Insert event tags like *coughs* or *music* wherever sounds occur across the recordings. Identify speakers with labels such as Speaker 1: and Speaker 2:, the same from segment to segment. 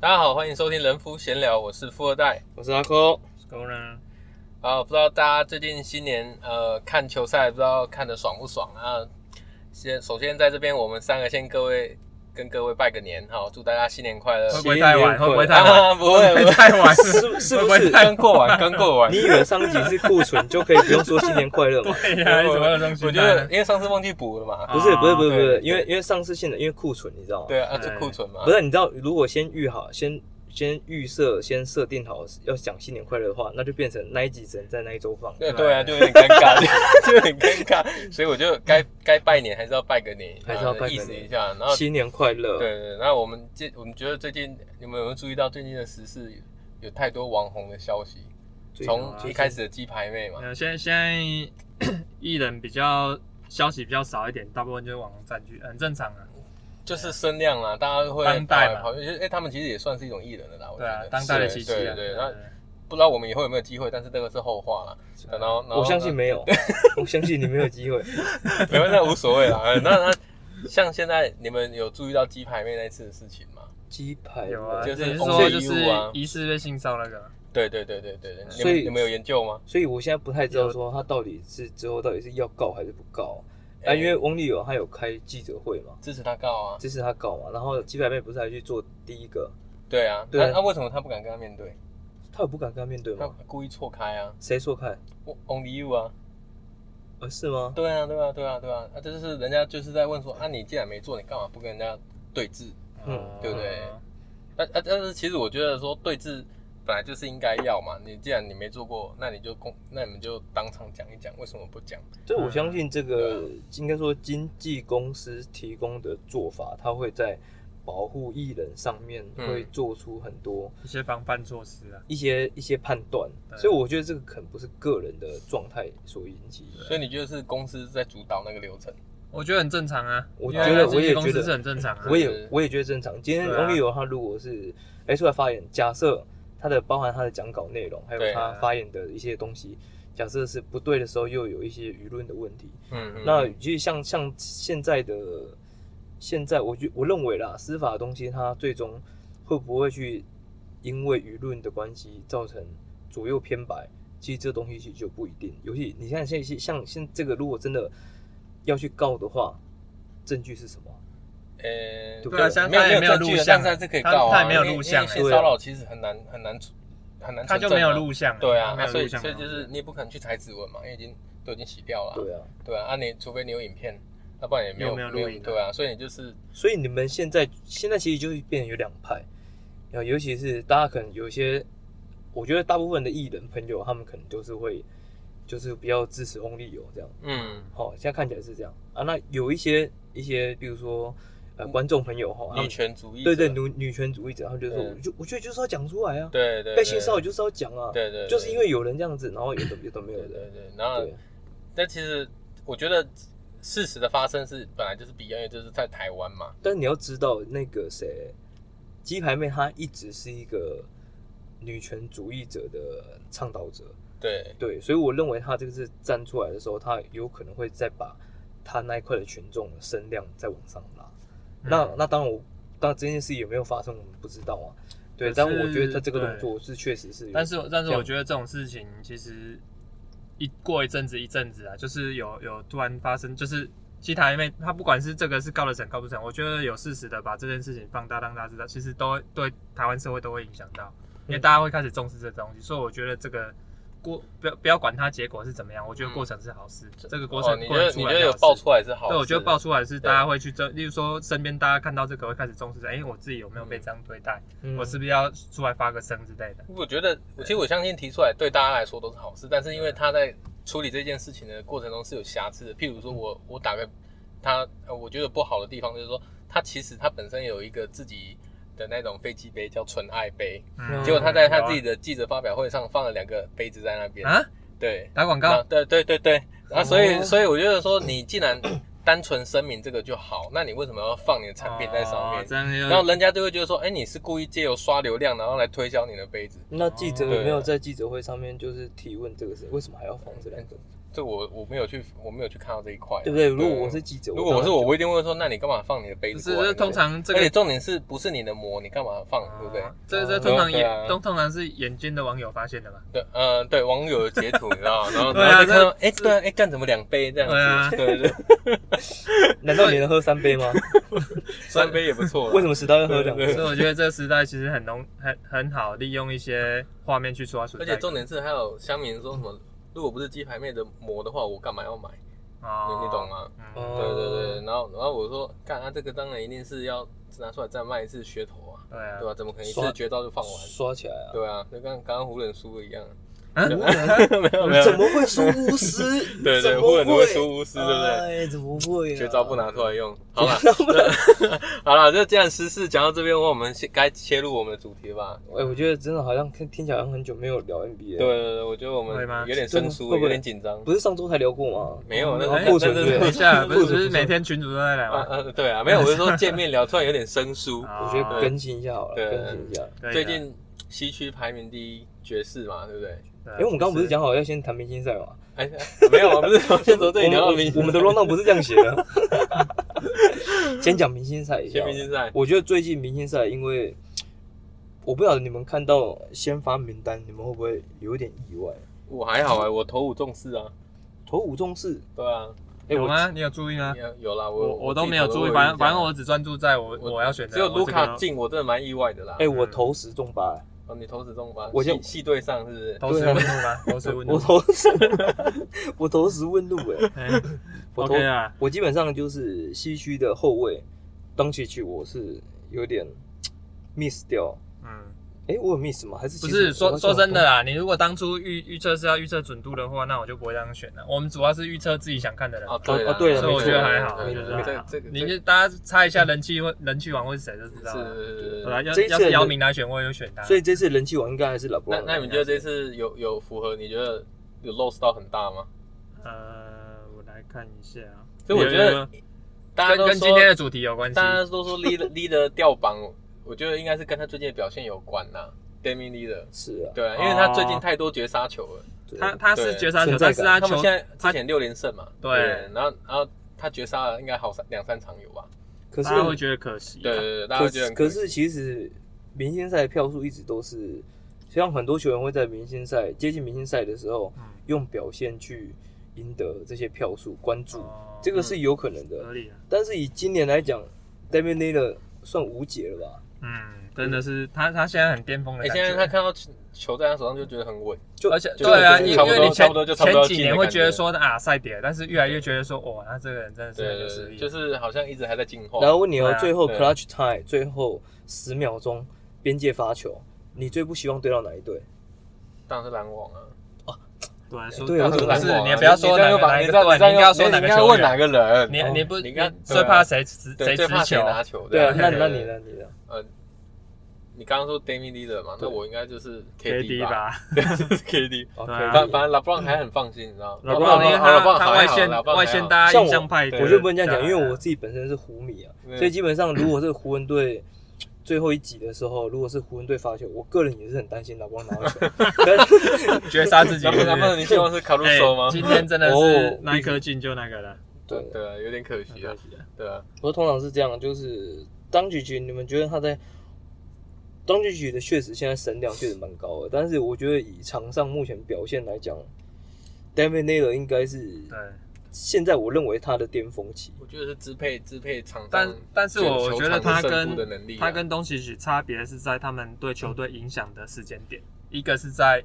Speaker 1: 大家好，欢迎收听人夫闲聊，我是富二代。
Speaker 2: 我是阿扣，
Speaker 3: 够了，
Speaker 1: 啊，不知道大家最近新年呃看球赛，不知道看的爽不爽啊？先首先在这边，我们三个先各位跟各位拜个年，好，祝大家新年快乐。
Speaker 3: 会不会太晚？会不会太晚？
Speaker 1: 啊，不会，不
Speaker 3: 会
Speaker 1: 会，
Speaker 3: 太晚？
Speaker 2: 是是
Speaker 3: 会
Speaker 2: 不
Speaker 3: 会
Speaker 2: 是？
Speaker 3: 太晚
Speaker 1: 刚过
Speaker 3: *laughs*
Speaker 1: 完，刚过完
Speaker 2: *laughs* 你。以为上一集是库存就可以不用说新年快乐
Speaker 1: *laughs*
Speaker 2: 吗？
Speaker 3: 对哎呀，你怎么有东西？
Speaker 1: 我觉得，因为上次忘记补了嘛，
Speaker 3: 啊
Speaker 2: 不是不是不是不
Speaker 1: 对
Speaker 2: 是，因为因为上次现在因为库存你知道吗？
Speaker 1: 对啊，
Speaker 3: 嗯
Speaker 1: 就库存嘛
Speaker 2: 不。是你知道如果先预好先。先预设，先设定好要讲新年快乐的话，那就变成那一集只能在那一周放。
Speaker 1: 对对啊，就有点尴尬， *laughs* 就有点尴尬，所以我就该该拜年还是要拜个年，呃
Speaker 2: 还是要拜个
Speaker 1: 意
Speaker 2: 年
Speaker 1: 思一下，然后
Speaker 2: 新年快乐！
Speaker 1: 啊对对，那我们这我们觉得最近你们有没有注意到最近的时事有太多网红的消息？
Speaker 2: 最啊近嗯
Speaker 1: 从一开始的鸡排妹嘛，
Speaker 3: 呃，现在现 *coughs* 在艺人比较消息比较少一点，大部分就是网红占据，很正常啊。
Speaker 1: 就是声量啊，大家会
Speaker 3: 当代嘛
Speaker 1: 跑来跑去，就是哎、他们其实也算是一种艺人了啦，我觉
Speaker 3: 对啊
Speaker 1: 得，
Speaker 3: 当代的
Speaker 1: 是
Speaker 3: 奇迹
Speaker 1: 对
Speaker 3: 啊。
Speaker 1: 对，那不知道我们以后有没有机会，但是这个是后话啦。然后，然后
Speaker 2: 啊我相信没有， *laughs* 我相信你没有机
Speaker 1: *laughs*
Speaker 2: 会。
Speaker 1: 没关系，那无所谓啦。呃那那像现在你们有注意到鸡排妹那次的事情吗？
Speaker 2: 鸡排
Speaker 3: 有啊，
Speaker 1: 就是
Speaker 3: 你是
Speaker 1: 红色
Speaker 3: 说就
Speaker 1: 衣
Speaker 3: 是
Speaker 1: 物啊
Speaker 3: 疑似被性骚扰那个，
Speaker 1: 对对对对对对，你
Speaker 2: 所以
Speaker 1: 们你们有研究吗？
Speaker 2: 所以我现在不太知道说他到底是之后到底是要告还是不告啊？
Speaker 1: 哎
Speaker 2: 因为翁立友他有开记者会嘛，
Speaker 1: 支持他告啊？
Speaker 2: 支持他告嘛，然后鸡排妹不是还去做第一个，
Speaker 1: 对啊，
Speaker 2: 对啊
Speaker 1: 那那为什么他不敢跟他面对？
Speaker 2: 他有不敢跟他面对
Speaker 1: 他
Speaker 2: 吗？
Speaker 1: 故意错开啊
Speaker 2: 谁错开？
Speaker 1: 我，Only You 啊。
Speaker 2: 呃，是吗？
Speaker 1: 对啊，对啊，对啊，对啊，啊，这就是人家就是在问说，啊，你既然没做，你干嘛不跟人家对峙？
Speaker 2: 嗯
Speaker 3: 哦
Speaker 1: 对不对啊啊，但是其实我觉得说对峙本来就是应该要嘛，你既然你没做过，那你就公，那你们就当场讲一讲，为什么不讲？
Speaker 2: 对，我相信这个应该说经纪公司提供的做法，他会在保护艺人上面
Speaker 1: 嗯
Speaker 2: 会做出很多
Speaker 3: 一些防范措施啊。
Speaker 2: 一些一些判断，
Speaker 3: 对
Speaker 2: 所以我觉得这个可能不是个人的状态所引起的。
Speaker 1: 所以你觉得是公司在主导那个流程？
Speaker 3: 我觉得很正常啊，
Speaker 2: 我
Speaker 3: 因为
Speaker 2: 觉得
Speaker 3: 经纪
Speaker 2: 我也
Speaker 3: 公
Speaker 2: 觉
Speaker 3: 司
Speaker 2: 得
Speaker 3: 是很正常啊。
Speaker 2: 我
Speaker 1: 是
Speaker 2: 也我也觉得正常。今天
Speaker 3: 对啊
Speaker 2: 翁立友他如果是哎、出来发言，假设他的包含他的讲稿内容，还
Speaker 1: 对
Speaker 2: 有他发言的一些东西，假设是不对的时候，又有一些舆论的问题。
Speaker 1: 嗯，嗯
Speaker 2: 那其实像像现在的现在，我觉我认为啦，司法的东西它最终会不会去因为舆论的关系造成左右偏白，其实这东西其实就不一定。尤其你看现在像现这个，如果真的要去告的话，证据是什么？啊
Speaker 1: 呃，
Speaker 2: 对
Speaker 3: 对啊，像
Speaker 1: 没有
Speaker 3: 他也
Speaker 1: 没
Speaker 3: 没有
Speaker 1: 证
Speaker 3: 录
Speaker 1: 据的
Speaker 3: 像啊，
Speaker 1: 但是可以
Speaker 3: 他
Speaker 1: 告啊，
Speaker 3: 他也没有
Speaker 1: 因为
Speaker 3: 录像
Speaker 1: 因
Speaker 3: 啊
Speaker 1: 为，性骚扰其实很难很难很难，
Speaker 3: 他就没有。录像啊，
Speaker 1: 对啊，那
Speaker 3: 他没
Speaker 1: 所
Speaker 3: 有
Speaker 1: 以
Speaker 3: 录像啊。
Speaker 1: 所以就是你也不可能去采指纹嘛，因为已经都已经洗掉了啊。
Speaker 2: 对啊，
Speaker 1: 对啊，啊你除非你有影片，要不然也没有
Speaker 3: 有没有录影啊
Speaker 1: 对啊，所以你就是
Speaker 2: 所以你们现在现在其实就是变成有两派，然后尤其是大家可能有一些，我觉得大部分的艺人朋友他们可能就是会就是比较支持翁立友这样，
Speaker 1: 嗯，
Speaker 2: 好、哦现在看起来是这样啊。那有一些一些，比如说呃观众朋友哈，
Speaker 1: 嗯
Speaker 2: 他
Speaker 3: 嗯
Speaker 1: 女
Speaker 2: 们
Speaker 1: 权主义者，
Speaker 2: 对对女女权主义者，他们就说，
Speaker 1: 嗯
Speaker 2: 我就我觉得就是要讲出来啊，
Speaker 1: 对对
Speaker 2: 被性骚扰就是要讲啊，
Speaker 1: 对对，对
Speaker 2: 就是因为有人这样子，然后有的有的没有
Speaker 1: 对对
Speaker 2: 的，
Speaker 1: 对，然后
Speaker 2: 对
Speaker 1: 但其实我觉得事实的发生是本来就是比较，因为就是在台湾嘛，
Speaker 2: 但是你要知道，那个谁，鸡排妹她一直是一个女权主义者的倡导者，
Speaker 1: 对
Speaker 2: 对，所以我认为她这个是站出来的时候，她有可能会再把她那一块的群众的声量再往上拉。
Speaker 3: 嗯
Speaker 2: 那那当然我，当然这件事有没有发生，我们不知道啊。对，
Speaker 3: 可
Speaker 2: 但我
Speaker 3: 是
Speaker 2: 觉得她这个
Speaker 3: 对
Speaker 2: 动作是确实是有，
Speaker 3: 但是但是
Speaker 2: 这
Speaker 3: 我
Speaker 2: 样
Speaker 3: 觉得这种事情其实一过一阵子一阵子啊，就是有有突然发生，就是其他因为他不管是这个是告得成告不成，我觉得有事实的把这件事情放大让大家知道，其实都会对台湾社会都会影响到，
Speaker 1: 嗯
Speaker 3: 因为大家会开始重视这东西，所以我觉得这个。过不要不要管它结果是怎么样，我觉得过程是好事。这个过程、
Speaker 1: 哦你觉
Speaker 3: 过程
Speaker 1: 得
Speaker 3: 出
Speaker 1: 你
Speaker 3: 来
Speaker 1: 觉得
Speaker 3: 是
Speaker 1: 有
Speaker 3: 好事
Speaker 1: 爆出来是好事，
Speaker 3: 对，我觉得爆出来是大家
Speaker 1: 对
Speaker 3: 会去争，例如说身边大家看到这个会开始重视，哎、我自己有没有被这样对待？
Speaker 2: 嗯
Speaker 3: 我是不是要出来发个声之类的？
Speaker 1: 我觉得，我其实我相信提出来对大家来说都是好事，但是因为他在处理这件事情的过程中是有瑕疵的。譬如说我我打个他，呃我觉得不好的地方就是说，他其实他本身有一个自己的那种飞机杯叫纯爱杯，
Speaker 2: 嗯
Speaker 1: 结果他在他自己的记者发表会上放了两个杯子在那边。
Speaker 3: 啊
Speaker 1: 对，
Speaker 3: 打广
Speaker 1: 那
Speaker 3: 告，
Speaker 1: 对对对对，啊，所以
Speaker 2: 哦
Speaker 1: 所以我觉得说，你既然 *coughs* 单纯声明这个就好，那你为什么要放你的产品在上面
Speaker 3: 哦？这样又
Speaker 1: 然后人家就会觉得说，哎，你是故意借由刷流量，然后来推销你的杯子。
Speaker 2: 那记者
Speaker 1: 哦
Speaker 2: 有没有在记者会上面就是提问这个事？为什么还要放这两个？
Speaker 1: 这我我没有去，我没有去看到这一块。
Speaker 2: 对不对？如果我是记者，
Speaker 1: 如果我是我，
Speaker 2: 当然就
Speaker 1: 我一定会说，那你干嘛放你的杯
Speaker 3: 就
Speaker 1: 子
Speaker 3: 是
Speaker 1: 过来？
Speaker 3: 这通常这
Speaker 1: 对不对，而且
Speaker 3: 个，
Speaker 1: 重点是不是你的膜，你干嘛放？对不对？
Speaker 3: 啊这这通常
Speaker 1: 对啊
Speaker 3: 眼通通常是眼尖的网友发现的
Speaker 1: *laughs*
Speaker 3: 吧？
Speaker 1: 对，嗯，对，网友的截图，你知道吗？然后
Speaker 3: *laughs* 对啊
Speaker 1: 然后就看到，
Speaker 3: 这
Speaker 1: 哎，对啊，哎，干怎么两杯这
Speaker 3: 对
Speaker 1: 样
Speaker 3: 啊
Speaker 1: 子？对
Speaker 3: *laughs*
Speaker 1: 对，对
Speaker 2: *laughs* 难道你能喝三杯吗？
Speaker 1: 三杯也不错啦。
Speaker 2: 为什么时代要喝两
Speaker 1: 对
Speaker 2: 杯？
Speaker 3: 所以我觉得这个时代其实很浓很很好利用一些画面去刷存
Speaker 1: 而
Speaker 3: 在感。
Speaker 1: 且重点是还有乡民说什么，如果不是鸡排妹的膜的话，我干嘛要买？
Speaker 3: 哦
Speaker 1: 你你懂啊吗？
Speaker 3: 嗯，
Speaker 1: 对对
Speaker 2: 哦
Speaker 1: 对，，然后然后我说，干，啊他这个当然一定是要拿出来再卖一次噱头啊，
Speaker 3: 对啊
Speaker 1: 对，吧？怎么可能一
Speaker 2: 刷
Speaker 1: 次绝招就放完？
Speaker 2: 刷起来啊！
Speaker 1: 对啊，就跟刚刚湖人输了一样。啊
Speaker 2: 湖人
Speaker 1: 没有没
Speaker 2: 怎
Speaker 1: 有，
Speaker 2: 么会输巫师？
Speaker 1: 对对，
Speaker 2: 怎
Speaker 1: 湖
Speaker 2: 么
Speaker 1: 人都会输巫师，对不对？
Speaker 2: 哎，怎么会啊？
Speaker 1: 绝招不
Speaker 2: *laughs*
Speaker 1: 拿出来用，好了， *laughs* 好了，这既然时事讲到这边的话，我们先该切入我们的主题吧。
Speaker 2: 哎，我觉得真的好像听听起来好像很久没有聊
Speaker 1: 对
Speaker 2: NBA。
Speaker 1: 对，对，我觉得我们
Speaker 3: 会吗
Speaker 1: 有点生疏，
Speaker 2: 会不会
Speaker 1: 有点紧张。
Speaker 2: 不是上周才聊过吗？
Speaker 1: 没有，那
Speaker 2: 然
Speaker 1: 那那
Speaker 2: 后库存
Speaker 1: 那那
Speaker 3: 哎
Speaker 2: 对
Speaker 3: 等一
Speaker 2: *laughs*
Speaker 3: 下，不
Speaker 2: 不
Speaker 3: 是
Speaker 2: 是
Speaker 3: 不
Speaker 2: 不
Speaker 3: 是
Speaker 2: 是
Speaker 3: 每天群主都在来
Speaker 1: 啊
Speaker 3: 吗？
Speaker 1: 啊，对啊，没有，我是说见面聊，突然有点生疏。
Speaker 3: *laughs* 啊
Speaker 2: 我觉得更新一下好了，
Speaker 1: 对
Speaker 2: 更新一下。
Speaker 3: 可以
Speaker 1: 最
Speaker 3: 的
Speaker 1: 近西区排名第一，爵士嘛，对不对？
Speaker 3: 对
Speaker 2: 因为我们刚刚不是讲好要先谈明星赛吗？
Speaker 1: 哎，没有啊，不是从先从这里聊到
Speaker 2: 我
Speaker 1: 明
Speaker 2: 们
Speaker 1: 星赛，
Speaker 2: 我们
Speaker 1: *laughs*
Speaker 2: 的 round down 不是这样写的。 *laughs* 先讲明星赛一下
Speaker 1: 先
Speaker 2: 好了。
Speaker 1: 明星赛，
Speaker 2: 我觉得最近明星赛，因为我不晓得你们看到先发名单，你们会不会有点意外？
Speaker 1: 我还好哎，我投五中四啊，
Speaker 2: 头五中四，
Speaker 1: 对啊，
Speaker 2: 哎、
Speaker 3: 有
Speaker 2: 我
Speaker 3: 吗？你有注意吗？
Speaker 1: 有有啦，
Speaker 3: 我
Speaker 1: 我
Speaker 3: 我都没有注意，反正反正我只专注在我
Speaker 1: 我
Speaker 3: 我要选的。
Speaker 1: 只有卢
Speaker 3: 啊我这个
Speaker 1: 卡进，我真的蛮意外的啦
Speaker 2: 哎、。我投十中八、
Speaker 1: 哦，你投十中吧，
Speaker 2: 我就
Speaker 1: 系系对上是不是？
Speaker 3: 投石问路吗？投石问
Speaker 2: 啊 *laughs* 我
Speaker 3: 路。
Speaker 2: 投十，我投十问路哎、
Speaker 3: 哎
Speaker 2: 我投
Speaker 3: OK 啊，
Speaker 2: 我基本上就是西区的后卫，当奇奇我是有点 miss 掉，
Speaker 3: 嗯，
Speaker 2: 哎、我有 miss 吗？还是
Speaker 3: 不
Speaker 2: 其实
Speaker 3: 是说
Speaker 2: 我忘记
Speaker 3: 说
Speaker 2: 我
Speaker 3: 真的啦，你如果当初预预测是要预测准度的话，那我就不会这样选了。我们主要是预测自己想看的人。
Speaker 1: 哦，对啦
Speaker 2: 哦对啦
Speaker 3: 所以我
Speaker 1: 没
Speaker 3: 觉
Speaker 1: 错
Speaker 3: 得还好，我
Speaker 1: 对
Speaker 3: 觉
Speaker 1: 对
Speaker 3: 得还
Speaker 1: 对
Speaker 3: 好
Speaker 1: 这个
Speaker 3: 你
Speaker 1: 这个
Speaker 3: 就大家猜一下人气会人气王会是谁就知道了。
Speaker 1: 是
Speaker 3: 对啊，要
Speaker 2: 这一
Speaker 3: 要
Speaker 2: 次
Speaker 3: 是
Speaker 2: 的
Speaker 3: 姚明来选，我也有选他。
Speaker 2: 所以这次人气王应该还是老布
Speaker 1: 那
Speaker 2: 朗。
Speaker 1: 那你觉得这次有有符合？你觉得有 loss 到很大吗？
Speaker 3: 呃，我来看一下啊，
Speaker 1: 所以我觉得
Speaker 3: 有有有
Speaker 1: 大家
Speaker 3: 跟
Speaker 1: 都
Speaker 3: 跟
Speaker 1: 说
Speaker 3: 今天的主题有关系。
Speaker 1: 大家都说 lead lead 掉榜，我觉得应该是跟他最近的表现有关啦。Demi lead
Speaker 2: 是啊，
Speaker 1: 对啊，因为他最近太多绝杀球了。
Speaker 2: 对
Speaker 3: 他他是
Speaker 1: 对
Speaker 3: 绝杀球，
Speaker 2: 存在
Speaker 3: 但是
Speaker 2: 感
Speaker 1: 他
Speaker 3: 哦他
Speaker 1: 们
Speaker 3: 球
Speaker 1: 现在之前六连胜嘛，
Speaker 3: 对
Speaker 1: 然后然后他绝杀了应该好三两三场有吧？
Speaker 2: 可是
Speaker 3: 大家会觉得可惜啊。
Speaker 1: 对对对，大家
Speaker 2: 可
Speaker 1: 觉得
Speaker 2: 是
Speaker 1: 很
Speaker 2: 可
Speaker 1: 惜
Speaker 2: 是其实明星赛的票数一直都是，像很多球员会在明星赛接近明星赛的时候，
Speaker 3: 嗯，
Speaker 2: 用表现去赢得这些票数关注，
Speaker 3: 哦
Speaker 2: 这个是有可能的。
Speaker 3: 合理啊。
Speaker 2: 但是以今年来讲 d a m i n a t o r 算无解了吧？
Speaker 3: 嗯，真的是他他现在很巅峰的
Speaker 1: 哎，
Speaker 3: 感
Speaker 1: 现
Speaker 3: 觉。
Speaker 1: 在他看到球球在他手上就觉得很稳，
Speaker 2: 就
Speaker 3: 而且
Speaker 2: 就
Speaker 3: 对啊，
Speaker 2: 就
Speaker 3: 因
Speaker 1: 差不多
Speaker 3: 为你
Speaker 1: 差
Speaker 3: 前
Speaker 1: 不多就差不多要
Speaker 3: 前几
Speaker 1: 进的
Speaker 3: 年会
Speaker 1: 感
Speaker 3: 觉得
Speaker 1: 觉
Speaker 3: 说啊赛跌了，但是越来越觉得说哇，他这个人真的是很有实力。
Speaker 1: 就是好像一直还在进化。
Speaker 2: 然后问你哦
Speaker 3: 对，啊
Speaker 2: 最后
Speaker 1: 对
Speaker 2: clutch time 最后十秒钟边界发球，你最不希望对到哪一队？
Speaker 1: 当然是篮网啊，
Speaker 3: 对，说
Speaker 2: 对啊
Speaker 3: 不
Speaker 2: 这个
Speaker 3: 是
Speaker 2: 篮
Speaker 1: 网啊
Speaker 3: 你不要
Speaker 1: 这
Speaker 3: 说哪
Speaker 1: 样
Speaker 3: 个
Speaker 1: 又把
Speaker 3: 哪
Speaker 1: 你
Speaker 3: 一个
Speaker 1: 这样
Speaker 3: 队，
Speaker 1: 这样
Speaker 3: 你应该
Speaker 1: 又
Speaker 3: 要说哪
Speaker 1: 你应
Speaker 3: 个
Speaker 1: 该
Speaker 3: 球
Speaker 1: 问
Speaker 3: 员
Speaker 1: 哪。个人？
Speaker 3: 你
Speaker 1: 哦
Speaker 3: 你不
Speaker 1: 你看
Speaker 3: 最怕谁持
Speaker 1: 对
Speaker 3: 谁
Speaker 1: 最
Speaker 3: 持
Speaker 1: 怕谁
Speaker 3: 球？
Speaker 1: 拿球？
Speaker 2: 对啊，那
Speaker 3: 对
Speaker 2: 那你？呢？你呢？
Speaker 1: 呃，你刚刚说 d a m i Leader 嘛，那
Speaker 2: 对
Speaker 1: 我应该就是
Speaker 3: KD
Speaker 1: 吧
Speaker 3: 吧，
Speaker 1: 对，就是 KD。
Speaker 2: 哦
Speaker 3: 对
Speaker 2: 可以
Speaker 3: 啊
Speaker 1: 反反正 LeBron 还很放心，你知道吗？
Speaker 2: LeBron-
Speaker 1: 哦
Speaker 3: 因为
Speaker 1: LeBron-
Speaker 3: 他
Speaker 1: LeBron
Speaker 3: 他
Speaker 1: 还
Speaker 3: 外
Speaker 1: 好
Speaker 3: 线
Speaker 1: ，LeBron
Speaker 3: 外
Speaker 1: 还
Speaker 3: 线
Speaker 1: 好
Speaker 3: 大家
Speaker 2: 像
Speaker 3: 印
Speaker 2: 我
Speaker 3: 象派，
Speaker 1: 对
Speaker 2: 我就不能这样讲，
Speaker 3: 对
Speaker 2: 因为我自己本身是湖迷啊，
Speaker 1: 对
Speaker 2: 所以基本上如果是湖人队最后一集的时候，如果是湖人队发球，我个人也是很担心老光拿到球。但是
Speaker 3: 绝杀自己
Speaker 1: *laughs* 那
Speaker 3: 是不
Speaker 1: 不
Speaker 3: 是。
Speaker 1: 那不，你希望是卡路
Speaker 3: 哎
Speaker 1: 索吗？
Speaker 3: 今天真的
Speaker 2: 哦
Speaker 3: 是那一颗进就那个了，
Speaker 2: 对，
Speaker 1: 对啊，有点可惜啊
Speaker 3: 可，惜了
Speaker 1: 对啊，
Speaker 2: 我通常是这样，就是当局局，你们觉得他在当局局的确实现在神量确实蛮高的，但是我觉得以场上目前表现来讲 d a m i d Naylor 应该是
Speaker 3: 对，
Speaker 2: 现在我认为他的巅峰期。
Speaker 1: 我觉得是支配支配场上，
Speaker 3: 但但是我
Speaker 1: 球
Speaker 3: 觉得
Speaker 1: 场
Speaker 3: 他
Speaker 1: 胜
Speaker 3: 跟
Speaker 1: 负的能力啊，
Speaker 3: 他跟东契奇差别是在他们对球队影响的时间点，一个是在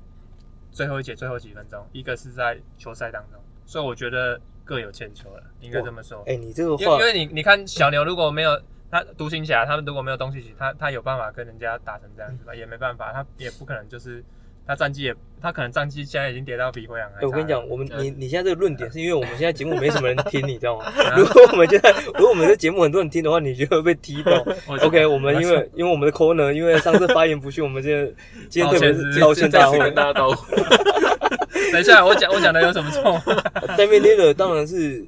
Speaker 3: 最后一节最后几分钟，一个是在球赛当中，所以我觉得各有千秋了，应该这么说。
Speaker 2: 哎、你这个
Speaker 3: 因为
Speaker 2: 话
Speaker 3: 因为你你看小牛如果没有他独行侠，他们如果没有东契奇，他他有办法跟人家打成这样子吗？也没办法，他也不可能就是他战绩也他可能战绩现在已经跌到比灰狼还差
Speaker 2: 哎、
Speaker 3: 了。
Speaker 2: 我跟你讲，我们
Speaker 1: 对
Speaker 2: 你你现在这个论点是因为我们现在节目没什么人
Speaker 1: *laughs*
Speaker 2: 听，你知道吗？如果我们现在如果我们的节目很多人听的话，你就会被踢
Speaker 1: *laughs*
Speaker 2: 爆。
Speaker 3: 我
Speaker 2: OK，我们
Speaker 3: *laughs*
Speaker 2: 因为因为我们的 corner，因为上次发言不逊，我们
Speaker 1: *laughs*
Speaker 2: 今天今天特别是 *laughs* 道
Speaker 1: 道歉
Speaker 2: 歉大
Speaker 1: 大
Speaker 2: 会
Speaker 1: 会。跟大家道歉，
Speaker 3: 等一下我讲我讲的有什么错？
Speaker 2: d a m i n l 当然是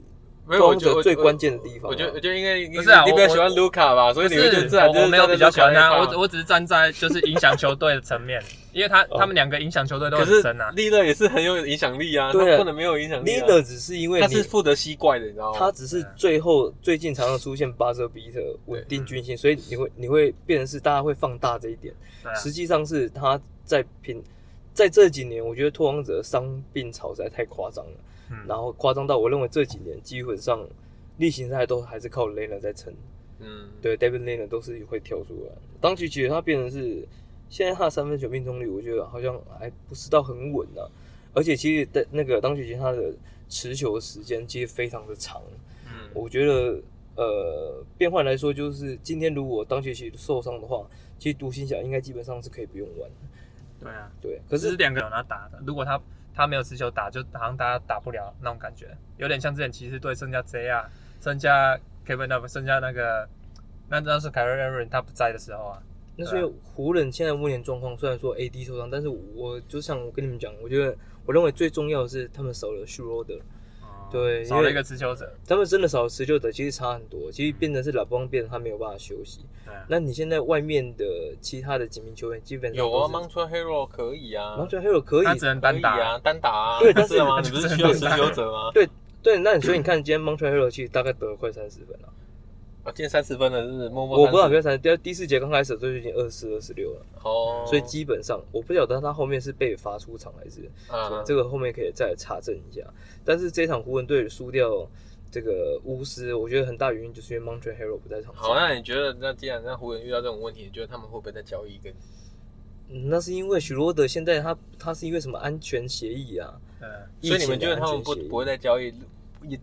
Speaker 1: 没有，我
Speaker 2: 光
Speaker 1: 觉得
Speaker 2: 泽最关键的地方啊
Speaker 1: 我觉得我觉得应该
Speaker 3: 不是啊
Speaker 1: 你比
Speaker 3: 我
Speaker 1: 较喜欢卢卡吧，所以
Speaker 3: 不
Speaker 1: 你会觉
Speaker 3: 是
Speaker 1: 得自然就
Speaker 3: 我我
Speaker 1: 是
Speaker 3: 没有
Speaker 1: 站在
Speaker 3: 比较喜欢
Speaker 1: Luca 那
Speaker 3: 他，
Speaker 1: 一方
Speaker 3: 我我只是站在就是影响球队的层面，因为他
Speaker 2: 哦
Speaker 3: 他们两个影响球队都
Speaker 1: 可
Speaker 3: 很
Speaker 1: 是
Speaker 3: 深啊。
Speaker 1: 利勒也是很有影响力啊，
Speaker 2: 对啊
Speaker 1: 他不 *laughs* 能没有影响力、啊。
Speaker 2: Lina 只是因为
Speaker 1: 他
Speaker 2: 你
Speaker 1: 是负责吸怪的，你知道吗？
Speaker 2: 他只是最后最近常常出现巴泽比特稳定均线，所以你会你会变成是大家会放大这一点。
Speaker 3: 对啊，
Speaker 2: 实际上是他在平在这几年，我觉得拓荒者伤病潮实在太夸张了，
Speaker 3: 嗯
Speaker 2: 然后夸张到我认为这几年基本上例行赛都还是靠 l e n a 在撑，
Speaker 1: 嗯，
Speaker 2: 对 David l e n a 都是会跳出来。当局其实他变成是现在他的三分球命中率，我觉得好像还不是到很稳啊，而且其实的那个当局其实他的持球时间其实非常的长。
Speaker 1: 嗯，
Speaker 2: 我觉得，呃，变换来说，就是今天如果当学期受伤的话，其实独行侠应该基本上是可以不用玩的。
Speaker 3: 对啊，
Speaker 2: 对，可
Speaker 3: 只是
Speaker 2: 是
Speaker 3: 两个有拿打的。如果他他没有持球打，就好像大家打不了那种感觉，有点像之前骑士队剩下 J 啊，剩下 Kevin Love，剩下那个那那是 k y r i e Irving 他不在的时候啊。
Speaker 2: 那所以湖人现在目前状况，虽然说 AD 受伤，但是我就像我跟你们讲，我觉得我认为最重要的是他们少了 s c h r o d e r 对
Speaker 3: 少
Speaker 2: 因
Speaker 3: 了
Speaker 2: 为
Speaker 3: 一个持球者。
Speaker 2: 他们真的少了持久者，其实差很多。其实变成是老邦变成他没有办法休息。
Speaker 3: 对啊，
Speaker 2: 那你现在外面的其他的几名球员基本上
Speaker 1: 有啊 m o
Speaker 2: 盲
Speaker 1: n t r e Hero 可以啊，
Speaker 2: 盲球 hero 可以
Speaker 3: 他只能单打
Speaker 1: 可以啊，单打啊，
Speaker 2: 对但是
Speaker 1: 是
Speaker 3: *laughs*
Speaker 1: 吗？你不是需要持球者吗？
Speaker 2: 对，那你所以你看今天 m o n t r e hero 其实大概得了快三十分了。
Speaker 1: 啊，今天三十分了，是不是默默
Speaker 2: 我不知
Speaker 1: 30
Speaker 2: 道有没有三，第二第四节刚开始的时候就已经二四二十六了，
Speaker 1: 哦，
Speaker 2: 所以基本上我不晓得他后面是被罚出场还是
Speaker 1: 啊，
Speaker 2: 这个后面可以再查证一下。但是这场湖人队输掉这个巫师，我觉得很大原因就是因为 Montreal Hero 不在场上。
Speaker 1: 好，那你觉得那既然那湖人遇到这种问题，你觉得他们会不会再交易一个？
Speaker 2: 嗯那是因为许罗德现在他他是因为什么安全协议啊？
Speaker 3: 对啊。
Speaker 1: 所以你们觉得他们不
Speaker 2: 疫情的安全协议
Speaker 1: 不会再交易？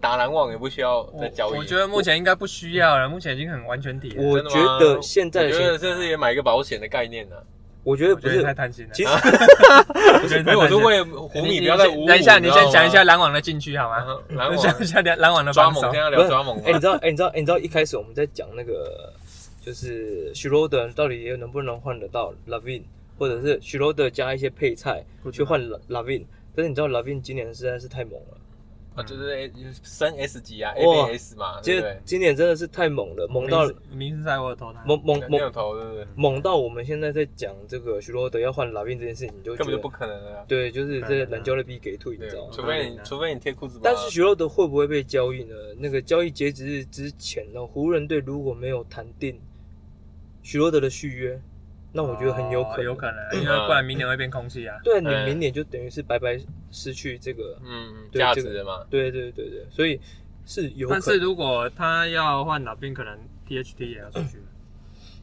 Speaker 1: 打篮网也不需要
Speaker 3: 我
Speaker 1: 再交易。
Speaker 3: 我觉得目前应该不需要了，目前已经很完全体了。
Speaker 2: 我
Speaker 1: 真的吗
Speaker 2: 觉得现在
Speaker 1: 我
Speaker 2: 的
Speaker 1: 觉
Speaker 2: 情
Speaker 1: 得这是也买一个保险的概念啊呢。
Speaker 2: 我觉得
Speaker 3: 我
Speaker 2: 不
Speaker 3: 觉得
Speaker 2: 是
Speaker 3: 你太，贪心了。
Speaker 2: 其实
Speaker 1: 没有，我是
Speaker 3: 我觉得你太贪心了
Speaker 1: 为了湖
Speaker 3: 你
Speaker 1: 米
Speaker 3: 你
Speaker 1: 不要再
Speaker 3: 先
Speaker 1: 五五。
Speaker 3: 等一下，你
Speaker 1: 知
Speaker 3: 先
Speaker 1: 道
Speaker 3: 讲一
Speaker 1: 吗
Speaker 3: 下篮网的禁区好 *laughs* 吗？
Speaker 1: 啊篮网
Speaker 3: 讲一下篮网的
Speaker 1: 抓
Speaker 3: 防
Speaker 1: 猛，
Speaker 3: 守
Speaker 1: 现。在要
Speaker 2: 不
Speaker 1: 聊
Speaker 2: 是
Speaker 1: 抓猛吗
Speaker 2: 哎，你知道哎，你知道哎，你知道一开始我们在讲那个就是许罗德到底能不能换得到 Lavin，或者是许罗德加一些配菜。去换 La- Lavin，但是你知道 Lavin 今年实在是太猛了，
Speaker 1: 啊，就是 A 升 S 级啊
Speaker 2: 哇
Speaker 1: ，ABS 嘛，对
Speaker 2: 今
Speaker 1: 不对？
Speaker 2: 今年真的是太猛了，猛
Speaker 3: *laughs*
Speaker 2: 到
Speaker 3: 明星赛我有投他，
Speaker 2: 猛猛
Speaker 1: 没
Speaker 2: 猛
Speaker 1: 有投，对不对？
Speaker 2: 猛到我们现在在讲这个许罗德要换 Lavin 这件事情，你就
Speaker 1: 根
Speaker 2: 觉
Speaker 1: 本就不
Speaker 2: 得
Speaker 1: 可能啊！
Speaker 2: 对，就是
Speaker 3: 可
Speaker 2: 这
Speaker 3: 能啊
Speaker 2: 蓝胶的逼给退，你
Speaker 1: 对
Speaker 2: 知道，吗？
Speaker 1: 除非你除非你贴裤子吧。
Speaker 2: 但是许罗德会不会被交易呢？那个交易截止日之前呢，湖人队如果没有谈定许罗德的续约，那我觉得很有
Speaker 3: 哦
Speaker 2: 可能，
Speaker 3: 有可能，因为不然明年会变空气啊。
Speaker 2: 对你
Speaker 1: 嗯
Speaker 2: 明年就等于是白白失去这个，
Speaker 1: 嗯，
Speaker 2: 对
Speaker 1: 价
Speaker 2: 这
Speaker 1: 值
Speaker 2: 个
Speaker 1: 的嘛，
Speaker 2: 对对对对，所以是有可
Speaker 3: 但
Speaker 2: 能。
Speaker 3: 是如果他要换老兵，可能 THT 也要出
Speaker 1: *coughs*
Speaker 3: 去，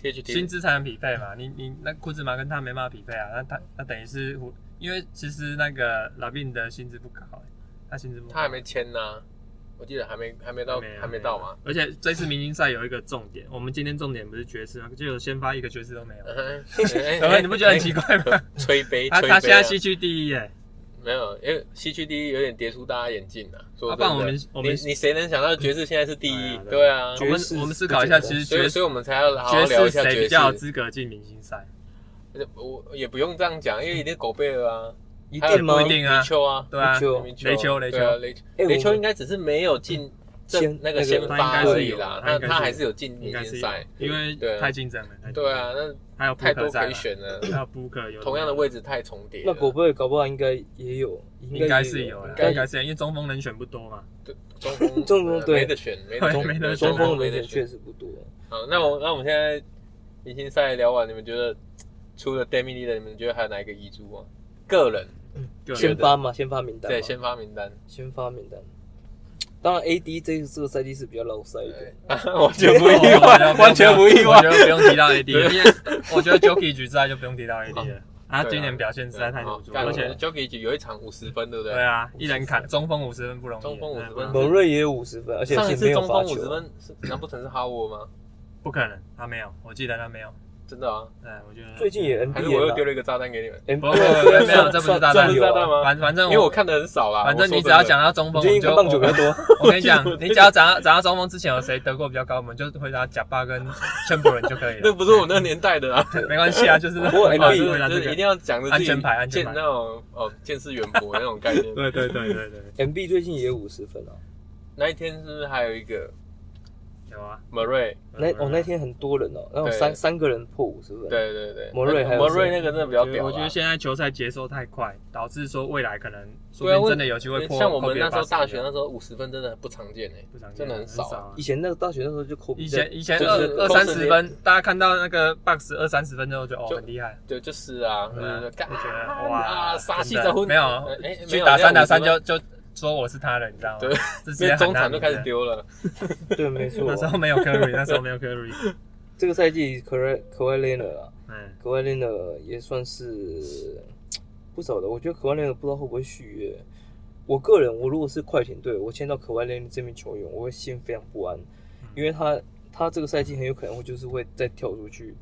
Speaker 1: 贴去贴
Speaker 3: 薪。资才能匹配嘛。你你那库兹马跟他没办法匹配啊，那他那等于是胡，因为其实那个老兵的薪资不高、欸，他薪资不高，
Speaker 1: 他还没签呢，我记得还没还没到
Speaker 3: 啊
Speaker 1: 还没到嘛。。
Speaker 3: 而且这次明星赛有一个重点，我们今天重点不是爵士吗？就有先发一个爵士都没有。 *laughs*
Speaker 1: 嗯，
Speaker 3: 然后你不觉得很奇
Speaker 1: 怪？
Speaker 3: 怪吗？
Speaker 1: 哎吹杯，
Speaker 3: 他
Speaker 1: 吹
Speaker 3: 他
Speaker 1: 杯
Speaker 3: 现在
Speaker 1: 啊
Speaker 3: 西区第一耶，
Speaker 1: 没有，因为西区第一有点跌出大家眼镜了。说
Speaker 3: 啊
Speaker 1: 真
Speaker 3: 不然我
Speaker 1: 的
Speaker 3: 们我们哎
Speaker 1: 你你谁能想到爵士现在是第一？
Speaker 3: 对
Speaker 1: 对啊，
Speaker 3: 我
Speaker 2: 爵
Speaker 3: 们
Speaker 2: 士
Speaker 3: 我们思考一下，其实
Speaker 1: 所以
Speaker 3: 爵士
Speaker 1: 所以我们才要好好
Speaker 3: 爵
Speaker 1: 聊一
Speaker 3: 士
Speaker 1: 下
Speaker 3: 谁
Speaker 1: 爵
Speaker 3: 比较有
Speaker 1: 士。
Speaker 3: 资格进明星赛？
Speaker 1: 呃我也不用这样讲，因为一定是狗贝尔啊，
Speaker 2: 一
Speaker 1: 还有
Speaker 2: 定吗？
Speaker 3: 不一定啊
Speaker 1: 米丘啊，
Speaker 3: 对啊
Speaker 2: 没，错
Speaker 1: 雷
Speaker 3: 雷丘雷丘
Speaker 1: 对啊雷丘
Speaker 2: 哎
Speaker 1: 雷
Speaker 2: 我
Speaker 1: 丘
Speaker 2: 们
Speaker 1: 应该只是没有进正
Speaker 2: 先
Speaker 1: 那个
Speaker 2: 那个
Speaker 1: 先发
Speaker 3: 他应
Speaker 1: 而
Speaker 3: 该是
Speaker 1: 已
Speaker 3: 有
Speaker 1: 啦，
Speaker 3: 他
Speaker 1: 那
Speaker 3: 应该是
Speaker 1: 他还是有进
Speaker 3: 应
Speaker 1: 明
Speaker 3: 该
Speaker 1: 星
Speaker 3: 是有
Speaker 1: 赛，，
Speaker 3: 因为
Speaker 1: 对啊
Speaker 3: 太竞争了。太竞争
Speaker 1: 对
Speaker 3: 了
Speaker 1: 啊，，那
Speaker 3: 还有
Speaker 1: 太多可以
Speaker 3: 以，
Speaker 1: 选了，
Speaker 3: 还有 Booker 有
Speaker 1: 同样的位置太重叠
Speaker 2: 那
Speaker 1: 了。
Speaker 2: 狗贝尔搞不好应该也有，
Speaker 3: 应该是有
Speaker 2: 应
Speaker 3: 了，
Speaker 2: 该
Speaker 3: 应该是有因为中锋人选不多嘛。
Speaker 1: 中锋
Speaker 2: 中锋
Speaker 1: 呃
Speaker 2: 对
Speaker 1: 没得选，没
Speaker 3: 对
Speaker 1: 得
Speaker 3: *laughs* 没
Speaker 1: 选
Speaker 3: 得
Speaker 1: 对
Speaker 3: 选
Speaker 2: 中锋
Speaker 1: 没
Speaker 2: 人
Speaker 1: 得
Speaker 2: 选
Speaker 1: 选
Speaker 2: 确。实不多。
Speaker 1: 好，那我那我们现在明星赛聊完，你们觉得除了 Demi l e 的，你们觉得还有哪一个遗珠啊？个人
Speaker 3: 个
Speaker 2: 先
Speaker 3: 人
Speaker 2: 发嘛，先发名单嘛，
Speaker 1: 对先发名单，
Speaker 2: 先发名单。当然，AD 这个这个赛季是比较老赛一点，
Speaker 1: *laughs* 完全不意
Speaker 3: 我觉得
Speaker 1: 外，完全不意
Speaker 3: 我
Speaker 1: 外啊
Speaker 3: 觉。得不用提到 AD，了因为我觉得 Jokic 之外就不用提到 AD 了。他今年表现实在太
Speaker 1: 啊
Speaker 3: 突出，而且
Speaker 1: j o k i c 有一场五十分，对不对？
Speaker 3: 对啊，一人砍中锋五十分不容易，嗯
Speaker 1: 中锋50分
Speaker 3: 对
Speaker 2: 蒙瑞也有五十分，而且
Speaker 1: 上一
Speaker 2: 是
Speaker 1: 次
Speaker 2: 没有
Speaker 1: 中
Speaker 2: 罚
Speaker 1: 锋
Speaker 2: 球啊
Speaker 1: 五十。分，是难不成是哈沃吗？
Speaker 3: 不可能，他没有，我记得他没有。
Speaker 1: 真的啊？
Speaker 3: 对，我觉得
Speaker 2: 最近也
Speaker 1: 还是我
Speaker 2: NBA
Speaker 1: 又
Speaker 2: 了
Speaker 1: 丢了一个炸弹给你们？
Speaker 2: 哎
Speaker 3: 不不不没有这不是
Speaker 2: 算
Speaker 3: 炸弹
Speaker 1: 这
Speaker 2: 算
Speaker 1: 不是
Speaker 2: 有啊
Speaker 1: 炸弹吗
Speaker 3: 反反正
Speaker 1: 因为我看的很少啦。
Speaker 3: 反正
Speaker 1: 啊我说
Speaker 3: 你只
Speaker 1: 真的
Speaker 3: 要讲到中锋，
Speaker 2: 你最
Speaker 3: 我
Speaker 2: 近看
Speaker 3: 就
Speaker 2: 棒球比
Speaker 3: *laughs*
Speaker 2: 较多，
Speaker 3: 我跟你讲
Speaker 1: 我，
Speaker 3: 你只要讲到讲到中锋之前有谁得过比较高，我们就回答贾巴跟 Chamberlain 就可以
Speaker 1: 那
Speaker 3: 了。
Speaker 1: 不是我那个年代的啊。
Speaker 3: *laughs* 没关系啊，就是
Speaker 2: 不过 NBA
Speaker 1: 啊
Speaker 2: 哎
Speaker 1: 就是
Speaker 3: 回答
Speaker 1: 就
Speaker 3: 这
Speaker 1: 是一
Speaker 3: 个
Speaker 1: 定。要讲着自己
Speaker 3: 安全牌安全牌
Speaker 1: 见那种哦见识渊博那种概念。
Speaker 3: *laughs* 对对对对对，
Speaker 2: ，MB 最近也有五十分啊，
Speaker 1: 那一天是不是还有一个
Speaker 3: 有啊，
Speaker 1: m 瑞？
Speaker 2: 那哦那天很多人哦，然后
Speaker 1: 对
Speaker 2: 三三个人破五十分，，
Speaker 1: 对对对，
Speaker 2: 莫瑞还有
Speaker 1: 莫瑞
Speaker 2: 谁
Speaker 1: 那个真的比
Speaker 3: 我
Speaker 1: 较
Speaker 3: 觉
Speaker 1: 屌啊
Speaker 3: 得
Speaker 1: 啦。
Speaker 3: 我觉得现在球赛节奏太快，导致说未来可能说
Speaker 1: 对啊
Speaker 3: 不定
Speaker 1: 我
Speaker 3: 真的有机会破。
Speaker 1: 像我们
Speaker 3: 破别
Speaker 1: 那
Speaker 3: 的
Speaker 1: 时候大
Speaker 3: 80
Speaker 1: 学那时候五十分真的不常见哎，
Speaker 3: 不常见
Speaker 1: 真的很
Speaker 3: 很
Speaker 1: 少啊
Speaker 3: 啊
Speaker 2: 以。前那个大学那时候就扣比
Speaker 3: 以
Speaker 2: 赛
Speaker 3: 前以前
Speaker 1: 就是
Speaker 3: 二
Speaker 1: 就是
Speaker 3: 二三十
Speaker 1: 扣
Speaker 3: 分，大家看到那个 box 二三十分之后就哦
Speaker 1: 就
Speaker 3: 很厉害，
Speaker 1: 对，就是啊，
Speaker 3: 对啊
Speaker 1: 对对对，
Speaker 3: 就觉得
Speaker 1: 干
Speaker 3: 哇
Speaker 1: 啊傻气
Speaker 3: 真的
Speaker 1: 着婚
Speaker 3: 没有
Speaker 1: 哎哎没
Speaker 3: 去
Speaker 1: 有
Speaker 3: 打
Speaker 1: 人家
Speaker 3: 三打
Speaker 1: 50
Speaker 3: 三
Speaker 1: 分
Speaker 3: 就就说我是他了，你知道吗？
Speaker 1: 对，
Speaker 3: 直
Speaker 1: 因
Speaker 3: 接
Speaker 1: 为
Speaker 3: 喊他
Speaker 1: 中场就
Speaker 3: 名
Speaker 1: 开始
Speaker 3: 字。
Speaker 1: 丢了，
Speaker 2: 对，没错
Speaker 3: *laughs* 那。时候没有 Curry，那时候没有 Curry。 *laughs*
Speaker 2: 这个赛季可外可外 l 了啊，
Speaker 3: 嗯，
Speaker 2: 可外 l 了也算是不少的。我觉得可外 l 了不知道会不会续约。我个人，我如果是快艇队，我签到可外 l 这名球员，我会心非常不安，
Speaker 1: 嗯
Speaker 2: 因为他他这个赛季很有可能会就是会再跳出去，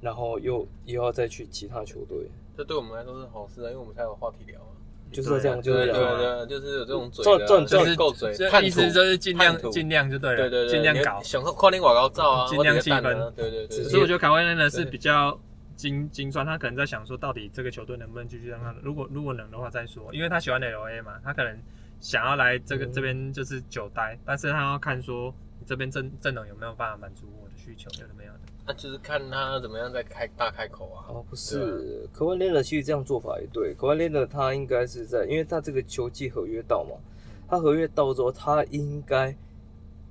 Speaker 2: 然后又又要再去其他球队，
Speaker 1: 这对我们来说是好事啊，因为我们才有话题聊啊。
Speaker 2: 就是这样，就
Speaker 1: 对啊
Speaker 2: 是
Speaker 1: 对
Speaker 2: 这
Speaker 1: 对，
Speaker 2: 样。
Speaker 1: 就是有这种嘴
Speaker 2: 照
Speaker 1: 的
Speaker 2: 照
Speaker 1: 啊，
Speaker 2: 照
Speaker 1: 是够嘴
Speaker 3: 就，
Speaker 1: 叛
Speaker 3: 意
Speaker 1: 徒
Speaker 3: 思就是尽
Speaker 1: 叛徒
Speaker 3: 量尽量就对
Speaker 1: 对
Speaker 3: 了，
Speaker 1: 对对，
Speaker 3: 尽量
Speaker 1: 你
Speaker 3: 搞。
Speaker 1: 想跨年广告照啊，
Speaker 3: 尽量
Speaker 1: 我的蛋啊
Speaker 3: 气
Speaker 1: 对对对
Speaker 2: 只
Speaker 3: 所以
Speaker 1: 对
Speaker 3: 我觉得卡外内呢是
Speaker 1: 对
Speaker 3: 比较精精算，他可能在想说，到底这个球队能不能继续让他，如果如果能的话再说，因为他喜欢 LA 嘛，他可能想要来这个、
Speaker 2: 嗯
Speaker 3: 这边就是久待，但是他要看说你这边阵阵容有没有办法满足我的需求，有的没有的。
Speaker 1: 那啊就是看他怎么样再开大开口啊。
Speaker 2: 哦，不是，可外 l 了其实这样做法也对。可外 l 了他应该是在，因为他这个球季合约到嘛，
Speaker 1: 嗯
Speaker 2: 他合约到之后，他应该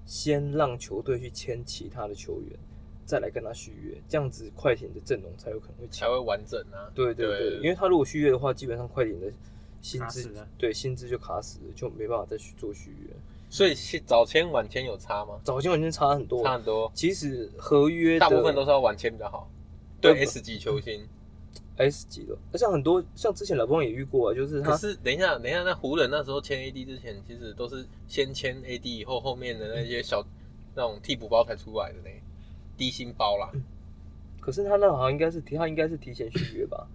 Speaker 2: 先让球队去签其他的球员，再来跟他续约，这样子快艇的阵容才有可能会
Speaker 1: 才
Speaker 2: 强。
Speaker 1: 会完整啊。
Speaker 2: 对对
Speaker 1: 对
Speaker 2: 对，因为他如果续约的话，基本上快艇的薪
Speaker 3: 卡
Speaker 2: 资
Speaker 3: 死了
Speaker 2: 对薪资就卡死了，就没办法再去做续约。
Speaker 1: 所以是早签晚签有差吗？
Speaker 2: 早就已经差很多
Speaker 1: 差
Speaker 2: 了，
Speaker 1: 很多，
Speaker 2: 其实合约
Speaker 1: 大部分都
Speaker 2: 是
Speaker 1: 是要晚签比较好。
Speaker 2: 对
Speaker 1: 对 S 级球星，
Speaker 2: S 级的，而且很多像之前老邦也遇过啊，就是
Speaker 1: 可
Speaker 2: 他
Speaker 1: 是等一下，等一下，那湖人那时候签 AD 之前，其实都是先签 AD，以后后面的那些小那种替补包才出来的呢，低薪包啦。
Speaker 2: 可是他那好像应该是提，他应该是提前续
Speaker 1: *laughs*
Speaker 2: 约吧？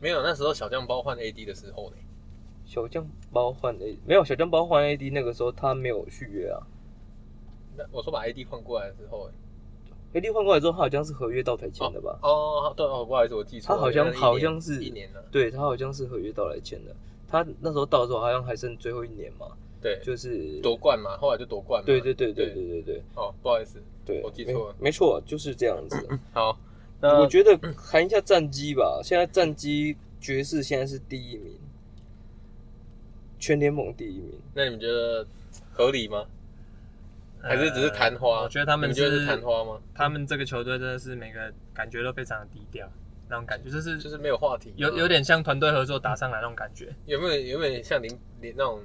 Speaker 1: 没有，那时候小将包换 AD 的时候呢，
Speaker 2: 小将包换 A 没有小将包换 AD 那个时候他没有续约啊
Speaker 1: 那我说把 AD 换过来的时候，
Speaker 2: ，AD 换过来之后他好像是合约到才签的吧？
Speaker 1: 哦，对哦，不好意思，我记错了，
Speaker 2: 他好像
Speaker 1: 原来一年
Speaker 2: 好像是
Speaker 1: 一年了，
Speaker 2: 对他好像是合约到来签的，他那时候到的时候好像还剩最后一年嘛，
Speaker 1: 对，
Speaker 2: 就是
Speaker 1: 夺冠嘛，后来就夺冠嘛，
Speaker 2: 对对对对
Speaker 1: 对
Speaker 2: 对对对
Speaker 1: 哦，不好意思，
Speaker 2: 对，
Speaker 1: 我记错了
Speaker 2: 没，没错啊就是这样子。
Speaker 1: *coughs* 好，那
Speaker 2: 我觉得谈一下战绩
Speaker 1: 嗯
Speaker 2: 吧，现在战绩爵士现在是第一名，全联盟第一名。
Speaker 1: 那你们觉得合理吗？还是
Speaker 3: 呃
Speaker 1: 只是昙花？
Speaker 3: 我觉得他们
Speaker 1: 你觉得
Speaker 3: 是
Speaker 1: 是昙花吗？
Speaker 3: 他们这个球队真的是每个感觉都非常的低调，那种感觉就是
Speaker 1: 就是没有话题，
Speaker 3: 有有点像团队合作打上来那种感觉。
Speaker 1: 有没有有没有像零零那种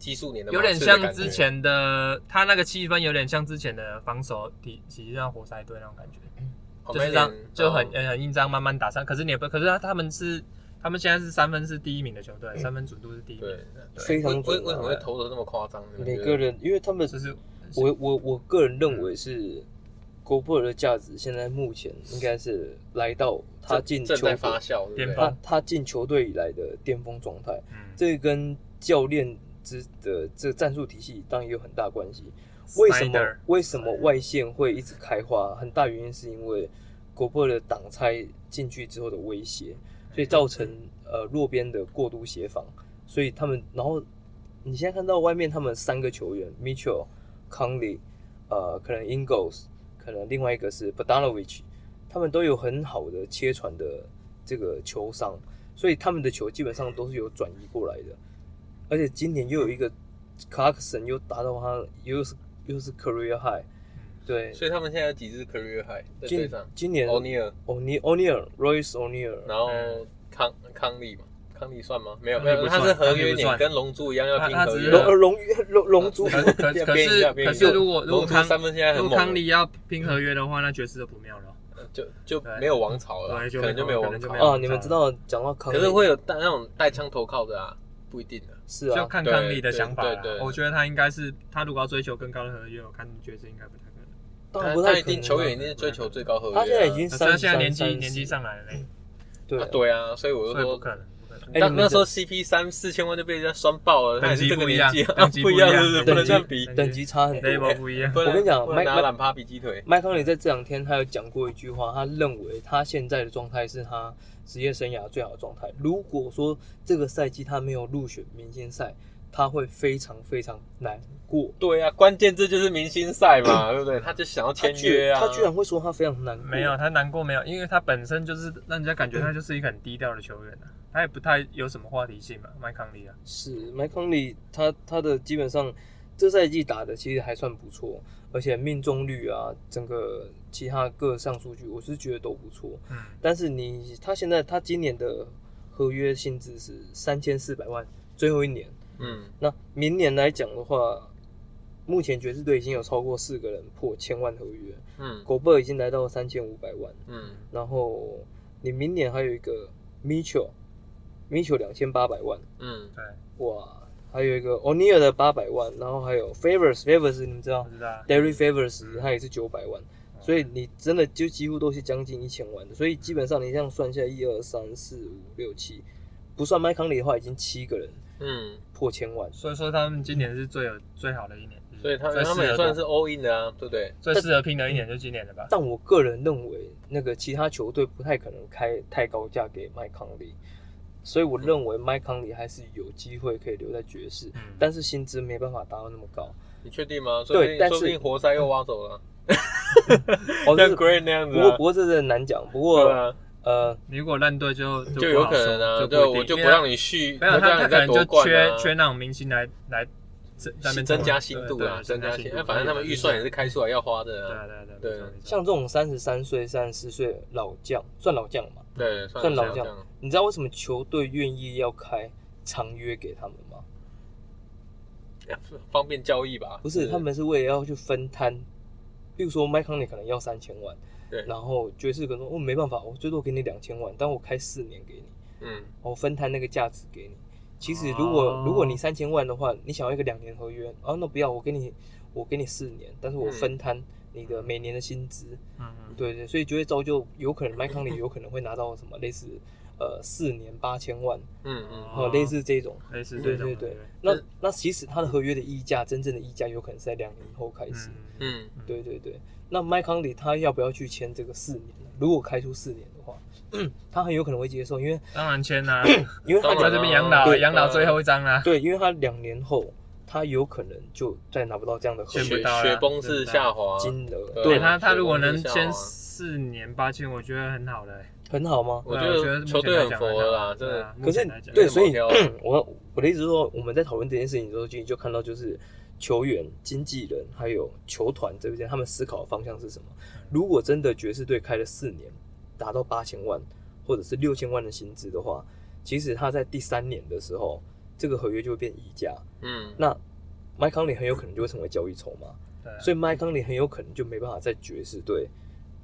Speaker 1: 激素年的马
Speaker 3: 有
Speaker 1: 刺的
Speaker 3: 点像
Speaker 1: 感觉
Speaker 3: 之前的他那个气氛，有点像之前的防守体，其实像活塞队那种感觉，
Speaker 1: 哦
Speaker 3: 就是这样
Speaker 1: Madden，
Speaker 3: 就很嗯呃
Speaker 1: 哦
Speaker 3: 很很硬张，慢慢打上。可是你也不，可是他他们是他们现在是三分是第一名的球队，三分准度是第一名，
Speaker 1: 对，
Speaker 2: 非常
Speaker 1: 为为
Speaker 2: 准啊
Speaker 1: 为什么会投的那么夸张？你们
Speaker 2: 每
Speaker 1: 觉得
Speaker 2: 个人，因为他们
Speaker 3: 就是
Speaker 2: 我我我个人认为是国破的价值，现在目前应该是来到他
Speaker 1: 正
Speaker 2: 进球
Speaker 1: 正在
Speaker 2: 队，
Speaker 1: 发酵，对不
Speaker 3: 巅
Speaker 1: 对
Speaker 3: 峰
Speaker 2: 他他进球队以来的巅峰状态，
Speaker 3: 嗯，
Speaker 2: 这跟教练之的这战术体系当然也有很大关系。为什么
Speaker 3: Snyder
Speaker 2: 为什么外线会一直开花？很大原因是因为国破的挡拆进去之后的威胁，所以造成呃弱边的过度协防，所以他们然后你现在看到外面他们三个球员，Mitchell、Conley，呃，可能 Ingles，可能另外一个是 b o d a n o v i c 他们都有很好的切传的这个球商，所以他们的球基本上都是有转移过来的。而且今年又有一个 Clarkson 又达到他又是又是 career high，对，
Speaker 1: 嗯所以他们现在有几支 career high 在队
Speaker 2: 今
Speaker 1: 上
Speaker 2: 今年
Speaker 1: o n e a l
Speaker 2: O'Neal O'Neal Royce O'Neal，
Speaker 1: 然
Speaker 2: 嗯
Speaker 1: 后康康利嘛，康利算吗？没有
Speaker 3: 康
Speaker 1: 没
Speaker 3: 利
Speaker 1: 有，
Speaker 3: 不
Speaker 1: 他
Speaker 3: 算
Speaker 1: 是合约
Speaker 3: 康利不
Speaker 1: 年，
Speaker 3: 算
Speaker 1: 跟龙珠一样要拼
Speaker 3: 他他
Speaker 1: 合约
Speaker 3: 只是
Speaker 2: 龙
Speaker 1: 啊。
Speaker 2: 龙龙龙珠
Speaker 1: *laughs*
Speaker 3: 可可可
Speaker 1: 变一下
Speaker 3: 是
Speaker 1: 变一
Speaker 3: 可
Speaker 1: 下
Speaker 3: 是如果如果
Speaker 1: 龙珠
Speaker 3: 康
Speaker 1: 三分现在很
Speaker 3: 如
Speaker 1: 猛
Speaker 3: 果康利要拼合约的话，那爵士就不妙了。
Speaker 1: 就就没有王朝了啊，可
Speaker 3: 对就
Speaker 1: 能就没有王
Speaker 3: 可能就
Speaker 1: 朝
Speaker 3: 没。有
Speaker 2: 啊，你们知道讲到康
Speaker 1: 可
Speaker 2: 利，
Speaker 1: 是会有带那种带枪投靠的啊，不一定啊。
Speaker 2: 是
Speaker 3: 就
Speaker 2: 啊，
Speaker 3: 看
Speaker 1: 对
Speaker 3: 康利的想法
Speaker 1: 对
Speaker 3: 啦
Speaker 1: 对对
Speaker 3: 我觉得他应该是他如果要追求更高的合约，我看爵士应该不太可能。
Speaker 2: 当然
Speaker 1: 他
Speaker 2: 不太
Speaker 1: 他
Speaker 2: 可
Speaker 1: 一定
Speaker 2: 能
Speaker 1: 球
Speaker 2: 啊
Speaker 1: 员一定是追求最高合约啊。
Speaker 2: 他现在已经
Speaker 3: 可是他
Speaker 2: 三
Speaker 3: 现在年纪
Speaker 2: 33
Speaker 3: 年纪上来了嘞，
Speaker 2: 对
Speaker 1: 啊对啊，所以我
Speaker 3: 所
Speaker 1: 就
Speaker 3: 以不
Speaker 1: 说
Speaker 3: 可能。不可能
Speaker 2: 哎
Speaker 1: 那
Speaker 2: 你们
Speaker 1: 那时候
Speaker 2: 这
Speaker 1: CP 三四千万就被人家酸爆了，他也
Speaker 3: 等
Speaker 1: 是
Speaker 3: 级
Speaker 1: 这个
Speaker 3: 不一
Speaker 1: 年
Speaker 3: 样
Speaker 1: 纪啊，
Speaker 3: 等级
Speaker 1: 不
Speaker 3: 不
Speaker 1: 一
Speaker 3: 一
Speaker 1: 样，
Speaker 3: 样
Speaker 1: 是不是？不
Speaker 2: 等
Speaker 1: 能
Speaker 2: 级
Speaker 1: 这样比，
Speaker 2: 等级差很多。
Speaker 3: level 不一样
Speaker 1: 不。能
Speaker 2: 我跟你讲
Speaker 1: 不能拿
Speaker 2: 麦
Speaker 1: 懒趴比鸡腿。
Speaker 2: 麦康里在这两天他有讲过一句话，他认为他现在的状态是他职业生涯最好的状态。如果说这个赛季他没有入选明星赛，他会非常非常难过。
Speaker 1: 对啊，关键这就是明星赛嘛，对不对？他就想要
Speaker 2: 他
Speaker 1: 签
Speaker 2: 居
Speaker 1: 约啊，
Speaker 2: 他居然会说他非常难过，
Speaker 3: 没有，他难过没有，因为他本身就是让人家感觉他就是一个很低调的球员啊，他也不太有什么话题性嘛，麦康利啊，
Speaker 2: 是麦康利，他他的基本上这赛季打的其实还算不错，而且命中率啊，整个其他各项数据，我是觉得都不错。
Speaker 3: 嗯，
Speaker 2: 但是你他现在他今年的合约薪资是三千四百万，最后一年。
Speaker 1: 嗯，
Speaker 2: 那明年来讲的话，目前爵士队已经有超过四个人破千万合约，
Speaker 1: 嗯
Speaker 2: 狗贝尔已经来到三千五百万，
Speaker 1: 嗯
Speaker 2: 然后你明年还有一个 Mitchell，Mitchell 两千八百万。
Speaker 1: 嗯，
Speaker 3: 对，
Speaker 2: 哇，还有一个 O'Neal 的八百万，然后还有 Favors，Favors 你们知道
Speaker 3: 我知道啊，
Speaker 2: ，Derry Favors 他也是九百万，所以你真的就几乎都是将近一千万的，所以基本上你这样算下来，一二三四五六七，不算麦康里的话，已经七个人
Speaker 1: 嗯，
Speaker 2: 破千万。
Speaker 3: 所以说他们今年是最有最好的一年，
Speaker 1: 所以他
Speaker 3: 最适
Speaker 1: 他们也
Speaker 3: 合
Speaker 1: 算是 all in 的啊，对不对？
Speaker 3: 最适合拼的一年就今年了吧，
Speaker 2: 但我个人认为，那个其他球队不太可能开太高价给麦康利，所以我认为麦康利还是有机会可以留在爵士，
Speaker 3: 嗯，
Speaker 2: 但是薪资没办法达到那么高。
Speaker 1: 你确定吗？说不定
Speaker 2: 但是
Speaker 1: 说不定活塞又挖走了，
Speaker 2: 哦，这
Speaker 1: 像
Speaker 2: 是
Speaker 1: Green *laughs* 那样
Speaker 2: 不
Speaker 1: 子
Speaker 2: 过
Speaker 1: 啊
Speaker 2: 不，过这真的很难讲。不
Speaker 1: 对
Speaker 2: 过
Speaker 1: 啊，
Speaker 2: 呃，
Speaker 3: 你如果烂队就
Speaker 1: 就
Speaker 3: 不
Speaker 1: 有
Speaker 3: 好
Speaker 1: 可能啊，
Speaker 3: 说
Speaker 1: 对，我就
Speaker 3: 就
Speaker 1: 不
Speaker 3: 一定
Speaker 1: 让你续，
Speaker 3: 没有
Speaker 1: 不
Speaker 3: 他
Speaker 1: 让你
Speaker 3: 他可
Speaker 1: 再
Speaker 3: 能
Speaker 1: 夺
Speaker 3: 就
Speaker 1: 冠
Speaker 3: 缺
Speaker 1: 啊，
Speaker 3: 缺那种明星来来增那边
Speaker 1: 增加
Speaker 3: 捧
Speaker 1: 新
Speaker 3: 对
Speaker 1: 度
Speaker 3: 对
Speaker 1: 啊，增
Speaker 3: 增
Speaker 1: 加
Speaker 3: 新
Speaker 1: 新
Speaker 3: 度，
Speaker 1: 哎，反正他们预算也是开出来要花的
Speaker 3: 对
Speaker 1: 啊，
Speaker 3: 对对
Speaker 1: 对
Speaker 3: 没错没错
Speaker 2: 像这种三十三岁、三十四岁老将，算老将嘛？
Speaker 1: 对，算
Speaker 2: 算
Speaker 1: 是
Speaker 2: 老
Speaker 1: 这
Speaker 2: 将
Speaker 1: 样，
Speaker 2: 你知道为什么球队愿意要开长约给他们吗？
Speaker 1: 方便交易吧？
Speaker 2: 不是，他们是为了要去分摊。比如说麦康利可能要三千万，
Speaker 1: 对
Speaker 2: 然后爵士可能说哦没办法，我最多给你两千万，但我开四年给你，
Speaker 1: 嗯
Speaker 2: 我分摊那个价值给你。其实如果、
Speaker 3: 哦
Speaker 2: 如果你三千万的话，你想要一个两年合约，啊那不要，我给你我给你四年，但是我
Speaker 1: 嗯
Speaker 2: 分摊你的每年的薪资。
Speaker 3: 嗯嗯
Speaker 2: 对对，所以就会造就有可能麦康利有可能会拿到什么类似呃四年八千万，
Speaker 1: 嗯嗯，
Speaker 2: 哦、
Speaker 3: 哦
Speaker 2: 类似这种。
Speaker 3: 类似
Speaker 2: 对
Speaker 3: 这种
Speaker 2: 对
Speaker 3: 的
Speaker 2: 对，那那其实他的合约的溢价，真正的溢价有可能是在两年后开始。
Speaker 3: 嗯
Speaker 1: 嗯，
Speaker 2: 对对对，那麦康利他要不要去签这个四年呢？如果开出四年的话， *clears throat* 他很有可能会接受，因为
Speaker 3: 当然签啊
Speaker 1: *laughs*
Speaker 3: 啦，
Speaker 2: 因为他
Speaker 1: 当
Speaker 3: 在
Speaker 1: 然
Speaker 2: 两
Speaker 3: 这边养老
Speaker 1: 对
Speaker 3: 养老最后一张啊啦，
Speaker 2: 对，因为他两年后他有可能就再拿不到这样的合
Speaker 3: 签不
Speaker 1: 雪
Speaker 2: 约
Speaker 3: 到啦
Speaker 1: 雪崩式下滑，
Speaker 2: 金额，
Speaker 1: 对
Speaker 3: 对
Speaker 2: 对，
Speaker 3: 哎他他
Speaker 1: 所以
Speaker 3: 如果
Speaker 1: 我们
Speaker 3: 能
Speaker 1: 就
Speaker 3: 签
Speaker 1: 想
Speaker 3: 四年八千，我觉得很好的欸。
Speaker 2: 很好吗？
Speaker 1: 我觉
Speaker 3: 对啊
Speaker 1: 得球队很佛了啦，真的。。
Speaker 3: 啊目
Speaker 2: 可是
Speaker 3: 前来讲
Speaker 2: 对，
Speaker 1: 有
Speaker 2: 所以
Speaker 1: 毛
Speaker 2: 我我的意思是说，我们在讨论这件事情的时候，就就看到就是球员、经纪人还有球团这边他们思考的方向是什么。如果真的爵士队开了四年，达到八千万或者是六千万的薪资的话，其实他在第三年的时候，这个合约就会变溢价。
Speaker 1: 嗯，
Speaker 2: 那麦康利很有可能就会成为交易筹码，
Speaker 3: 对啊
Speaker 2: 所以麦康利很有可能就没办法在爵士队，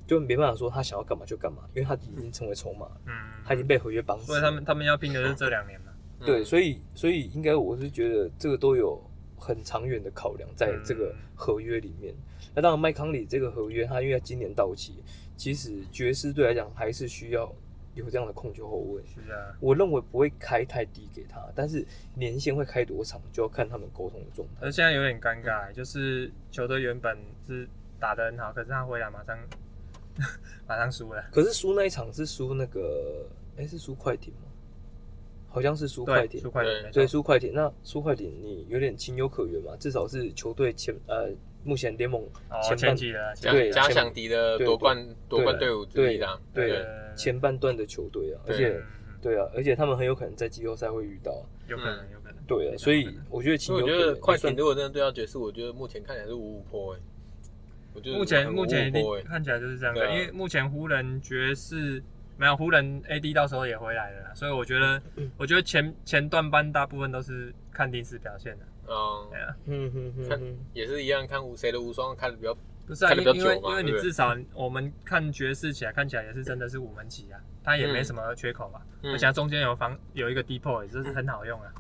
Speaker 2: 就没办法说他想要干嘛就干嘛，因为他已经成为筹码了，
Speaker 3: 嗯，
Speaker 2: 他已经被合约绑死
Speaker 3: 所
Speaker 2: 了。
Speaker 3: 以他们他们要拼的是这两年嘛。
Speaker 2: 对，
Speaker 1: 以
Speaker 2: 所以所以应该我是觉得这个都有很长远的考量在这个
Speaker 3: 嗯
Speaker 2: 合约里面。那当然，麦康里这个合约，他因为他今年到期，其实爵士队来讲还是需要有这样的控球后卫。
Speaker 3: 是啊，
Speaker 2: 我认为不会开太低给他，但是年限会开多长，就要看他们沟通的状态
Speaker 3: 而。现在有点尴尬欸，就是球队原本是打得很好，可是他回来马上 *laughs* 马上输了。
Speaker 2: 可是输那一场是输那个，哎、是输快艇吗？好像是输快
Speaker 3: 对，
Speaker 2: 艇
Speaker 3: 输，快
Speaker 1: 对
Speaker 3: 艇，没
Speaker 2: 对，
Speaker 3: 错。
Speaker 2: 输快艇，那输快艇你有点情有可原嘛，至少是球队前呃目前联盟
Speaker 3: 哦，
Speaker 2: 前
Speaker 3: 前
Speaker 2: 半
Speaker 3: 几了，前
Speaker 2: 对
Speaker 1: 假
Speaker 2: 前
Speaker 1: 想敌的
Speaker 2: 对
Speaker 1: 夺冠夺冠队伍之一啦，
Speaker 2: 对
Speaker 1: 对，
Speaker 2: 前
Speaker 3: 嗯
Speaker 2: 半段的球队啊，而
Speaker 1: 对
Speaker 3: 对
Speaker 2: 且
Speaker 3: 嗯嗯
Speaker 2: 对啊，而且他们很有可能在季后赛会遇到啊，
Speaker 3: 有可能，有可能。
Speaker 2: 对
Speaker 3: 非
Speaker 2: 啊，
Speaker 3: 常
Speaker 2: 所
Speaker 3: 有
Speaker 2: 以
Speaker 3: 可能
Speaker 2: 我觉得
Speaker 1: 所
Speaker 2: 情
Speaker 1: 以
Speaker 2: 有
Speaker 1: 我
Speaker 2: 可
Speaker 1: 觉
Speaker 2: 原
Speaker 1: 得快艇
Speaker 2: 算
Speaker 1: 如果真的对到爵士，我觉得目前看起来是五五坡哎，我觉得
Speaker 3: 目前
Speaker 1: 很
Speaker 3: 目前一定
Speaker 1: 五五坡哎
Speaker 3: 看起来就是这样
Speaker 1: 对
Speaker 3: 的，
Speaker 1: 啊
Speaker 3: 因为目前湖人爵士没有湖人 AD 到时候也回来了啦，所以我觉
Speaker 1: *clears throat*
Speaker 3: 得我觉得前前段班大部分都是看第四表现的，
Speaker 1: 嗯
Speaker 3: 对，啊，
Speaker 2: 嗯哼哼
Speaker 1: 看
Speaker 2: 哼，
Speaker 1: 也是一样，看无谁的无双看的比较
Speaker 3: 不是啊，
Speaker 1: 看
Speaker 3: 因
Speaker 1: 得
Speaker 3: 为
Speaker 1: 比
Speaker 3: 因
Speaker 1: 较久
Speaker 3: 为
Speaker 1: 嘛
Speaker 3: 因为你
Speaker 1: 对不对
Speaker 3: 至少我们看爵士起来看起来也是真的是五门旗啊，他也没什么缺口嘛，
Speaker 1: 嗯
Speaker 3: 而且它中间有防有一个 depot 也就是很好用啊，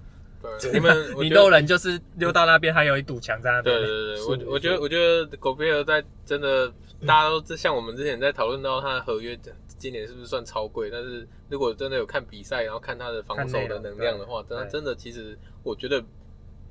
Speaker 1: 对，你们我
Speaker 3: 你
Speaker 1: 觉得
Speaker 3: 漏人就是溜到那边还有一堵墙在那边
Speaker 1: 对，对对，
Speaker 2: 是没
Speaker 1: 我我觉得
Speaker 2: 错
Speaker 1: 我觉得狗贝尔在真的，大家都这像我们之前在讨论到他的合约，今年是不是算超贵？但是如果真的有看比赛，然后看他的防守
Speaker 3: 看内
Speaker 1: 的
Speaker 3: 容
Speaker 1: 能量的话，
Speaker 3: 对
Speaker 1: 真的
Speaker 3: 对
Speaker 1: 真的其实我觉得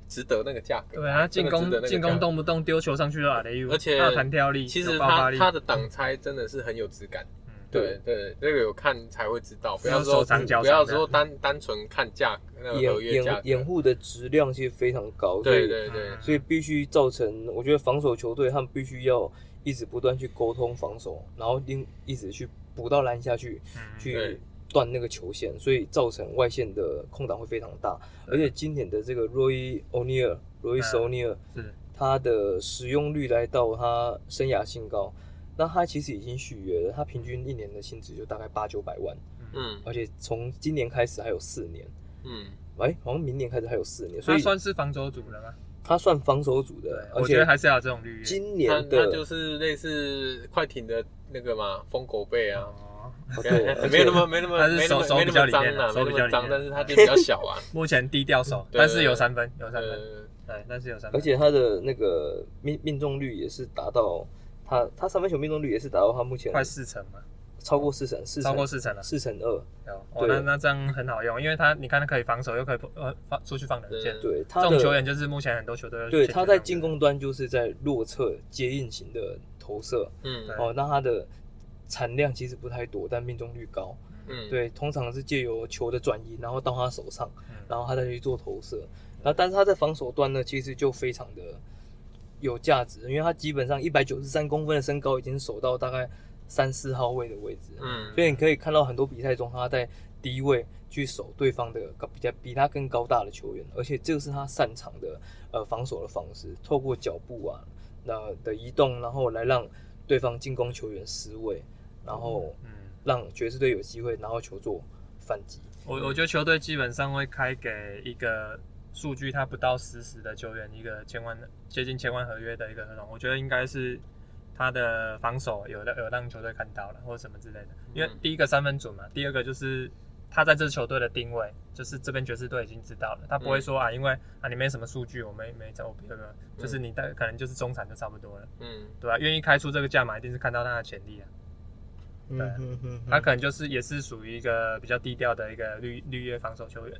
Speaker 1: 值得那个价格。
Speaker 3: 对啊，他进
Speaker 1: 真的值
Speaker 3: 攻
Speaker 1: 得那个
Speaker 3: 进
Speaker 1: 价
Speaker 3: 攻
Speaker 1: 格
Speaker 3: 动不动丢球上去就打雷雨，
Speaker 1: 而且
Speaker 3: 他有弹跳力，
Speaker 1: 其
Speaker 3: 有
Speaker 1: 实
Speaker 3: 爆发
Speaker 1: 他
Speaker 3: 力，
Speaker 1: 他的挡拆真的是很有质感，
Speaker 3: 嗯
Speaker 1: 对对，那个有看才会知道，不要
Speaker 3: 要
Speaker 1: 说
Speaker 3: 手长脚
Speaker 1: 不要
Speaker 3: 长的
Speaker 1: 说单单纯看价那个合
Speaker 2: 掩
Speaker 1: 约价
Speaker 2: 掩
Speaker 1: 格，
Speaker 2: 掩护的质量其实非常高，所
Speaker 1: 对
Speaker 2: 以
Speaker 1: 对
Speaker 3: 嗯
Speaker 1: 对，
Speaker 2: 嗯所以必须造成，我觉得防守球队他们必须要一直不断去沟通防守，然后另一直去补到篮下去，
Speaker 3: 嗯
Speaker 2: 去
Speaker 1: 对
Speaker 2: 断那个球线，所以造成外线的空档会非常大。而且今年的这个 Roy O'Neal、Roy
Speaker 3: 嗯
Speaker 2: O'Neal，、
Speaker 3: 是
Speaker 2: 他的使用率来到他生涯新高。那他其实已经续约了，他平均一年的薪资就大概八九百万，
Speaker 1: 嗯
Speaker 2: 而且从今年开始还有四年，
Speaker 1: 嗯，
Speaker 2: 哎，好像明年开始还有四年，所
Speaker 3: 他
Speaker 2: 以
Speaker 3: 算是防守组了吗？
Speaker 2: 他算防守组的，而
Speaker 3: 我
Speaker 2: 且
Speaker 3: 觉得还是要有这种绿叶。
Speaker 2: 今
Speaker 1: 那
Speaker 2: 年
Speaker 1: 那
Speaker 2: 的
Speaker 1: 就是类似快艇的那个嘛，疯狗背啊，
Speaker 3: 哦，*laughs*
Speaker 2: 哦对，而
Speaker 1: *laughs* 没有
Speaker 2: 且
Speaker 1: 那么没那么
Speaker 3: 但是
Speaker 1: 没那么
Speaker 3: 手手
Speaker 1: 没
Speaker 3: 比
Speaker 1: 那
Speaker 3: 较
Speaker 1: 么
Speaker 3: 里
Speaker 1: 脏
Speaker 3: 面啊
Speaker 1: 啦，没
Speaker 3: 手
Speaker 1: 那
Speaker 3: 比较
Speaker 1: 么
Speaker 3: 里
Speaker 1: 脏，
Speaker 3: 面
Speaker 1: 但是它就比较小啊，
Speaker 3: 目前低调手，
Speaker 1: 对
Speaker 3: 但是有三分， *laughs* 有三分，
Speaker 1: 呃，
Speaker 3: 对，但是有三分。
Speaker 2: 而且他的那个命命中率也是达到他他三分球命中率也是达到他目前
Speaker 3: 快四成嘛，
Speaker 2: 超过四成，四成
Speaker 3: 超过四成了。
Speaker 2: 四成二，
Speaker 3: 有哦，
Speaker 2: 对
Speaker 3: 那那这样很好用，因为他你看他可以防守，又可以呃放出去放两箭。
Speaker 2: 对
Speaker 3: 这
Speaker 2: 他
Speaker 3: 种球
Speaker 2: 的
Speaker 3: 员就是目前很多球队
Speaker 2: 对他在进攻端就是在落侧接应型的投射
Speaker 1: 嗯
Speaker 3: 对
Speaker 2: 哦，那他的产量其实不太多，但命中率高，
Speaker 1: 嗯，
Speaker 2: 对，通常是借由球的转移，然后到他手上，
Speaker 3: 嗯
Speaker 2: 然后他再去做投射。然后，但是他在防守端呢，其实就非常的有价值，因为他基本上一百九十三公分的身高已经守到大概三四号位的位置，
Speaker 1: 嗯
Speaker 2: 所以你可以看到很多比赛中他在低位去守对方的高比较比他更高大的球员，而且这个是他擅长的呃防守的方式，透过脚步啊那的移动，然后来让对方进攻球员失位，然后
Speaker 3: 嗯，
Speaker 2: 让爵士队有机会拿到球做反击。
Speaker 3: 我我觉得球队基本上会开给一个数据他不到十十的球员一个千万接近千万合约的一个合同，我觉得应该是他的防守有的有让球队看到了或者什么之类的，因为
Speaker 1: 嗯
Speaker 3: 第一个三分准嘛，第二个就是。他在这支球队的定位，就是这边爵士队已经知道了，他不会说、啊，因为啊你没什么数据，我没没这我不这个，就是你大可能就是中产就差不多了，
Speaker 1: 嗯
Speaker 3: 对吧、愿意开出这个价码，一定是看到他的潜力啊。对
Speaker 2: 嗯嗯
Speaker 3: 他可能就是也是属于一个比较低调的一个绿绿叶防守球员。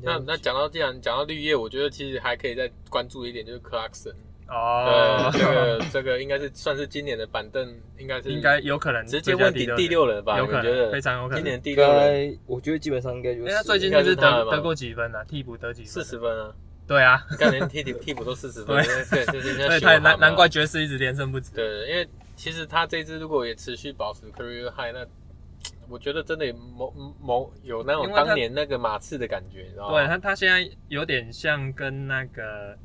Speaker 1: 那那讲到既然讲到绿叶，我觉得其实还可以再关注一点，就是 Clarkson，
Speaker 3: 哦
Speaker 1: 呃，，这
Speaker 3: *laughs*
Speaker 1: 个这个应该是算是今年的板凳，应该是
Speaker 3: 应该有可能
Speaker 1: 直接问鼎第六
Speaker 3: 人
Speaker 1: 人吧？
Speaker 3: 有
Speaker 1: 你
Speaker 3: 可
Speaker 1: 们觉
Speaker 3: 能非
Speaker 1: 得
Speaker 3: 常有可能。
Speaker 1: 今年第
Speaker 2: 应
Speaker 1: 六人
Speaker 2: 该，我觉得基本上应该就
Speaker 3: 因
Speaker 2: 是
Speaker 3: 为他最近
Speaker 1: 应该
Speaker 3: 是
Speaker 1: 是他了吧
Speaker 3: 得得过几分啊？替补得几分？
Speaker 1: 四十。分啊，
Speaker 3: 对啊，
Speaker 1: 刚连替补替补都四十分，对，就是人
Speaker 3: 所
Speaker 1: 家
Speaker 3: 以他
Speaker 1: 秀
Speaker 3: 难
Speaker 1: 嘛
Speaker 3: 难怪爵士一直连胜不止。
Speaker 1: 对，因为其实他这支如果也持续保持 career high，那我觉得真的也某某有那
Speaker 3: 因
Speaker 1: 种
Speaker 3: 为他
Speaker 1: 当年那个马刺的感觉，你知道吗？啊
Speaker 3: 对他，他现在有点像跟那个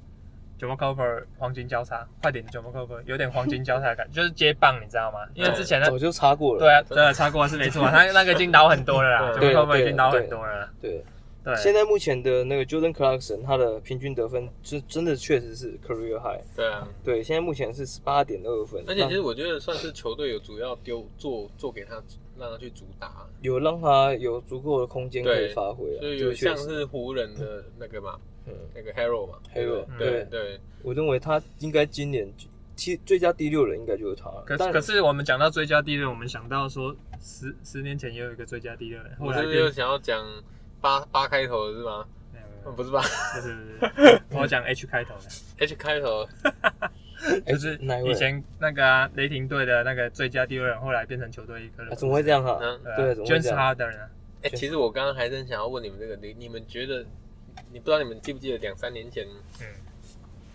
Speaker 3: Jamal Cooper 黄金交叉，快点 Jamal Cooper 有点黄金交叉的感觉， *laughs* 就是接棒，你知道吗？因为之前他
Speaker 2: 早就查过了。
Speaker 3: 对啊，对啊，超过是没错啊，他那个已经倒很多了
Speaker 1: *laughs*
Speaker 3: 啦
Speaker 1: 对
Speaker 3: ，Jamal Cooper 已
Speaker 2: 对
Speaker 3: 经倒很
Speaker 2: 对
Speaker 3: 多了啦。
Speaker 2: 对
Speaker 3: 对，
Speaker 2: 现在目前的那个 Jordan Clarkson，他的平均得分就真的确实是 career high。
Speaker 1: 对啊，
Speaker 2: 对，现在目前是十八点二分，
Speaker 1: 而且其实
Speaker 2: 那
Speaker 1: 我觉得算是球队有主要丢做做给他，让他去主打，
Speaker 2: 有让他有足够的空间可以
Speaker 1: 对
Speaker 2: 发挥啊。
Speaker 1: 所以
Speaker 2: 这
Speaker 1: 有
Speaker 2: 个确
Speaker 1: 像
Speaker 2: 实，
Speaker 1: 是湖人的那个嘛，
Speaker 2: 嗯，
Speaker 1: 那个 Hero 嘛
Speaker 2: Harrell，
Speaker 1: 对
Speaker 2: 对
Speaker 1: 对，
Speaker 2: 我认为他应该今年其最佳第六人应该就是他了。
Speaker 3: 可
Speaker 2: 但
Speaker 3: 可是我们讲到最佳第六，我们想到说十十年前也有一个最佳第六人，后
Speaker 1: 我
Speaker 3: 来
Speaker 1: 是不
Speaker 3: 变
Speaker 1: 是又想要讲八八开头的是吗？
Speaker 3: 没有没有
Speaker 2: 哦
Speaker 1: 嗯不是吧 *laughs*
Speaker 3: 不是不是，
Speaker 2: *laughs*
Speaker 3: 我讲 H 开头的，
Speaker 1: ？H 开头，
Speaker 3: 就是
Speaker 2: 哎哪一位
Speaker 3: 以前那个啊雷霆队的那个最佳第六人，后来变成球队一个
Speaker 2: 啊
Speaker 3: 人，啊
Speaker 2: 怎么会这样哈？
Speaker 1: 嗯，
Speaker 2: 对怎么会
Speaker 3: ？James
Speaker 2: 这样
Speaker 3: Harden 啊，
Speaker 1: 哎、其实我刚刚还真想要问你们这个，你你们觉得，你不知道你们记不记得两三年前，
Speaker 3: 嗯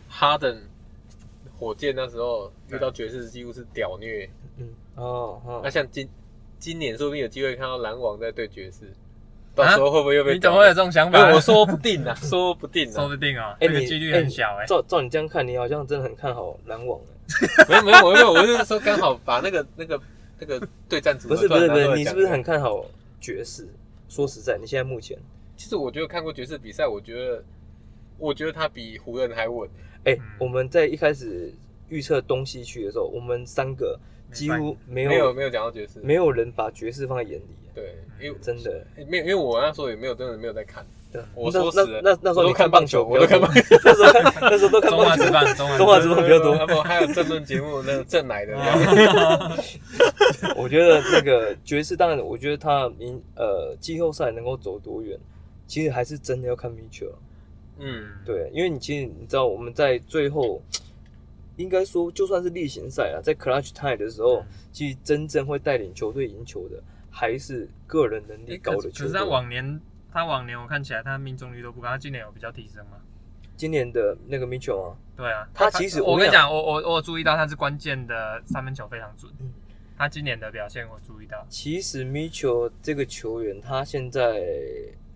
Speaker 1: 哈登火箭那时候遇到爵士几乎是屌虐，
Speaker 2: 嗯，哦，
Speaker 1: 那
Speaker 2: 哦
Speaker 1: 像今今年说不定有机会看到篮网在对爵士，
Speaker 2: 啊
Speaker 1: 到时候会不会又被、
Speaker 3: 你怎么会有？这种想法？
Speaker 1: 哎，我说不定啊，
Speaker 2: *laughs*
Speaker 1: 说不定
Speaker 3: *laughs* 说
Speaker 1: 啊，
Speaker 3: 不定啊，
Speaker 2: 哎
Speaker 3: 这个
Speaker 2: 你
Speaker 3: 几率
Speaker 2: 哎
Speaker 3: 很
Speaker 2: 你
Speaker 3: 小哎。
Speaker 2: 照照你这样看，你好像真的很看好篮网哎。
Speaker 1: 没有没有没有，我就是说刚好把那个那个那个对战组合
Speaker 2: 不是不是
Speaker 1: 突然拿
Speaker 2: 不
Speaker 1: 出来
Speaker 2: 是，你是
Speaker 1: 讲
Speaker 2: 不是很看好爵士？说实在，你现在目前，
Speaker 1: 其实我觉得看过爵士比赛，我觉得我觉得他比湖人还稳。
Speaker 2: 哎、
Speaker 3: 嗯
Speaker 2: 我们在一开始预测东西区的时候，我们三个几乎没有
Speaker 1: 没有没有讲到爵士，
Speaker 2: 没有人把爵士放在眼里，
Speaker 1: 对，因为
Speaker 2: 真的。
Speaker 1: 没有，因为我那时候也没有真的没有在看，
Speaker 2: 对
Speaker 1: 我
Speaker 2: 那
Speaker 1: 说
Speaker 2: 那
Speaker 1: 实了
Speaker 2: 那那时
Speaker 1: 我
Speaker 2: 候
Speaker 1: 都
Speaker 2: 你
Speaker 1: 看
Speaker 2: 棒
Speaker 1: 棒球
Speaker 2: 球，
Speaker 1: 我都看
Speaker 2: 棒球， *laughs* 那时候看那时候都看
Speaker 3: 中华
Speaker 2: 棒
Speaker 3: 职
Speaker 2: 球，
Speaker 3: 棒，中华
Speaker 2: 中华
Speaker 3: 职
Speaker 2: 职棒比较多。啊
Speaker 1: 要不还有政论节目那个正来的，
Speaker 2: 我觉得那个爵士，当然，我觉得他明呃季后赛能够走多远，其实还是真的要看 Mitchell。
Speaker 1: 嗯，
Speaker 2: 对，因为你其实你知道我们在最后应该说就算是例行赛啊，在 clutch time 的时候，
Speaker 3: 嗯
Speaker 2: 其实真正会带领球队赢球的，还是个人能力
Speaker 3: 诶
Speaker 2: 高
Speaker 3: 可
Speaker 2: 的
Speaker 3: 是
Speaker 2: 球
Speaker 3: 可是他
Speaker 2: 队。
Speaker 3: 往年他往年我看起来他命中率都不高，他今年有比较提升吗？
Speaker 2: 今年的那个 Mitchell 啊，
Speaker 3: 对啊，
Speaker 2: 他其实
Speaker 3: 我
Speaker 2: 我
Speaker 3: 跟
Speaker 2: 跟
Speaker 3: 你
Speaker 2: 你
Speaker 3: 讲，我我我有注意到他是关键的三分球非常准
Speaker 2: 嗯，
Speaker 3: 他今年的表现我注意到，
Speaker 2: 其实 Mitchell 这个球员，他现在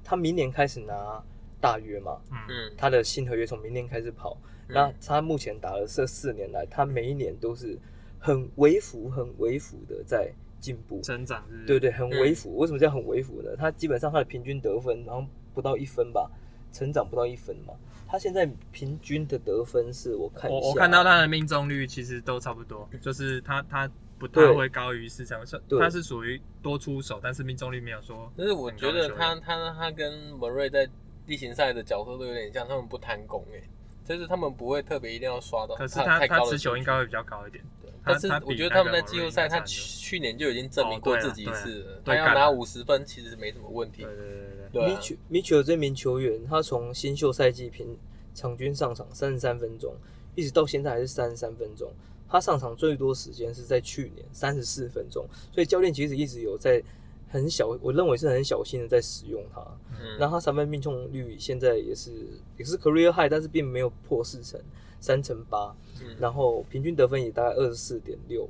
Speaker 2: 他明年开始拿大约嘛， *laughs*
Speaker 3: 嗯，
Speaker 1: 嗯，
Speaker 2: 他的新合约从明年开始跑。那他目前打了这四年来，他每一年都是很微幅、很微幅的在进步。
Speaker 3: 增长是，
Speaker 2: 对，对，很
Speaker 3: 嗯
Speaker 2: 微幅。为什么叫很微幅呢？他基本上他的平均得分好像不到一分吧，成长不到一分嘛。他现在平均的得分是我看一
Speaker 3: 我
Speaker 2: 下
Speaker 3: 我看到他的命中率其实都差不多，就是他他不太
Speaker 2: 对
Speaker 3: 会高于市场，是
Speaker 2: 对
Speaker 3: 他是属于多出手，但是命中率没有说
Speaker 1: 但是我觉得
Speaker 3: 很高
Speaker 1: 他
Speaker 3: 的球
Speaker 1: 他他跟文瑞在例行赛的角色都有点像，他们不贪功哎、就是他们不会特别一定要刷到
Speaker 3: 员，可是
Speaker 1: 太
Speaker 3: 他
Speaker 1: 高的
Speaker 3: 他持球
Speaker 1: 数
Speaker 3: 应
Speaker 1: 据
Speaker 3: 该会比较高一点，他
Speaker 1: 但是
Speaker 3: 他
Speaker 1: 我
Speaker 3: 比
Speaker 1: 觉得
Speaker 3: 那
Speaker 1: 他
Speaker 3: 个
Speaker 1: 们在
Speaker 3: Murray
Speaker 1: 季后
Speaker 3: 应
Speaker 1: 赛，
Speaker 3: 该
Speaker 1: 他
Speaker 3: 差很多
Speaker 1: 去年就已经证明过自己一次了，
Speaker 3: 哦
Speaker 1: 他
Speaker 3: 对啊对啊对
Speaker 1: 要拿
Speaker 3: 干
Speaker 1: 五十分其实没什么问题
Speaker 3: 对。对对对对，
Speaker 1: 对啊，
Speaker 2: Mitch Mitchell 这名球员，他从新秀赛季平场均上场三十三分钟，一直到现在还是三十三分钟。他上场最多时间是在去年三十四分钟，所以教练其实一直有在很小，我认为是很小心的在使用他。
Speaker 1: 嗯
Speaker 2: 那他三分命中率现在也是也是 career high，但是并没有破四成，三成八，
Speaker 1: 嗯
Speaker 2: 然后平均得分也大概二十四点六，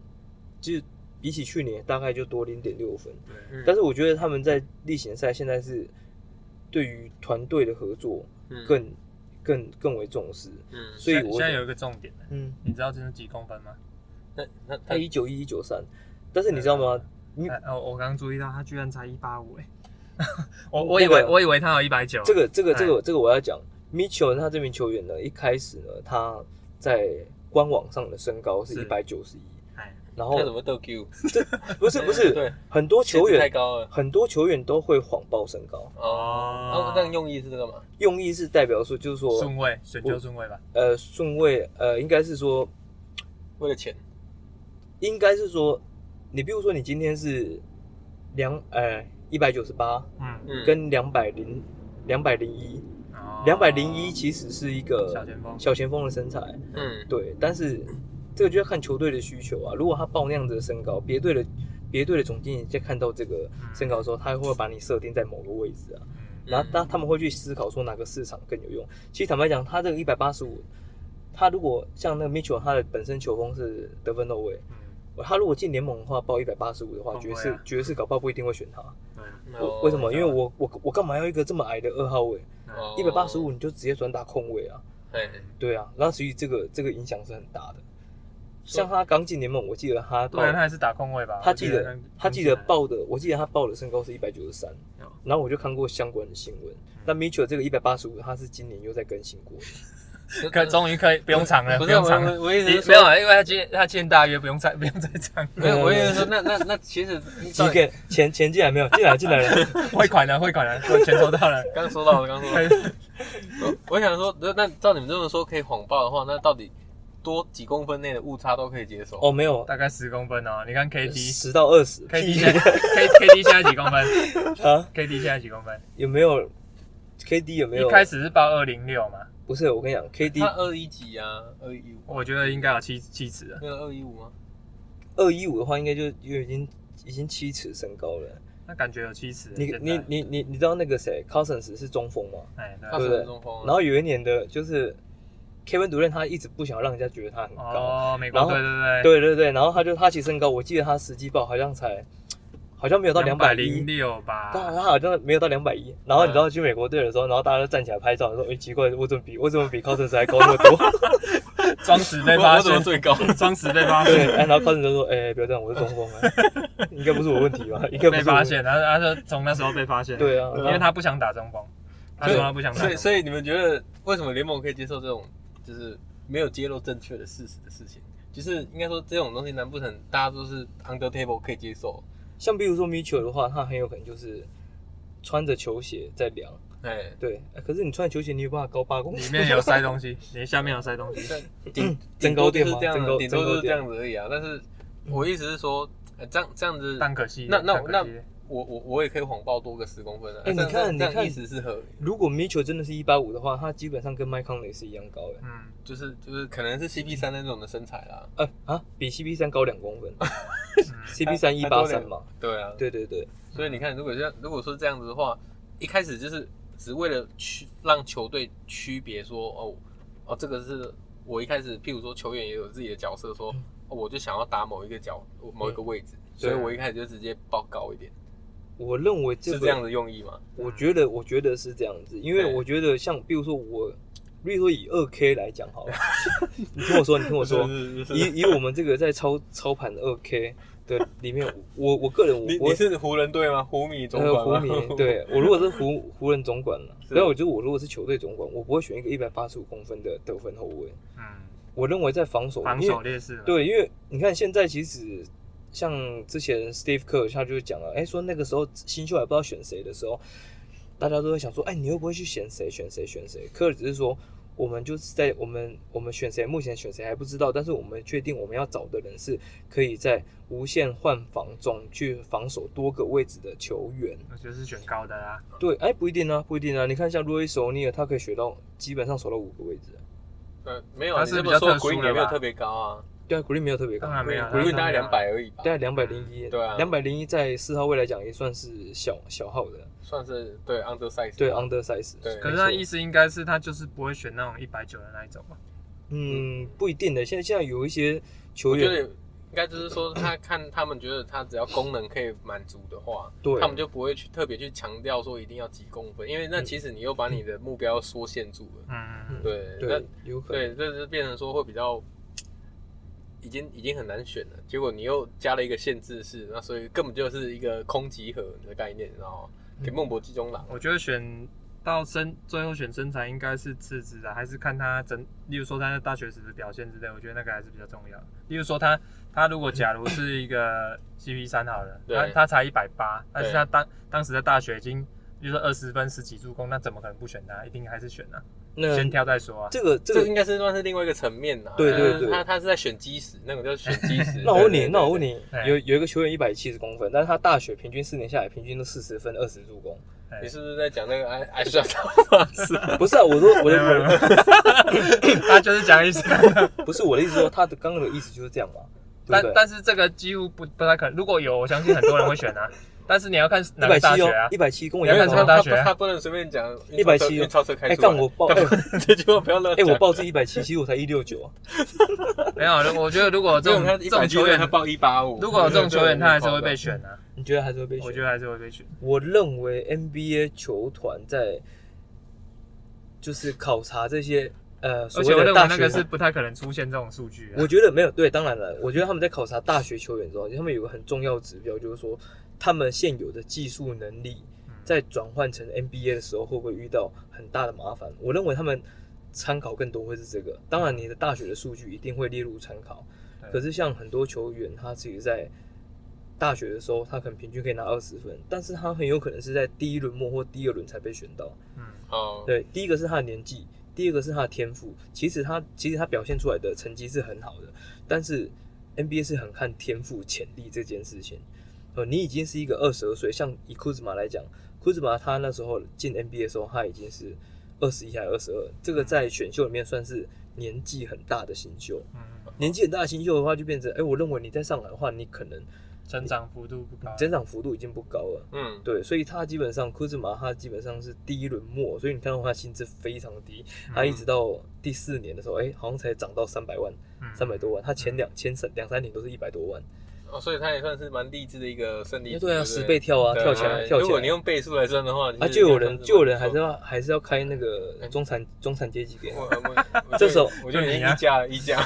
Speaker 2: 就是比起去年大概就多零点六分。
Speaker 3: 对
Speaker 1: 嗯
Speaker 2: 但是我觉得他们在例行赛现在是对于团队的合作
Speaker 1: 嗯
Speaker 2: 更、更更为重视，
Speaker 1: 嗯，
Speaker 2: 所以
Speaker 3: 现在
Speaker 2: 我
Speaker 3: 现在有一个重点，
Speaker 2: 嗯，
Speaker 3: 你知道这是几公分吗？
Speaker 1: 那那他
Speaker 2: 他一九一一九三，但是你知道
Speaker 1: 嗯
Speaker 2: 吗？你
Speaker 3: 哎哦，我刚刚注意到他居然才一八五哎，我我以为
Speaker 2: 那个
Speaker 3: 我以为他有一百九，
Speaker 2: 这个这个
Speaker 3: 哎
Speaker 2: 这个这个我要讲，Mitchell 他这名球员呢，一开始呢他在官网上的身高是
Speaker 3: 是
Speaker 2: 一百九十一，
Speaker 3: 哎，
Speaker 2: 然
Speaker 1: 他怎
Speaker 2: 后
Speaker 1: 么逗 Q？哎
Speaker 2: 不是不是
Speaker 1: 对，
Speaker 2: 很多球
Speaker 1: 太
Speaker 2: 员
Speaker 1: 高了
Speaker 2: 很多球员都会谎报身高，
Speaker 1: 哦。
Speaker 3: 哦
Speaker 1: 那这样用意是干嘛？
Speaker 2: 用意是代表说就是说
Speaker 3: 顺位选秀顺位吧，
Speaker 2: 呃顺位呃应该是说
Speaker 1: 为了钱？
Speaker 2: 应该是说，你比如说你今天是两呃一百九十八
Speaker 3: 嗯，
Speaker 1: 嗯，
Speaker 2: 跟两百零两百零一，
Speaker 3: 哦
Speaker 2: 两百零一其实是一个
Speaker 3: 小前锋
Speaker 2: 小前锋的身材，
Speaker 1: 嗯
Speaker 2: 对，但是这个就要看球队的需求啊。如果他报那样子的身高，别队的别队的总经理在看到这个身高的时候，他会把你设定在某个位置啊，
Speaker 3: 嗯
Speaker 2: 然后他他们会去思考说哪个市场更有用。其实坦白讲，他这个一百八十五，他如果像那个 Mitchell，他的本身球风是得分后卫。
Speaker 3: 嗯，
Speaker 2: 他如果进联盟的话，报一百八十五的话，
Speaker 3: 会
Speaker 2: 爵
Speaker 3: 不会
Speaker 2: 士
Speaker 3: 啊
Speaker 2: 爵士搞不好不一定会选他。
Speaker 3: 对啊
Speaker 1: 哦
Speaker 2: 为什么？因为
Speaker 3: 道
Speaker 2: 我我我干嘛要一个这么矮的二号位？
Speaker 3: 对
Speaker 1: 哦
Speaker 2: 一百八十五你就直接转打控位啊？
Speaker 1: 哎，
Speaker 2: 对啊，那所以这个这个影响是很大的。像他刚进联盟，我记得他报
Speaker 3: 对啊，他还是打控位吧？
Speaker 2: 他记
Speaker 3: 我
Speaker 2: 得他记得，报的，我记得他报的身高是一百九十三
Speaker 3: 哦，嗯
Speaker 2: 然后我就看过相关的新闻。那 Mitchell 这个一百八十五，他是今年又在更新
Speaker 3: *laughs*
Speaker 2: 过的。
Speaker 3: 可终于可以不用藏了，
Speaker 1: 不
Speaker 3: 不
Speaker 1: 是
Speaker 3: 用藏
Speaker 1: 我
Speaker 3: 了。
Speaker 1: 我我意思
Speaker 3: 你
Speaker 1: 是
Speaker 3: 没有
Speaker 1: 说，
Speaker 3: 啊，因嗯为他今天他今天大约不用再不用再藏了，
Speaker 1: 没有，我意思是说，那那那其实你
Speaker 2: 几个钱钱进来没有？进来进来
Speaker 3: *laughs*
Speaker 2: 了。
Speaker 3: *laughs* 汇款了，汇款了，我钱收到了。
Speaker 1: 刚说到了，刚说到了。我我想说，那那照你们这么说，可以谎报的话，那到底多几公分内的误差都可以接受？
Speaker 2: 哦，没有，
Speaker 3: 大概十公分哦，你看 K D
Speaker 2: 十到二十。
Speaker 3: K D
Speaker 2: 屁
Speaker 3: 现在 K K D 现在几公分
Speaker 2: *laughs* 啊，
Speaker 3: ？K D 现在几公分？
Speaker 2: 有没有 KD 有没有？
Speaker 3: 一开始是报二零六嘛，
Speaker 2: 不是，我跟你讲
Speaker 1: 他
Speaker 2: ，KD
Speaker 1: 二一几啊？二一五？
Speaker 3: 我觉得应该有七七尺了。
Speaker 1: 没有二一五吗？
Speaker 2: 二一五的话，应该就就已经已经七尺身高了。
Speaker 3: 那感觉有七尺。
Speaker 2: 你
Speaker 3: 现在
Speaker 2: 你你你你知道那个谁，Cousins 是中锋吗？
Speaker 3: 哎，对
Speaker 1: 他
Speaker 2: 对
Speaker 1: 是
Speaker 2: 不对
Speaker 1: 中锋啊。
Speaker 2: 然后有一年的就是 Kevin 主任，他一直不想让人家觉得他很高。
Speaker 3: 哦，美
Speaker 2: 然
Speaker 3: 国
Speaker 2: 后
Speaker 3: 对对对，
Speaker 2: 对对对，然后他就他其实身高，我记得他实际报好像才好像没有到两
Speaker 3: 百
Speaker 2: 百
Speaker 3: 零
Speaker 2: 一。
Speaker 3: 六嗯吧。
Speaker 2: 他他好像没有到两百一，然后你知道去美国队的时候，然后大家都站起来拍照，说：“哎、奇怪，我怎么比我怎么比 Cousins 还高那么多 *laughs*
Speaker 3: 装死被
Speaker 1: 我
Speaker 3: 发
Speaker 1: 我怎么
Speaker 3: 现，
Speaker 1: 最高？
Speaker 3: 装死被？”发
Speaker 2: 对
Speaker 3: 现，，
Speaker 2: 哎然后 Cousins 就说：“哎、不要这样，我是中锋啊， *laughs* 应该不是我问题吧？应该不
Speaker 3: 被
Speaker 2: 是我问
Speaker 3: 发
Speaker 2: 题
Speaker 3: 现，嗯然后他就从那时候被发现。
Speaker 2: 对啊，
Speaker 1: 对
Speaker 3: 因
Speaker 1: 啊
Speaker 3: 为他不想打中锋，他说他不想打
Speaker 1: 所以，
Speaker 3: 中
Speaker 1: 所
Speaker 3: 锋。
Speaker 1: 以你们觉得为什么联盟可以接受这种就是没有揭露正确的事实的事情？就是应该说这种东西，难不成大家都是 under table 可以接受？
Speaker 2: 像比如说 Mitchell 的话，他很有可能就是穿着球鞋在量，
Speaker 1: 哎，
Speaker 2: 对。呃可是你穿着球鞋，你有办法高八公
Speaker 3: 里
Speaker 2: 尺？
Speaker 3: 面有塞东西， *laughs* 你下面有塞东
Speaker 2: *coughs*
Speaker 3: 西。
Speaker 1: 顶
Speaker 2: 增高
Speaker 1: 顶
Speaker 2: 垫
Speaker 1: 多就
Speaker 2: 吗
Speaker 1: 是这样
Speaker 2: 增
Speaker 1: 的，
Speaker 2: 高
Speaker 1: 顶多就
Speaker 2: 增高
Speaker 1: 是这
Speaker 2: 垫
Speaker 1: 样子而已啊。但是我意思是说，呃这样这样子，
Speaker 3: 但可惜，
Speaker 1: 那那
Speaker 3: 但可惜
Speaker 1: 我我我也可以谎报多个十公分啊。
Speaker 2: 哎
Speaker 1: 这样
Speaker 2: 你看
Speaker 1: 这样
Speaker 2: 你
Speaker 1: 这样
Speaker 2: 看
Speaker 1: 意思是合理的，
Speaker 2: 如果 Mitchell 真的是一八五的话，他基本上跟麦康雷是一样高的。
Speaker 3: 嗯，
Speaker 1: 就是就是可能是 CP 三那种的身材啦。
Speaker 2: 哎、啊，比 CP 三高两公分
Speaker 3: 嗯
Speaker 2: ，CP 三一
Speaker 1: 还
Speaker 2: 八
Speaker 1: 多
Speaker 2: 三
Speaker 1: 两
Speaker 2: 嘛。
Speaker 1: 对啊，
Speaker 2: 对对对，
Speaker 1: 所以你看，如果像如果说这样子的话，一开始就是只为了区让球队区别说，哦哦，这个是我一开始，譬如说球员也有自己的角色，说、
Speaker 2: 嗯
Speaker 1: 哦、我就想要打某一个角某一个位置，
Speaker 3: 嗯
Speaker 1: 所以
Speaker 2: 对啊
Speaker 1: 我一开始就直接报高一点，
Speaker 2: 我认为这
Speaker 1: 是
Speaker 2: 个
Speaker 1: 这样的用意吗？
Speaker 2: 我觉得，我觉得是这样子，因为
Speaker 1: 对
Speaker 2: 我觉得像，比如说我，例如说以二 K 来讲
Speaker 1: *laughs*
Speaker 2: 好了，你听我说，你听我说，
Speaker 1: 是是是
Speaker 2: 以以我们这个在操操盘二 K 的里面， *laughs* 我我个人我
Speaker 1: 你
Speaker 2: 我
Speaker 1: 你是湖人队吗？湖米总
Speaker 2: 还有湖
Speaker 3: 呃
Speaker 1: 管吗？
Speaker 2: 迷，对我如果是湖湖人总管了，
Speaker 1: 是
Speaker 2: 然后我觉得我如果是球队总管，我不会选一个一百八十五公分的得分后卫。
Speaker 1: *laughs*
Speaker 3: 嗯，
Speaker 2: 我认为在防守，
Speaker 3: 防
Speaker 2: 因为
Speaker 3: 守劣势嘛，
Speaker 2: 对，因为你看现在其实像之前 Steve Kerr 他就讲了，哎、说那个时候新秀还不知道选谁的时候，大家都会想说，哎、你又不会去选谁选谁选谁？科尔只是说，我们就是在我们我们选谁，目前选谁还不知道，但是我们确定我们要找的人是可以在无限换防中去防守多个位置的球员。
Speaker 3: 我觉得是选高的啊，
Speaker 2: 对，哎、不一定啊，不一定啊。你看像路易斯·欧尼尔，他可以学到基本上守到五个位置。
Speaker 1: *laughs*
Speaker 2: 啊
Speaker 1: 呃，没有，
Speaker 3: 他
Speaker 1: 你
Speaker 3: 是
Speaker 1: 这
Speaker 3: 比
Speaker 1: 么
Speaker 3: 较
Speaker 1: 说
Speaker 3: 特殊
Speaker 1: Green
Speaker 3: 的
Speaker 1: 也没有
Speaker 3: 吧
Speaker 1: 特别高啊
Speaker 2: 对啊，Green 没有特别高
Speaker 3: 当。然没有啊
Speaker 1: ，Green 大概两
Speaker 3: 当然没有啊
Speaker 1: 百而已吧，
Speaker 2: 大概两百零一，
Speaker 1: 对啊
Speaker 2: 两百零一在四号位来讲也算是小小号的，
Speaker 1: 算是对 under size，
Speaker 2: 对
Speaker 1: 吧
Speaker 2: under size。
Speaker 1: 对
Speaker 3: 可是他意思应该是他就是不会选那种一百九的那一种嘛，
Speaker 2: 嗯，不一定的。现在现在有一些球
Speaker 1: 我觉得
Speaker 2: 员，
Speaker 1: 应该就是说，他看他们觉得他只要功能可以满足的话，
Speaker 2: 对
Speaker 1: 他们就不会去特别去强调说一定要几公分，因为
Speaker 2: 嗯
Speaker 1: 那其实你又把你的目标缩限住了。
Speaker 3: 嗯，
Speaker 1: 对，
Speaker 2: 对
Speaker 1: 那
Speaker 2: 有可
Speaker 1: 对，
Speaker 2: 能，
Speaker 1: 这是变成说会比较已经已经很难选了。结果你又加了一个限制式，那所以根本就是一个空集合的概念，你知道吗？
Speaker 2: 嗯
Speaker 1: 给孟博基中郎，
Speaker 3: 我觉得选到身最后选身材应该是次之的，还是看他整，例如说他在大学时的表现之类，我觉得那个还是比较重要。例如说他他如果假如是一个 CP 三好了，
Speaker 1: 对
Speaker 3: 他他才一百八，但是
Speaker 1: 对
Speaker 3: 他当当时在大学已经。就是二十分十几助攻，那怎么可能不选他？一定还是选啊，
Speaker 2: 那
Speaker 3: 先挑再说啊。
Speaker 2: 这个这
Speaker 1: 这
Speaker 2: 个
Speaker 1: 应，该是算是另外一个层面啦。
Speaker 2: 对
Speaker 1: 就是
Speaker 2: 对对。
Speaker 1: 他他是在选基石，那种叫选基石
Speaker 2: *laughs* 那我问
Speaker 1: 对
Speaker 2: 你，那我问，
Speaker 1: 对对
Speaker 2: 你
Speaker 3: 对，哎
Speaker 2: 有有一个球员一百七十公分，但是他大学平均四年下来平均都四十分二十助
Speaker 3: *laughs*
Speaker 2: 攻，
Speaker 1: 对
Speaker 3: 哎
Speaker 1: 你是不是在讲那个哎 I I shut up？
Speaker 2: *laughs* 不是啊，我说
Speaker 3: 没
Speaker 2: 我
Speaker 3: 有没
Speaker 2: 的
Speaker 3: 有没有他就是讲一些，
Speaker 2: 我不是我的意思说他的刚刚的意思就是这样嘛，对
Speaker 3: 但
Speaker 2: 不对？
Speaker 3: 但是这个几乎不不太可能。如果有，我相信很多人会选啊。但是你要看哪个
Speaker 2: 一百
Speaker 3: 大
Speaker 2: 七
Speaker 3: 学
Speaker 2: 哦
Speaker 3: 啊，，
Speaker 2: 一百七跟我一
Speaker 3: 你要
Speaker 2: 样
Speaker 3: 看
Speaker 1: 他
Speaker 3: 什么大
Speaker 2: 高。
Speaker 1: 他
Speaker 3: 学
Speaker 1: 他不能随便讲
Speaker 2: 170
Speaker 1: 运钞车开
Speaker 2: 哎，
Speaker 1: 出来
Speaker 2: 干我报哎
Speaker 1: 这句话不要乱
Speaker 2: 哎，
Speaker 1: 讲。
Speaker 2: 我报是一百七，其实我才一六九。啊
Speaker 3: 没有，我觉得如果这
Speaker 1: 这
Speaker 3: 种
Speaker 1: 种他
Speaker 3: 这种
Speaker 1: 170
Speaker 3: 球员
Speaker 1: 他，报一八五，
Speaker 3: 如果有这种球员，他还是会被选啊。
Speaker 2: 你觉得还是会被选？
Speaker 3: 我觉得还是会被选。
Speaker 2: 我认为 NBA 球团在就是考察这些呃所
Speaker 3: 而且我
Speaker 2: 谓的
Speaker 3: 认为
Speaker 2: 大
Speaker 3: 那
Speaker 2: 学
Speaker 3: 个是，不太可能出现这种数据啊。
Speaker 2: 我觉得没有对，当然了，我觉得他们在考察大学球员之后，他们有个很重要的指标，就是说他们现有的技术能力
Speaker 3: 嗯
Speaker 2: 在转换成 NBA 的时候会不会遇到很大的麻烦？我认为他们参考更多会是这个，当然你的大学的数据一定会列入参考，
Speaker 3: 对
Speaker 2: 可是像很多球员，他自己在大学的时候，他可能平均可以拿二十分，但是他很有可能是在第一轮末或第二轮才被选到。
Speaker 3: 嗯，
Speaker 1: 哦，
Speaker 2: 对，第一个是他的年纪，第二个是他的天赋。其实他其实他表现出来的成绩是很好的，但是 NBA 是很看天赋潜力这件事情。呃，你已经是一个二十二岁，像以库兹马来讲，库兹马他那时候进 NBA 的时候，他已经是二十一还二十二，这个在选秀里面算是年纪很大的新秀。
Speaker 3: 嗯，
Speaker 2: 年纪很大的新秀的话，就变成，哎、我认为你再上来的话，你可能
Speaker 3: 成长幅度不高。
Speaker 2: 增长幅度已经不高了。
Speaker 1: 嗯，
Speaker 2: 对，所以他基本上库兹马他基本上是第一轮末，所以你看到他薪资非常低，他一直到第四年的时候，哎、好像才涨到三百万、
Speaker 3: 嗯
Speaker 2: 三百多万，他前两前三两三年都是一百多万，
Speaker 1: 哦，所以他也算是蛮励志的一个胜利组。
Speaker 2: 对啊，
Speaker 1: 不
Speaker 2: 十倍跳啊，
Speaker 1: 对
Speaker 2: 跳起来
Speaker 1: 对
Speaker 2: 跳
Speaker 1: 哎如
Speaker 2: 起
Speaker 1: 果你
Speaker 2: 来，
Speaker 1: 用倍数来算的话，
Speaker 2: 啊，
Speaker 1: 其
Speaker 2: 就
Speaker 1: 实
Speaker 2: 有人就有人还是
Speaker 1: 蛮
Speaker 2: 要还是要开那个中产中产阶级给
Speaker 1: 不
Speaker 2: 他
Speaker 1: 错。嗯我我我
Speaker 2: 这时候
Speaker 1: 我就已
Speaker 3: 就你
Speaker 1: 经
Speaker 3: 啊
Speaker 1: 溢价了，溢价，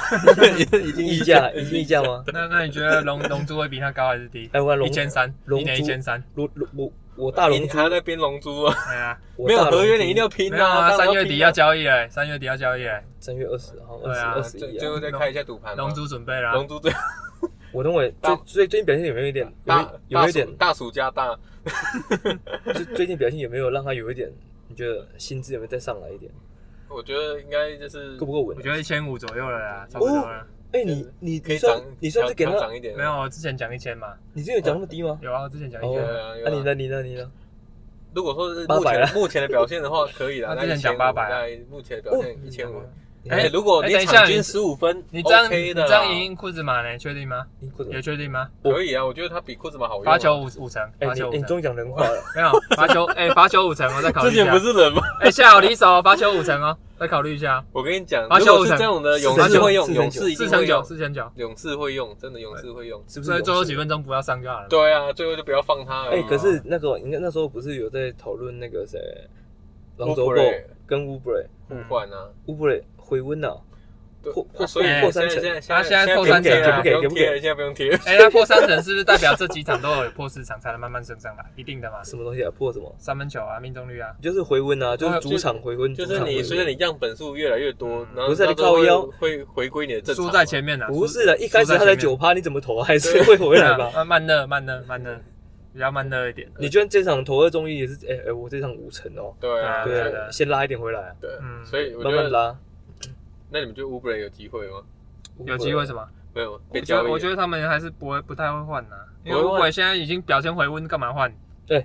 Speaker 1: 已经
Speaker 2: 溢价已经溢价吗？
Speaker 3: 那那你觉得龙龙珠会比他高还是低？
Speaker 2: 哎，我看
Speaker 3: 一
Speaker 2: *laughs* 龙
Speaker 3: 千三，
Speaker 2: 龙
Speaker 3: 一年
Speaker 2: 珠
Speaker 3: 一千三。
Speaker 2: 龙龙我我大龙
Speaker 1: 你
Speaker 2: 珠
Speaker 1: 还，要在编龙珠啊？
Speaker 3: 哎呀，
Speaker 2: 我
Speaker 1: 没有
Speaker 2: 大龙
Speaker 1: 合约，
Speaker 2: 珠
Speaker 1: 你一定要拼
Speaker 3: 没有
Speaker 1: 当
Speaker 3: 啊，
Speaker 1: 然
Speaker 3: 三月底
Speaker 1: 拼
Speaker 3: 要
Speaker 1: 啊
Speaker 3: 交易哎，三月底要交易哎，
Speaker 2: 三月二十，好像
Speaker 3: 对啊
Speaker 2: 二十二十
Speaker 1: 最
Speaker 2: 一
Speaker 1: 最后
Speaker 2: 啊。
Speaker 1: 再开一下赌盘嘛。
Speaker 3: 龙珠准备啊啦。
Speaker 1: 欸龙珠最
Speaker 2: 我认为最
Speaker 1: 大
Speaker 2: 最最近表现有没有一点有没
Speaker 1: 大
Speaker 2: 有有没
Speaker 1: 大
Speaker 2: 有一点
Speaker 1: 暑大暑加大，
Speaker 2: 就最近表现有没有让他有一点？你觉得薪资有没有再上来一点？
Speaker 1: 我觉得应该就是
Speaker 2: 够不够稳
Speaker 3: 我？觉得一千五左右了啦，差不多了。
Speaker 2: 哎、哎、你你
Speaker 1: 可
Speaker 2: 你
Speaker 1: 以涨
Speaker 2: 算，你算是给
Speaker 1: 调
Speaker 2: 他，
Speaker 1: 涨一点，
Speaker 3: 没有，啊我之前讲一千嘛，
Speaker 2: 你之前有讲那么低吗？
Speaker 3: 有啊，我之前讲一
Speaker 1: 对
Speaker 3: 千
Speaker 2: 哦
Speaker 3: 啊，
Speaker 1: 啊，有
Speaker 2: 啊，你
Speaker 1: 啊
Speaker 2: 呢？你呢？你呢？
Speaker 1: 如果说是
Speaker 2: 八
Speaker 1: 目
Speaker 2: 百啊
Speaker 1: 前 *laughs* 目前的表现的话，可以啦。
Speaker 3: *laughs* 他
Speaker 1: 那
Speaker 3: 之前讲
Speaker 1: 1500
Speaker 3: 八百啊
Speaker 1: 那目前的表
Speaker 2: 哦
Speaker 1: 现一千五。
Speaker 2: 你
Speaker 1: 哎，
Speaker 2: 还
Speaker 1: 如果
Speaker 3: 哎
Speaker 1: 你
Speaker 3: 等一下
Speaker 1: 场均
Speaker 3: 你
Speaker 1: 十五分，
Speaker 3: 你这样
Speaker 1: OK
Speaker 3: 你
Speaker 1: 的啦
Speaker 3: 这样赢裤子马呢？确定吗？
Speaker 2: 你裤子
Speaker 3: 有确定吗？
Speaker 1: 可以啊，我觉得他比库兹马好用啊。
Speaker 3: 罚球五五成，
Speaker 2: 哎，
Speaker 3: 罚
Speaker 2: 你
Speaker 3: 球
Speaker 2: 哎
Speaker 3: 五
Speaker 2: 你
Speaker 3: 成，
Speaker 2: 终于讲人话了。
Speaker 3: 没有罚球哎，罚球五成，我再考虑
Speaker 1: 之
Speaker 3: 一下
Speaker 1: 前。不是人吗？
Speaker 3: 哎，下好离手哦，罚球五成哦，再考虑一下哦，
Speaker 1: 我跟你讲，
Speaker 3: 八
Speaker 1: 如
Speaker 3: 九
Speaker 1: 果
Speaker 3: 五
Speaker 1: 是
Speaker 3: 成
Speaker 1: 这种的，
Speaker 2: 四
Speaker 1: 勇
Speaker 2: 成
Speaker 1: 士
Speaker 2: 九
Speaker 1: 会用，
Speaker 2: 四成
Speaker 1: 勇
Speaker 2: 九
Speaker 1: 士一
Speaker 3: 四
Speaker 1: 定
Speaker 3: 成
Speaker 1: 会
Speaker 3: 九，
Speaker 1: 用，
Speaker 3: 四成九，
Speaker 1: 勇士会用，真的勇士会用。
Speaker 2: 是不
Speaker 3: 所
Speaker 2: 是
Speaker 3: 以最后
Speaker 2: 勇士
Speaker 3: 几分钟不要上就好了。
Speaker 1: 对啊，最后就不要放他了。
Speaker 2: 哎、可是那个，你看那时候不是有在讨论那个谁，朗佐
Speaker 1: Oubre
Speaker 2: 鲍跟乌布雷，
Speaker 3: 嗯
Speaker 1: 互换啊，
Speaker 2: 乌布雷回温了、
Speaker 1: 对啊
Speaker 2: 破破
Speaker 1: 所以
Speaker 3: 哎
Speaker 1: 现在
Speaker 2: 三成
Speaker 1: 现在在
Speaker 3: 啊现在
Speaker 1: 现在
Speaker 3: 破
Speaker 1: 不用
Speaker 3: 三成
Speaker 1: 贴了，
Speaker 2: 给不给给不
Speaker 1: 贴了
Speaker 2: 给
Speaker 1: 现在不用贴了。
Speaker 3: 哎，那破三成是不是代表这几场都有破四场才能慢慢升上来？一定的嘛，
Speaker 2: 什么东西啊？破什么？
Speaker 3: 三分球啊，命中率啊，
Speaker 2: 就是回温啊，就是
Speaker 3: 啊
Speaker 2: 主场回温，
Speaker 1: 就
Speaker 2: 主
Speaker 1: 是
Speaker 2: 场回
Speaker 1: 你
Speaker 2: 温
Speaker 1: 随着你样本数越来越多
Speaker 3: 嗯，
Speaker 1: 然后
Speaker 2: 不是啊
Speaker 1: 到
Speaker 2: 你
Speaker 1: 时候
Speaker 2: 靠腰
Speaker 1: 会会回归你的正常嘛。
Speaker 3: 输在前面啊，
Speaker 2: 不
Speaker 3: 输
Speaker 2: 是的，一开始他才九，趴，你怎么投啊还是会回
Speaker 3: 输在
Speaker 2: 来
Speaker 3: 前面
Speaker 2: 吧？
Speaker 3: 啊慢热慢热慢热，比较慢热一点。
Speaker 2: 你居然这场投二中一也是，哎、哎，我这场五成哦，
Speaker 1: 对啊，
Speaker 3: 对
Speaker 2: 对
Speaker 1: 对
Speaker 3: 啊
Speaker 2: 啊，先拉一点回来啊，
Speaker 1: 对
Speaker 3: 嗯，
Speaker 1: 所以我觉
Speaker 2: 慢慢
Speaker 1: 得，
Speaker 2: 拉。
Speaker 1: 那你们觉得 Uber 有机会吗？
Speaker 3: 有机会什么？
Speaker 1: 没有
Speaker 3: 我
Speaker 1: 被
Speaker 3: 觉
Speaker 1: 交
Speaker 3: 得
Speaker 1: 易。
Speaker 3: 我觉得他们还是不会不太会换呐、因为
Speaker 1: 不会
Speaker 3: 乌
Speaker 1: 换
Speaker 3: 鬼现在已经表现回温，干嘛换？
Speaker 2: 对，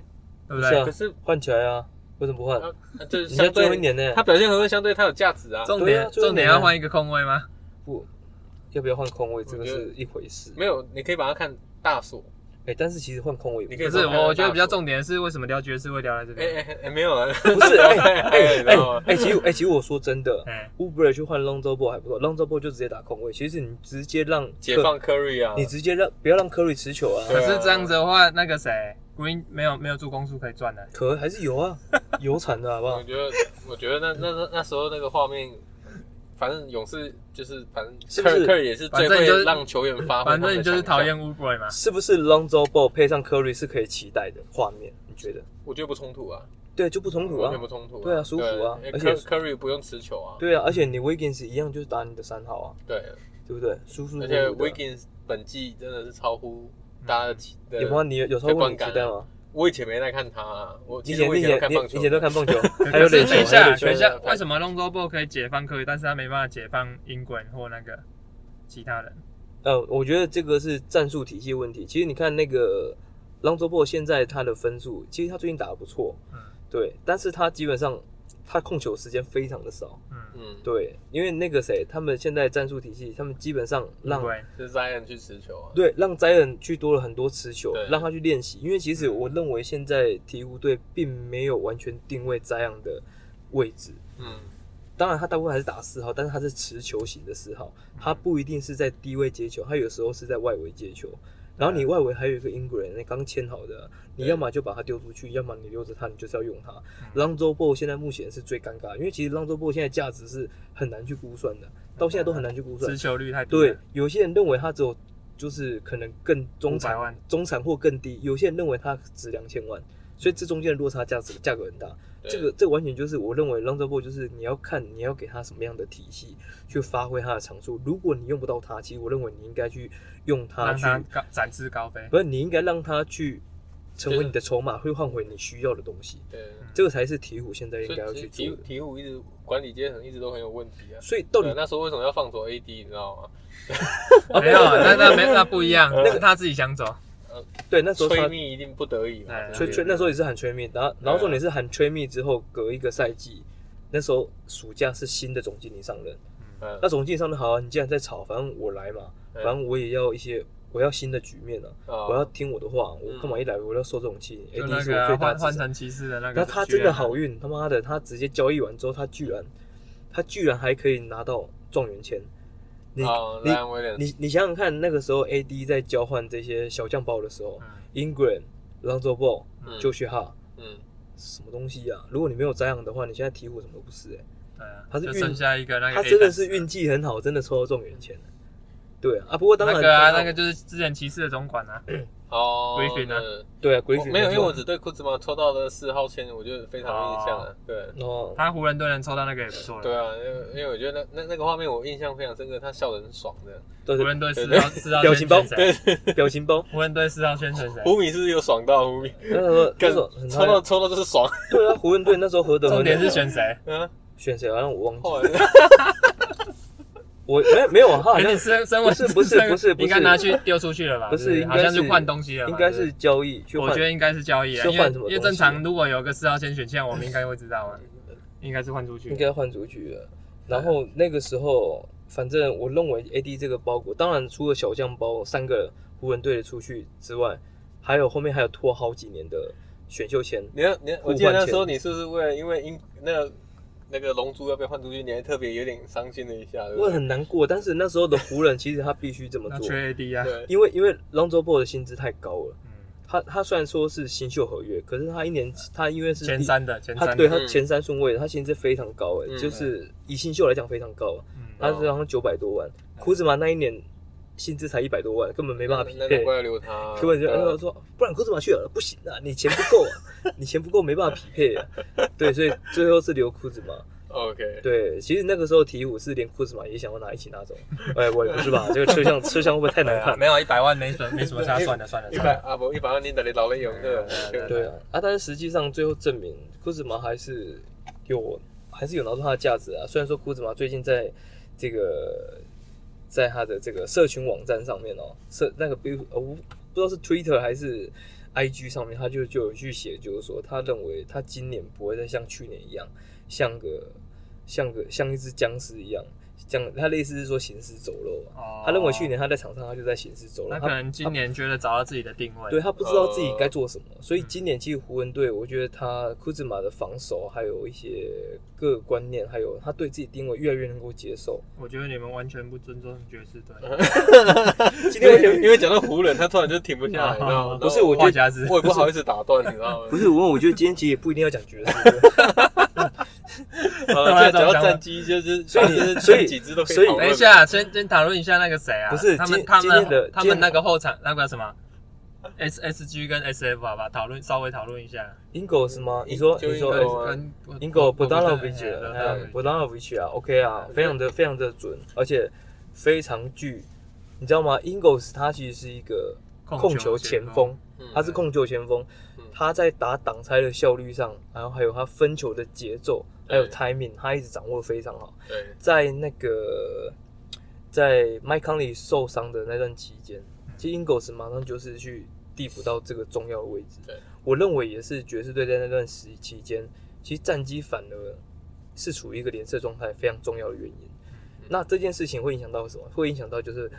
Speaker 3: 对不
Speaker 2: 是
Speaker 3: 对？
Speaker 2: 啊
Speaker 1: 可是
Speaker 2: 换起来啊？为什么不换？
Speaker 1: 啊，啊这
Speaker 2: 你要
Speaker 1: 相
Speaker 2: 最后一
Speaker 1: 对
Speaker 2: 年呢、
Speaker 1: 他表现很会，相对他有价值啊。
Speaker 3: 重
Speaker 2: 对
Speaker 3: 点、
Speaker 2: 啊就是
Speaker 3: 重点
Speaker 2: 你啊
Speaker 3: 要换一个空位吗？
Speaker 2: 不要不要换空位，这个
Speaker 1: 我觉得
Speaker 2: 是一回事。
Speaker 1: 没
Speaker 2: 有，
Speaker 1: 有，你可以把它看大锁。
Speaker 2: 哎、但是其实换空位
Speaker 1: 你可
Speaker 3: 不
Speaker 1: 以
Speaker 3: 是，
Speaker 1: 把它看
Speaker 3: 我我觉得比较
Speaker 1: 大锁。
Speaker 3: 重点是为什么聊爵士会聊在这边？
Speaker 1: 哎哎哎，没有啊，*laughs*
Speaker 2: 不是，哎哎哎
Speaker 1: 哎
Speaker 2: 哎哎，其实哎、其实我说真的
Speaker 3: 哎、
Speaker 2: 乌 b e r 去换 Lonzo Ball 还不错，Lonzo Ball 就直接打空位。其实你直接让
Speaker 1: 解，放 Curry 啊
Speaker 2: *laughs* 你，直接让不要让 Curry 持球啊，
Speaker 1: 对
Speaker 3: 可
Speaker 1: 啊
Speaker 3: 是这样子的话，那个谁，Green 没有没有助攻数可以赚的、
Speaker 2: 可还是
Speaker 1: *laughs*
Speaker 2: 有啊，有产的好不
Speaker 1: 我
Speaker 2: 好？
Speaker 1: 觉得我觉得那那那那时候那个画面。反正勇士就是，反正
Speaker 2: 是不
Speaker 1: 科
Speaker 2: 是
Speaker 1: 科尔也是最
Speaker 3: 反正你就
Speaker 1: 会
Speaker 3: 是
Speaker 1: 让球员
Speaker 2: 啊
Speaker 1: 发挥。
Speaker 3: 反正你就是讨。厌乌鬼嘛。
Speaker 2: 是不是 Lonzo Ball 配上 Curry 是可以期待的画面？你觉得？
Speaker 1: 我觉得不冲突啊，
Speaker 2: 对，就不冲突
Speaker 1: 完
Speaker 2: 啊
Speaker 1: 全。不冲突、
Speaker 2: 对啊舒服啊
Speaker 1: 对
Speaker 2: 而
Speaker 1: 因为
Speaker 2: 且
Speaker 1: Cur- Curry 不用持球啊。
Speaker 2: 对啊，而且你 Wiggins 一样就是打你的三号啊，
Speaker 1: 对，
Speaker 2: 对不嗯对？嗯舒舒服服
Speaker 1: 而且
Speaker 2: 的。
Speaker 1: Wiggins 本季真的是超乎大家的期的
Speaker 2: 有吗？你有时候会你期待吗？
Speaker 1: 我以前没在看他、啊，我
Speaker 2: 你
Speaker 1: 其
Speaker 2: 以
Speaker 1: 实
Speaker 2: 前
Speaker 1: 我
Speaker 2: 你以
Speaker 1: 前都
Speaker 2: 前
Speaker 1: 看
Speaker 2: 你
Speaker 1: 棒
Speaker 2: 以
Speaker 1: 球
Speaker 2: 前都
Speaker 1: 的，
Speaker 2: 看棒球，还
Speaker 3: 可
Speaker 2: 有
Speaker 3: 是
Speaker 2: 垒
Speaker 3: 等一
Speaker 2: 球，还有
Speaker 3: 下，
Speaker 2: 垒球
Speaker 3: 等一下，
Speaker 1: 对
Speaker 3: 为什么 Lonzo Ball 可以解放科里，但是他没办法解放英滚或那个其他人？
Speaker 2: 呃，我觉得这个是战术体系问题。其实你看那个朗佐波现在他的分数，其实他最近打得不错，
Speaker 3: 嗯
Speaker 2: 对，但是他基本上他控球时间非常的少，
Speaker 3: 嗯，
Speaker 1: 嗯，
Speaker 2: 对，因为那个谁，他们现在战术体系，他们基本上让
Speaker 3: 乌龟
Speaker 1: 就是 Zion 去持球啊。
Speaker 2: 对让 Zion 去多了很多持球
Speaker 1: 对，
Speaker 2: 让他去练习，因为其实我认为现在鹈鹕队并没有完全定位 Zion 的位置。
Speaker 1: 嗯，
Speaker 2: 当然，他大部分还是打四号，但是他是持球型的四号，他不一定是在低位接球，他有时候是在外围接球。然后你外围还有一个英国人，那刚签好的，你
Speaker 1: 对嗯
Speaker 2: 要么就把他丢出去，要么你留着他，你就是要用他。朗佐波现在目前是最尴尬，因为其实朗佐波现在价值是很难去估算的，到现在都很难去估算
Speaker 3: 持。球率太低了。
Speaker 2: 对，有些人认为他只有就是可能更中
Speaker 3: 500
Speaker 2: 产
Speaker 3: 万、
Speaker 2: 中产或更低，有些人认为他值两千万，所以这中间的落差价值价格很大。
Speaker 1: 对
Speaker 2: 这个这完全就是我认为 l o n z o b a l 就是你要看你要给他什么样的体系去发挥他的长处。如果你用不到他，其实我认为你应该去用他
Speaker 3: 让
Speaker 2: 去，
Speaker 3: 他高展翅高飞。
Speaker 2: 不是你应该让他去成为你的筹码，会换回你需要的东西。
Speaker 1: 对，
Speaker 2: 这个才是鹈鹕现在应该要
Speaker 1: 所以
Speaker 2: 去
Speaker 1: 其实
Speaker 2: 做
Speaker 1: 体
Speaker 2: 的。
Speaker 1: 体务一直管理阶层一直都很有问题啊。
Speaker 2: 所以到底
Speaker 1: 对那时候为什么要放走 AD，你知道吗？
Speaker 3: 没有，那那没那不一样，
Speaker 1: 那个
Speaker 3: 是他自己想走。
Speaker 2: 对那时候
Speaker 1: 催
Speaker 2: 他
Speaker 1: 命一定不得已嘛
Speaker 3: 哎。
Speaker 2: 吹吹那时候也是喊吹密，然后然后重点是喊吹密之后隔一个赛季，那时候暑假是新的总经理上任，
Speaker 1: 嗯，
Speaker 2: 那总经理上任好、啊，你既然在吵，反正我来嘛，
Speaker 1: 嗯
Speaker 2: 反正我也要一些我要新的局面啊。我
Speaker 1: 我
Speaker 2: 要听我的话，我干嘛一来我要受这种气？哎、
Speaker 3: 嗯就
Speaker 2: 你
Speaker 3: 那
Speaker 2: 是
Speaker 3: 个
Speaker 2: 我
Speaker 3: 啊
Speaker 2: 最大
Speaker 3: 换
Speaker 2: 的
Speaker 3: 换
Speaker 2: 资产。
Speaker 3: 成骑士的那个巨人啊，
Speaker 2: 那他真的好运，他妈的，他直接交易完之后，他居然，他居然还可以拿到状元签。你、
Speaker 1: 哦，
Speaker 2: 你
Speaker 1: 莱恩威廉斯，
Speaker 2: 你你想想看，那个时候 AD 在交换这些小酱包的时候
Speaker 3: 嗯，
Speaker 2: ，Ingram、Lonzo Ball、
Speaker 1: 嗯
Speaker 2: Josh Hart
Speaker 1: 嗯，
Speaker 2: 什么东西啊？如果你没有这样的话，你现在鹈鹕什么都不是哎、
Speaker 3: 对啊，
Speaker 2: 他是
Speaker 3: 就
Speaker 2: 运
Speaker 3: 剩下一个那个 A 啊
Speaker 2: 他
Speaker 3: 蛋，
Speaker 2: 真的是运气很好，真的抽到状元签了。对啊，啊不过当然
Speaker 3: 那个啊，
Speaker 2: 当
Speaker 3: 那
Speaker 2: 然
Speaker 3: 个就是之前骑士的总管啊，
Speaker 1: 哦
Speaker 3: Griffin 啊
Speaker 1: 那
Speaker 2: 对啊，
Speaker 1: 我
Speaker 2: Griffin
Speaker 1: 哦没有，因为我
Speaker 2: 错
Speaker 1: 只对库兹马抽到的四号签，我觉得非常有印象啊。对，
Speaker 2: 哦，
Speaker 3: 他湖人队能抽到那个也不错了。
Speaker 1: 对啊，因为因为我觉得那那那个画面我印象非常深刻，他笑得很爽的。
Speaker 2: 对
Speaker 3: 湖
Speaker 2: 对
Speaker 3: 人队四
Speaker 1: 对
Speaker 3: 号四号
Speaker 2: 表
Speaker 3: 圈
Speaker 2: 情包
Speaker 3: 选谁？
Speaker 2: 表情包，
Speaker 3: 湖人队四号圈选
Speaker 1: *laughs*
Speaker 3: 谁？
Speaker 1: 胡米是不是有爽到胡米，
Speaker 2: 那时候那
Speaker 1: *laughs* 干
Speaker 2: 时候很
Speaker 1: 抽
Speaker 2: 嗨啊
Speaker 1: 到抽到就是 *laughs* 爽。
Speaker 2: 对啊，湖人
Speaker 3: *laughs*
Speaker 2: 队那时候何德何
Speaker 3: 重
Speaker 2: 能
Speaker 3: 点是选谁？
Speaker 1: 嗯，
Speaker 2: *laughs* 选谁啊？让我忘记，
Speaker 1: 后来
Speaker 2: 我没有没有，啊他好
Speaker 3: 肯
Speaker 2: 像
Speaker 3: 定是哎身为
Speaker 2: 不是不是不是不
Speaker 3: 应
Speaker 2: 是
Speaker 3: 该拿去丢出去了吧？
Speaker 2: 不是
Speaker 3: 对对
Speaker 2: 应该
Speaker 3: 好像
Speaker 2: 是
Speaker 3: 是换东西了吧，
Speaker 2: 应该
Speaker 3: 对
Speaker 2: 是交易去
Speaker 3: 我
Speaker 2: 换
Speaker 3: 觉得应该是交易啊，
Speaker 2: 就
Speaker 3: 因为
Speaker 2: 换什么东西
Speaker 3: 因为正常如果有个四号先选项，我们应该会知道啊，应该是换出去
Speaker 2: 应。该换出去了。然后那个时候，反正我认为 AD 这个包裹，当然除了小将包三个湖人队的出去之外，还有后面还有拖好几年的选秀签。
Speaker 1: 你要你要，我记得那时候你是不是为了因为英那个那个龙珠要被换出去，你还特别有点伤心了一下，对不
Speaker 2: 我
Speaker 1: 对？
Speaker 2: 很难过，但是那时候的湖人其实他必须这么
Speaker 3: 那
Speaker 2: 做，
Speaker 3: 缺 AD 啊，
Speaker 1: 对，
Speaker 2: 因为因为 Lonzo Ball 的薪资太高了。
Speaker 3: 嗯，
Speaker 2: 他他虽然说是新秀合约，可是他一年他因为是
Speaker 3: 前
Speaker 2: 第
Speaker 3: 三的前
Speaker 2: 他
Speaker 3: 三嗯
Speaker 2: 对
Speaker 3: 的，
Speaker 2: 他前三顺位，他薪资非常高哎、
Speaker 1: 嗯
Speaker 2: 就是以新秀来讲非常高，
Speaker 3: 嗯
Speaker 2: 他是好像九百多万，
Speaker 1: 嗯
Speaker 2: 库兹马那一年薪资才一百多万，根本没办法匹
Speaker 1: 那
Speaker 2: 配
Speaker 1: 难，怪要留他，
Speaker 2: 根本就哎
Speaker 1: 对啊
Speaker 2: 然后说不然库兹马去了，不行啊，你钱不够
Speaker 1: *laughs*
Speaker 2: 啊，你钱不够没办法匹配、啊，对，所以最后是留库兹马。
Speaker 1: OK，
Speaker 2: 对，其实那个时候鹈鹕是连库兹马也想要拿一起拿走，哎，我也不是吧，这个车
Speaker 1: *laughs*
Speaker 2: 厢车厢会不会太难看？
Speaker 3: 没有一百万没什么没什么
Speaker 2: *laughs*
Speaker 3: 差，算了算了
Speaker 1: 一
Speaker 3: 算
Speaker 1: 百
Speaker 3: 了，
Speaker 1: 啊不一百万你等你老了用的，
Speaker 3: 对
Speaker 2: 对啊，啊，但是实际上最后证明库兹马还是有，还是有拿出他的价值啊。虽然说库兹马最近在这个在他的这个社群网站上面哦，社那个比如呃，我不知道是 Twitter 还是 IG 上面，他就就有去写，就是说他认为他今年不会再像去年一样，像个像个像一只僵尸一样。像他类似是说行尸走肉啊，
Speaker 3: 哦
Speaker 2: 他认为去年他在场上他就在行尸走肉，
Speaker 3: 那
Speaker 2: 他
Speaker 3: 可能今年觉得找到自己的定位，
Speaker 2: 对他不知道自己该做什么，所以今年其实湖人队，我觉得他库兹马的防守，还有一些各个观念，还有他对自己定位越来越能够接受。
Speaker 3: 我觉得你们完全不尊重爵士
Speaker 2: *laughs*
Speaker 3: 队，
Speaker 2: 啊
Speaker 3: *laughs*
Speaker 2: 今
Speaker 1: 因
Speaker 2: 天我
Speaker 1: 为
Speaker 2: 觉得
Speaker 1: 因为讲到湖人，他突然就停不下来，你知道吗？
Speaker 2: 不是我觉
Speaker 3: 话
Speaker 2: 得
Speaker 3: 匣子
Speaker 1: 我也不好意思打断，你知道吗？
Speaker 2: 不是我，我觉得今天其实也不一定要讲爵士，
Speaker 3: *laughs*
Speaker 1: 好了，呃现在讲到战机，就是
Speaker 2: 所以你
Speaker 1: 就是
Speaker 2: 所以
Speaker 1: 前几支都可
Speaker 2: 所以
Speaker 1: 讨论
Speaker 3: 啊等一下，先先讨论一下那个谁啊？
Speaker 2: 不是
Speaker 3: 他
Speaker 2: 今
Speaker 3: 们他
Speaker 2: 今
Speaker 3: 们
Speaker 2: 天的
Speaker 3: 他
Speaker 2: 今
Speaker 3: 们
Speaker 2: 天
Speaker 3: 那个后场那个什么 S S G 跟 S F 好吧，讨论稍微讨论一下。
Speaker 2: 英狗是吗？你说
Speaker 1: 就
Speaker 2: 你说
Speaker 1: 英国
Speaker 2: 哎
Speaker 1: 啊
Speaker 3: 跟
Speaker 2: 英狗
Speaker 3: 不
Speaker 2: 不
Speaker 3: 到
Speaker 2: 当了
Speaker 3: 维
Speaker 2: 维奇，
Speaker 3: 了，
Speaker 2: 哎不当了维奇啊，OK 啊，非常的非常的准，而且非常具，你知道吗？英狗是他其实是一个控球前锋，，他是控球前锋
Speaker 1: 嗯，
Speaker 2: 他在打挡拆的效率上，然后还有他分球的节奏，还
Speaker 1: 对
Speaker 2: 有 timing，他一直掌握得非常好。
Speaker 1: 对，
Speaker 2: 在那个在麦康利受伤的那段期间，其实 Ingles 马上就是去递补到这个重要的位置
Speaker 1: 对。
Speaker 2: 我认为也是爵士队在那段时期间，其实战绩反而是处于一个连胜状态非常重要的原因。
Speaker 1: 嗯
Speaker 2: 那这件事情会影响到什么？会影响到就是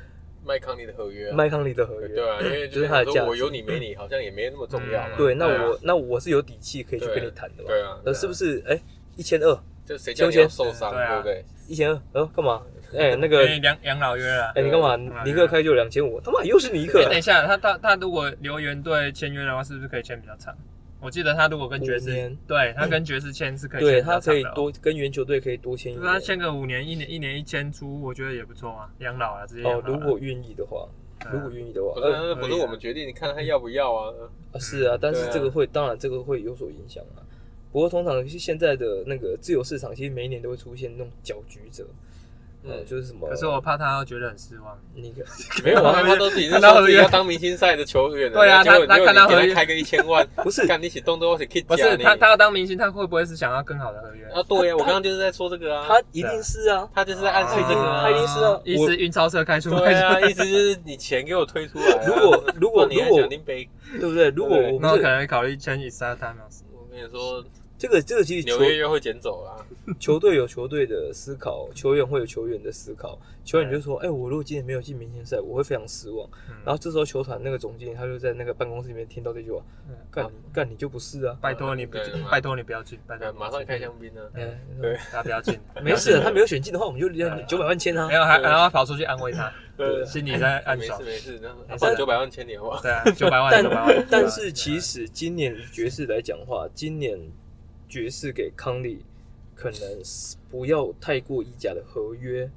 Speaker 1: 麦康利的合约啊，
Speaker 2: 麦康利的合约。
Speaker 1: 对啊，因为
Speaker 2: 就是他的
Speaker 1: 说
Speaker 2: 价值
Speaker 1: 我有你没你，好像也没那么重要嘛。
Speaker 3: 嗯
Speaker 2: 对，那
Speaker 1: 啊
Speaker 2: 我、那我是有底气可以去
Speaker 1: 对
Speaker 2: 跟你谈的嘛。
Speaker 1: 对啊，
Speaker 2: 呃，
Speaker 1: 对啊
Speaker 2: 是不是？哎，一千二，
Speaker 1: 就谁叫你要受伤，
Speaker 3: 秋千
Speaker 1: 对不对？
Speaker 2: 一千二，呃，干嘛？哎，那个，
Speaker 3: 对养养老约了。
Speaker 2: 哎，你干啊嘛？尼克开就两千五，他妈又是尼克
Speaker 3: 哎，，等一下，他他他如果留原队签约的话，是不是可以签比较长？我记得他如果跟爵
Speaker 2: 五
Speaker 3: 士
Speaker 2: 年，
Speaker 3: 对他跟爵士签是可以，
Speaker 2: 对他可以，
Speaker 3: 哦
Speaker 2: 多跟原球队可以多签一
Speaker 3: 对他啊
Speaker 2: 年
Speaker 3: 签个五年，一年一年一千出，我觉得也不错啊，养老啊，直接养老
Speaker 2: 哦
Speaker 3: 啊。，
Speaker 2: 如果愿意的话，
Speaker 3: 对
Speaker 2: 如
Speaker 3: 啊
Speaker 2: 果愿意的话
Speaker 1: 不，是，
Speaker 2: 呃，
Speaker 1: 那不是我们决定，你看他要不要啊？
Speaker 3: *laughs*
Speaker 2: 啊是啊，但是
Speaker 1: 对啊
Speaker 2: 这个会，当然这个会有所影响啊。不过通常现在的那个自由市场，其实每一年都会出现那种搅局者，嗯，
Speaker 1: 嗯，
Speaker 2: 就是什么，
Speaker 3: 可是我怕他觉得很失望。
Speaker 2: 尼克，
Speaker 1: 没有啊，他都已经说自己要当明星赛的球员了，
Speaker 3: 对啊
Speaker 1: 结果
Speaker 3: 他他
Speaker 1: 结果
Speaker 3: 看到
Speaker 1: 你给
Speaker 3: 合约
Speaker 1: 开个一千万，
Speaker 2: 不 *laughs* 是
Speaker 1: *laughs* 干你起动都要起 K
Speaker 3: 不是他，他
Speaker 1: 他
Speaker 3: 要当明星，他会不会是想要更好的合约？
Speaker 1: 啊，对呀，我刚刚就是在说这个啊，
Speaker 2: 他一定是啊，
Speaker 1: 他就是在暗示这个
Speaker 2: 他一
Speaker 1: 啊，
Speaker 2: 定是啊
Speaker 3: 哦一直运钞车 *laughs* 开出
Speaker 1: 对
Speaker 3: 来，
Speaker 1: 啊，意思就是你钱给我推出来啊。
Speaker 2: 如果如果
Speaker 1: 不然你还
Speaker 2: 如果
Speaker 1: 想拎杯，
Speaker 2: 对不对？如果我
Speaker 3: 那我
Speaker 2: 不
Speaker 3: 可
Speaker 2: 是
Speaker 3: 能会考虑签以撒他们。
Speaker 1: 我跟你说，
Speaker 2: 这个这个其实球
Speaker 1: 纽约约会捡走啊。
Speaker 2: 球队有球队的思考，球员会有球员的思考。球员就说：“哎、我如果今年没有进明星赛，我会非常失望。
Speaker 3: 嗯
Speaker 2: 然后这时候球团那个总经理他就在那个办公室里面听到这句话
Speaker 3: 嗯：“
Speaker 2: 干你干你就不是啊
Speaker 3: 拜托你不
Speaker 1: 对，
Speaker 3: 拜托你不要进，拜托
Speaker 1: 对，
Speaker 3: 你不
Speaker 1: 马
Speaker 3: 要
Speaker 1: 上
Speaker 3: 进
Speaker 1: 开，香槟呢！！”啊
Speaker 3: 嗯
Speaker 2: 哎、
Speaker 1: 对
Speaker 3: 大家不要
Speaker 1: *laughs*
Speaker 3: 进，
Speaker 2: 没事的，他没有选进的话，我们就九百万签啊他
Speaker 3: 没。有还然后跑出去安慰他，
Speaker 1: 对，
Speaker 3: 心里在暗
Speaker 1: 没
Speaker 3: 爽
Speaker 1: 事。没事，那
Speaker 3: 没
Speaker 1: 把
Speaker 3: 事
Speaker 1: 九百万签你好不好？
Speaker 3: 对啊，九百万，九百
Speaker 2: 但
Speaker 3: 万。
Speaker 2: 但是其实今年爵士来讲话，今年爵士给康利可能是不要太过溢价的合约，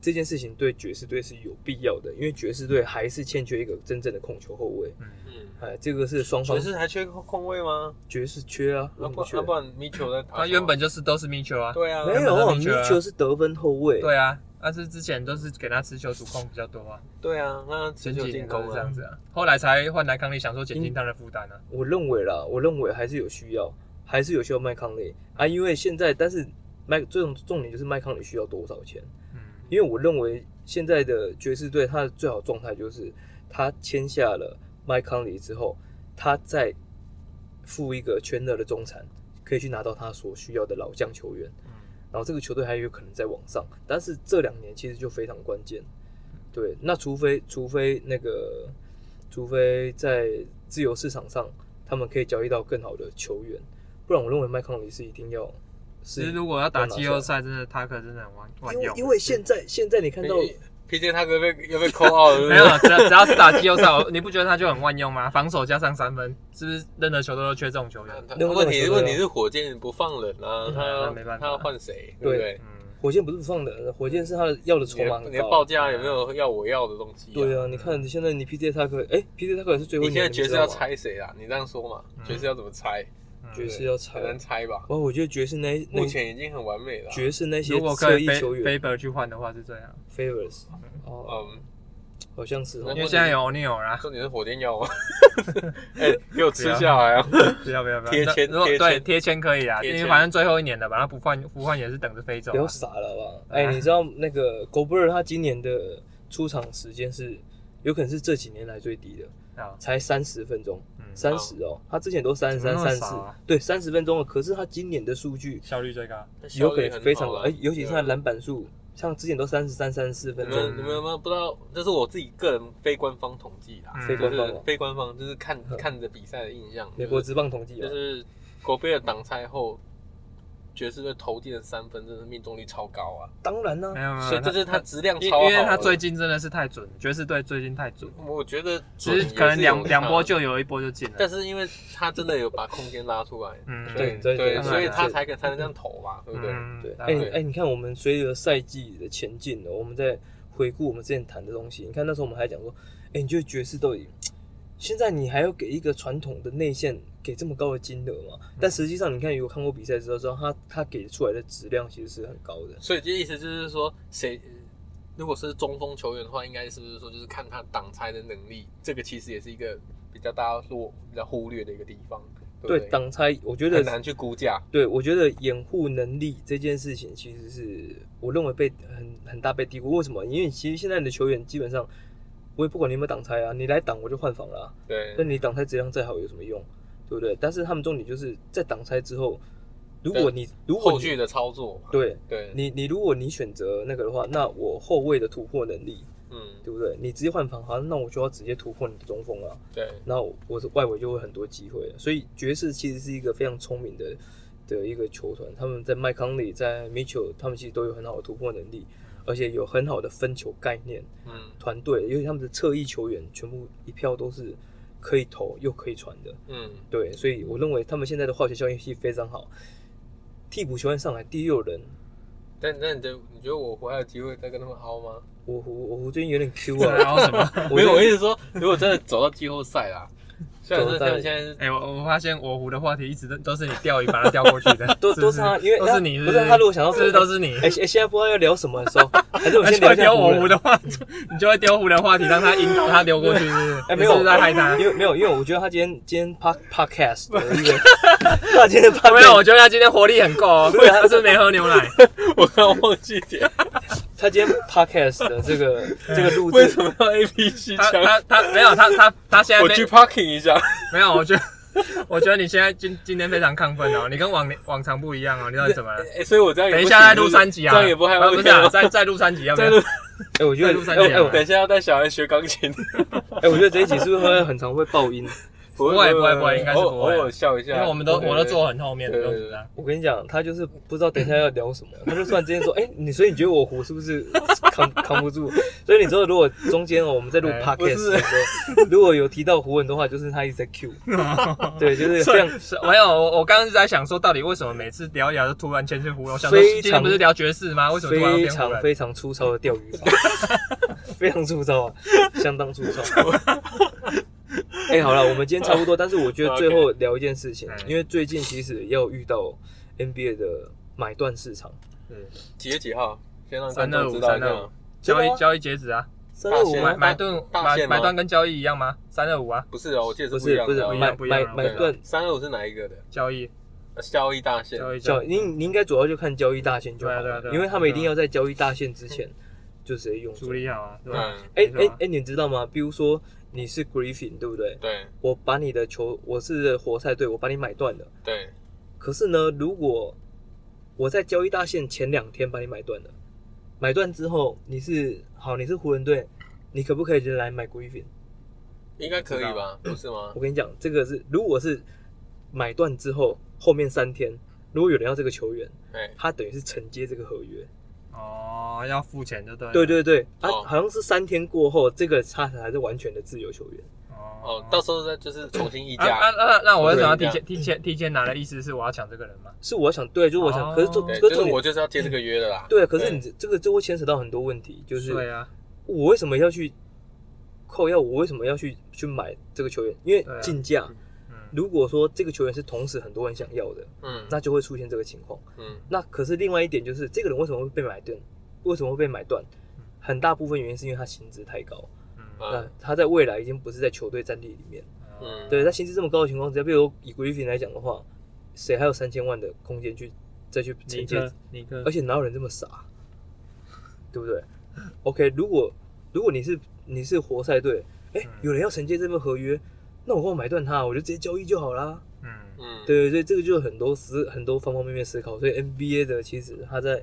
Speaker 2: 这件事情对爵士队是有必要的，因为爵士队还是欠缺一个真正的控球后卫。
Speaker 3: 嗯
Speaker 1: 嗯，
Speaker 2: 哎，这个是双方
Speaker 1: 爵士还缺空空位吗？
Speaker 2: 爵士缺啊，
Speaker 1: 那
Speaker 2: 为什
Speaker 1: 不
Speaker 2: 么缺
Speaker 1: 那？不然米球在打什么，
Speaker 3: 他原本就是都是 Mitchell 啊，
Speaker 1: 对啊，
Speaker 2: 没有，
Speaker 3: 原本
Speaker 2: 米
Speaker 3: 的米
Speaker 2: 球
Speaker 3: 球
Speaker 2: 是得分后卫。
Speaker 3: 对啊，但是之前都是给他持球主控比较多啊，
Speaker 1: 对啊，那持
Speaker 3: 前
Speaker 1: 久
Speaker 3: 几
Speaker 1: 进
Speaker 3: 年都
Speaker 1: 攻
Speaker 3: 是
Speaker 1: 啊
Speaker 3: 这样子啊，后来才换来康利，想说减轻他的负担啊。
Speaker 2: 我认为啦，我认为还是有需要，还是有需要麦康利啊，因为现在但是麦这种重点就是麦康利需要多少钱？
Speaker 3: 嗯，
Speaker 2: 因为我认为现在的爵士队他的最好状态就是他签下了麦康里之后，他再付一个全额的中产，可以去拿到他所需要的老将球员，
Speaker 3: 嗯
Speaker 2: 然后这个球队还有可能在往上，但是这两年其实就非常关键。对，那除非除非那个，除非在自由市场上他们可以交易到更好的球员，不然我认为麦康里是一定要
Speaker 3: 其
Speaker 2: 是
Speaker 3: 实如果要打
Speaker 1: 啊
Speaker 3: 季后赛，真的他可真的很万万
Speaker 2: 因为
Speaker 3: 用。
Speaker 2: 因为现在现在你看到
Speaker 1: PJ 他哥被又被扣号了，
Speaker 3: *laughs* 没有，
Speaker 1: *laughs*
Speaker 3: 啊只要只要是打季后赛，我你不觉得他就很万用吗？防守加上三分，是不是任何球队都缺这种球员？
Speaker 1: 他问题
Speaker 2: 那个
Speaker 1: 问题是火箭不放人啊，
Speaker 3: 嗯
Speaker 1: 他
Speaker 3: 那
Speaker 1: 要
Speaker 3: 没办法
Speaker 1: 他要换谁，对不
Speaker 2: 对
Speaker 1: 对？
Speaker 3: 嗯，
Speaker 2: 火箭不是不放的，火箭是他的要的筹码
Speaker 1: 你的
Speaker 2: 很
Speaker 1: 你的
Speaker 2: 高啊
Speaker 1: 报。价有没有要我要的东西？
Speaker 2: 对啊，你看现在你 PJ 塔克，哎，PJ 塔克是最后一
Speaker 1: 你现
Speaker 2: 年，
Speaker 1: 在
Speaker 2: 你
Speaker 1: 爵
Speaker 2: 知
Speaker 1: 士
Speaker 2: 道
Speaker 1: 要
Speaker 2: 吗
Speaker 1: 拆谁啊？你这样说嘛，
Speaker 3: 嗯
Speaker 1: 爵士要怎么拆？
Speaker 3: 嗯
Speaker 2: 爵士要拆
Speaker 1: 很，难拆吧？
Speaker 2: 哇，我觉得爵士那那
Speaker 1: 目前已经很完美了啊。
Speaker 2: 爵士那些
Speaker 3: 如果
Speaker 2: 侧
Speaker 3: 可以
Speaker 2: 翼
Speaker 3: f
Speaker 2: 球
Speaker 3: a
Speaker 2: 员
Speaker 3: v e r 去换的话是这样，
Speaker 2: Favors 哦，
Speaker 1: 嗯，
Speaker 2: 好像是哦
Speaker 3: 因为现在有
Speaker 1: *laughs*
Speaker 3: O'Neal 啦，
Speaker 1: 重点是火箭要
Speaker 2: *laughs*
Speaker 1: 吗？哎，给我吃下来啊！
Speaker 3: 不要不要不要，
Speaker 1: 贴签
Speaker 3: 那如果
Speaker 1: 贴签
Speaker 3: 对贴签可以啊，
Speaker 1: 贴
Speaker 3: 因
Speaker 1: 签
Speaker 3: 为反正最后一年了吧，他不换不换也是等着飞走
Speaker 2: 不要
Speaker 3: 啊。
Speaker 2: 傻了吧？
Speaker 3: 哎
Speaker 2: 哎，你知道那个 g o b e r 他今年的出场时间是有可能是这几年来最低的，
Speaker 3: 啊，
Speaker 2: 才三十分钟，
Speaker 3: 嗯，
Speaker 2: 三十哦，他之前都三十
Speaker 3: 怎么那
Speaker 2: 三、
Speaker 3: 么
Speaker 2: 三
Speaker 3: 少
Speaker 2: 四
Speaker 3: 啊，
Speaker 2: 对，三十分钟了。可是他今年的数据
Speaker 3: 效率啊最高。
Speaker 2: 有可能非常
Speaker 1: 高
Speaker 2: 高，哎、尤其是他的篮板数，像之前都三十三、三十四分
Speaker 1: 你
Speaker 2: 钟，
Speaker 1: 啊
Speaker 3: 嗯
Speaker 1: 们你们有没有不知道？这是我自己个人非官方统计啦，
Speaker 3: 嗯
Speaker 2: 非
Speaker 1: 就
Speaker 2: 官方
Speaker 1: 是
Speaker 2: 哦，
Speaker 1: 非官方，就是看
Speaker 2: 嗯
Speaker 1: 看着比赛的印象。
Speaker 2: 美国嗯职棒统计啊
Speaker 1: 就
Speaker 2: 嘛，
Speaker 1: 是国贝尔挡拆后，爵士队投进的三分真的是命中率超高啊，
Speaker 2: 当然啦、
Speaker 3: 没有没有，
Speaker 1: 所以这是他质量
Speaker 3: 因
Speaker 1: 超好。
Speaker 3: 嗯
Speaker 1: 啊
Speaker 3: 因为他最，近真的是太准了，爵士队最近太准了，
Speaker 1: 我觉得
Speaker 3: 其
Speaker 1: 准
Speaker 3: 实可能两
Speaker 1: 也是有差
Speaker 3: 两波，就有一波就进了。
Speaker 1: 但是因为他真的有把空间拉出来，
Speaker 3: 嗯
Speaker 1: 所以对，
Speaker 2: 对
Speaker 3: 对
Speaker 1: 所以他
Speaker 2: 对
Speaker 1: 才可才能这样投嘛，对不对？
Speaker 3: 嗯
Speaker 2: 对，哎、
Speaker 3: 然后
Speaker 2: 你哎、你看我们随着赛季的前进呢，我们在回顾我们之前谈的东西，你看那时候我们还讲说，哎、你觉得爵士到底，现在你还要给一个传统的内线给这么高的金额吗？但实际上，你看有看过比赛之后，知道他他给出来的质量其实是很高的，
Speaker 1: 所以这意思就是说，谁如果是中锋球员的话，应该是不是说就是看他挡拆的能力？这个其实也是一个比较大家落比较忽略的一个地方，对
Speaker 2: 对
Speaker 1: 不对？
Speaker 2: 挡拆，我觉得
Speaker 1: 很难去估价，
Speaker 2: 对，我觉得掩护能力这件事情，其实是我认为被很很大被低估。为什么？因为其实现在的球员基本上，我也不管你有没有挡拆啊，你来挡我就换防了、啊。
Speaker 1: 对
Speaker 2: 那。你挡拆质量再好有什么用？对不对？但是他们重点就是在挡拆之后，如果你如果
Speaker 1: 后
Speaker 2: 你
Speaker 1: 续的操作嘛，
Speaker 2: 对
Speaker 1: 对，
Speaker 2: 你你如果你选择那个的话，那我后卫的突破能力，
Speaker 1: 嗯，
Speaker 2: 对不对？你直接换防，好，那我就要直接突破你的中锋了、
Speaker 1: 对，
Speaker 2: 那我是外围就会很多机会了。所以爵士其实是一个非常聪明的的一个球团，他们在麦康利、在米球，他们其实都有很好的突破能力，而且有很好的分球概念。
Speaker 1: 嗯
Speaker 2: 团队，尤其他们的侧翼球员，全部一票都是可以投又可以传的。
Speaker 1: 嗯，
Speaker 2: 对，所以我认为他们现在的化学效应是非常好。替补球员上来第六人，
Speaker 1: 但但你觉得你觉得我回来有机会再跟他们凹吗？
Speaker 2: 我胡我胡最近有点 Q
Speaker 3: 然
Speaker 2: 啊，
Speaker 3: 后什么？
Speaker 1: 没有，我意思说，如果真的走到季后赛
Speaker 2: *laughs*
Speaker 1: 啦，虽然说他们现在是
Speaker 3: 哎、我我发现我胡的话题一直都都是你钓鱼把它钓过去的，
Speaker 2: *laughs* 都
Speaker 3: 是不是
Speaker 2: 都是他因为
Speaker 3: 都是你是
Speaker 2: 不是他如果想要
Speaker 3: 是不是都是你？
Speaker 2: 哎、现现在不知道要聊什么的时候，还是我
Speaker 3: 而
Speaker 2: 们
Speaker 3: 且
Speaker 2: 先聊
Speaker 3: 会
Speaker 2: 一下
Speaker 3: 丢
Speaker 2: 湖
Speaker 3: 我
Speaker 2: 人
Speaker 3: 胡。的话，你就会丢胡的话题，让他引导他丢过去，是不是？你
Speaker 2: 哎没有
Speaker 3: 是不是在害他。
Speaker 2: 因为没有，因为我觉得他今天今天 pod podcast 的一
Speaker 3: *laughs*
Speaker 2: 个，他啊今天 p o
Speaker 3: 没有，我觉得他今天活力很够哦，他是不是没喝牛
Speaker 2: *laughs*
Speaker 3: 奶。
Speaker 1: *laughs* 我刚忘记点，
Speaker 2: 他今天 podcast 的这个这个录
Speaker 1: 为
Speaker 2: 制
Speaker 1: 什，么要 A P C
Speaker 3: 他
Speaker 1: 枪？
Speaker 3: 他他没有，他他他现在
Speaker 1: 我去
Speaker 3: 非
Speaker 1: parking 一
Speaker 3: *laughs*
Speaker 1: 下，
Speaker 3: 没有，我觉得。我觉得你现在今今天非常亢奋哦，你跟往年往常不一样哦，你到底怎么了？
Speaker 1: 哎，所以我这样也
Speaker 3: 等
Speaker 1: 不
Speaker 3: 一
Speaker 1: 行
Speaker 3: 下再录三集啊，
Speaker 1: 这样也不害怕，
Speaker 3: 不是啊，再再录三集要不
Speaker 1: 再
Speaker 3: 要
Speaker 1: 录？，
Speaker 2: 哎、我觉得
Speaker 3: 在录三啊
Speaker 2: 哎、
Speaker 3: 角
Speaker 2: 我哎
Speaker 1: *laughs*
Speaker 2: 我
Speaker 1: 等一下要带小孩学钢琴，
Speaker 2: 哎我觉得这一集是不是会很常会爆音？
Speaker 1: 不
Speaker 3: 会 *laughs* 不会不会应该是不
Speaker 1: 偶
Speaker 3: 会
Speaker 1: 尔笑一下，
Speaker 3: 因为我们都
Speaker 1: 对
Speaker 3: 我都坐很后面，不
Speaker 1: 对对
Speaker 3: 用
Speaker 1: 对
Speaker 3: 紧张。
Speaker 2: 我跟你讲，他就是不知道等一下要聊什么，他就突然之间说，哎、你所以你觉得我胡是
Speaker 3: *laughs*
Speaker 2: 不是扛扛不住？所以你知道，如果中间哦我们在录
Speaker 3: 哎
Speaker 2: podcast 的时候，如果有提到胡文的话，就是他一直在 Q，对，
Speaker 3: *laughs*
Speaker 2: 就是非常
Speaker 3: 是没有，我我刚刚是在想说，到底为什么每次聊一聊就突然前去胡龙？想说
Speaker 2: 非常
Speaker 3: 今天不是聊爵士吗？为什么突然要
Speaker 2: 非
Speaker 3: 变湖
Speaker 2: 常
Speaker 3: 人？
Speaker 2: 非常粗糙的钓鱼法， *laughs* 非常粗糙啊，相当粗
Speaker 3: *laughs*
Speaker 2: 糙。哎、好了，我们今天差不多，但是我觉得最后聊一件事情
Speaker 3: Okay
Speaker 2: 因为最近其实要遇到 NBA 的买断市场，
Speaker 1: 几月几号？先让观
Speaker 3: 三二
Speaker 1: 众
Speaker 3: 五
Speaker 1: 知道一
Speaker 3: 三
Speaker 1: 下
Speaker 3: 二五，交
Speaker 2: 真的
Speaker 3: 易
Speaker 2: 吗
Speaker 3: 交易截止啊，
Speaker 2: 三二五
Speaker 1: 大
Speaker 3: 买
Speaker 1: 仙
Speaker 2: 吗？
Speaker 3: 买断
Speaker 1: 大
Speaker 3: 买
Speaker 1: 线吗
Speaker 3: 买断跟交易一样吗？三二五啊，
Speaker 1: 不是哦，我记得
Speaker 2: 不
Speaker 1: 不一
Speaker 2: 是
Speaker 1: 样
Speaker 2: 不是
Speaker 1: 的哦，
Speaker 3: 一
Speaker 2: 买
Speaker 3: 样不一样
Speaker 2: 买
Speaker 3: 不一
Speaker 2: 买
Speaker 3: 样
Speaker 2: 断
Speaker 1: 三二五是哪一个的？
Speaker 3: 交易
Speaker 1: 交易大线，
Speaker 3: 交易交
Speaker 2: 交
Speaker 3: 易，
Speaker 2: 你你应该主要就看交易大线就好
Speaker 3: 对啊对啊
Speaker 2: 了
Speaker 3: 对，啊 *laughs*
Speaker 2: 因为他们一定要在交易大线之前就直接用走
Speaker 3: 处。理好啊，对吧？
Speaker 1: 嗯，
Speaker 2: 哎
Speaker 3: 没错
Speaker 2: 哎
Speaker 3: 啊
Speaker 2: 哎，你知道吗？比如说你是 Griffin 对不对？
Speaker 1: 对
Speaker 2: 我把你的球，我是活塞队，我把你买断了。
Speaker 1: 对，
Speaker 2: 可是呢，如果我在交易大限前两天把你买断了，买断之后你是好，你是湖人队，你可不可以人来买 Griffin？
Speaker 1: 应该可以吧？不是吗
Speaker 2: 我？跟你讲，这个是如果是买断之后后面三天，如果有人要这个球员，
Speaker 1: 哎，
Speaker 2: 他等于是承接这个合约。
Speaker 3: 哦，要付钱就对了。
Speaker 2: 对对对，啊，
Speaker 1: 哦
Speaker 2: 好像是三天过后，这个他才是完全的自由球员。
Speaker 1: 哦
Speaker 3: 哦，，
Speaker 1: 到时候再就是重新议
Speaker 3: 啊啊
Speaker 1: 价。
Speaker 3: 啊！那我为什么要提
Speaker 1: 对
Speaker 3: 前提前提前拿的意思是我要抢这个人吗？
Speaker 2: 是我想对，就是我想，
Speaker 3: 哦
Speaker 2: 可是重，
Speaker 1: 对，
Speaker 2: 可
Speaker 1: 就是是
Speaker 2: 重
Speaker 1: 我
Speaker 2: 点，
Speaker 1: 就是要接这个约的啦。
Speaker 2: 对，可是你这这个就会牵扯到很多问题，就是
Speaker 3: 对啊，
Speaker 2: 我为什么要去扣要我为什么要去去买这个球员？因为
Speaker 3: 对啊
Speaker 2: 竞价，
Speaker 3: 嗯，
Speaker 2: 如果说这个球员是同时很多人想要的，
Speaker 1: 嗯
Speaker 2: 那就会出现这个情况。
Speaker 1: 嗯
Speaker 2: 那可是另外一点就是，这个人为什么会被买断？为什么会被买断
Speaker 3: 嗯？
Speaker 2: 很大部分原因是因为他薪资太高，
Speaker 3: 嗯
Speaker 1: 嗯
Speaker 2: 那他在未来已经不是在球队战力里面。
Speaker 1: 嗯，
Speaker 2: 对，在薪资这么高的情况之下，比如以 Griffin 来讲的话，谁还有三千万的空间去再去
Speaker 3: 尼
Speaker 2: 承接
Speaker 3: 克？尼克
Speaker 2: 而，且哪有人这么傻，对不对？OK，如果如果你是你是活塞队，哎、
Speaker 3: 嗯
Speaker 2: 有人要承接这份合约，那我干嘛买断他？我就直接交易就好啦。
Speaker 3: 嗯
Speaker 1: 嗯，
Speaker 2: 对对对，这个就很多思很多方方面面思考，所以 NBA 的其实他在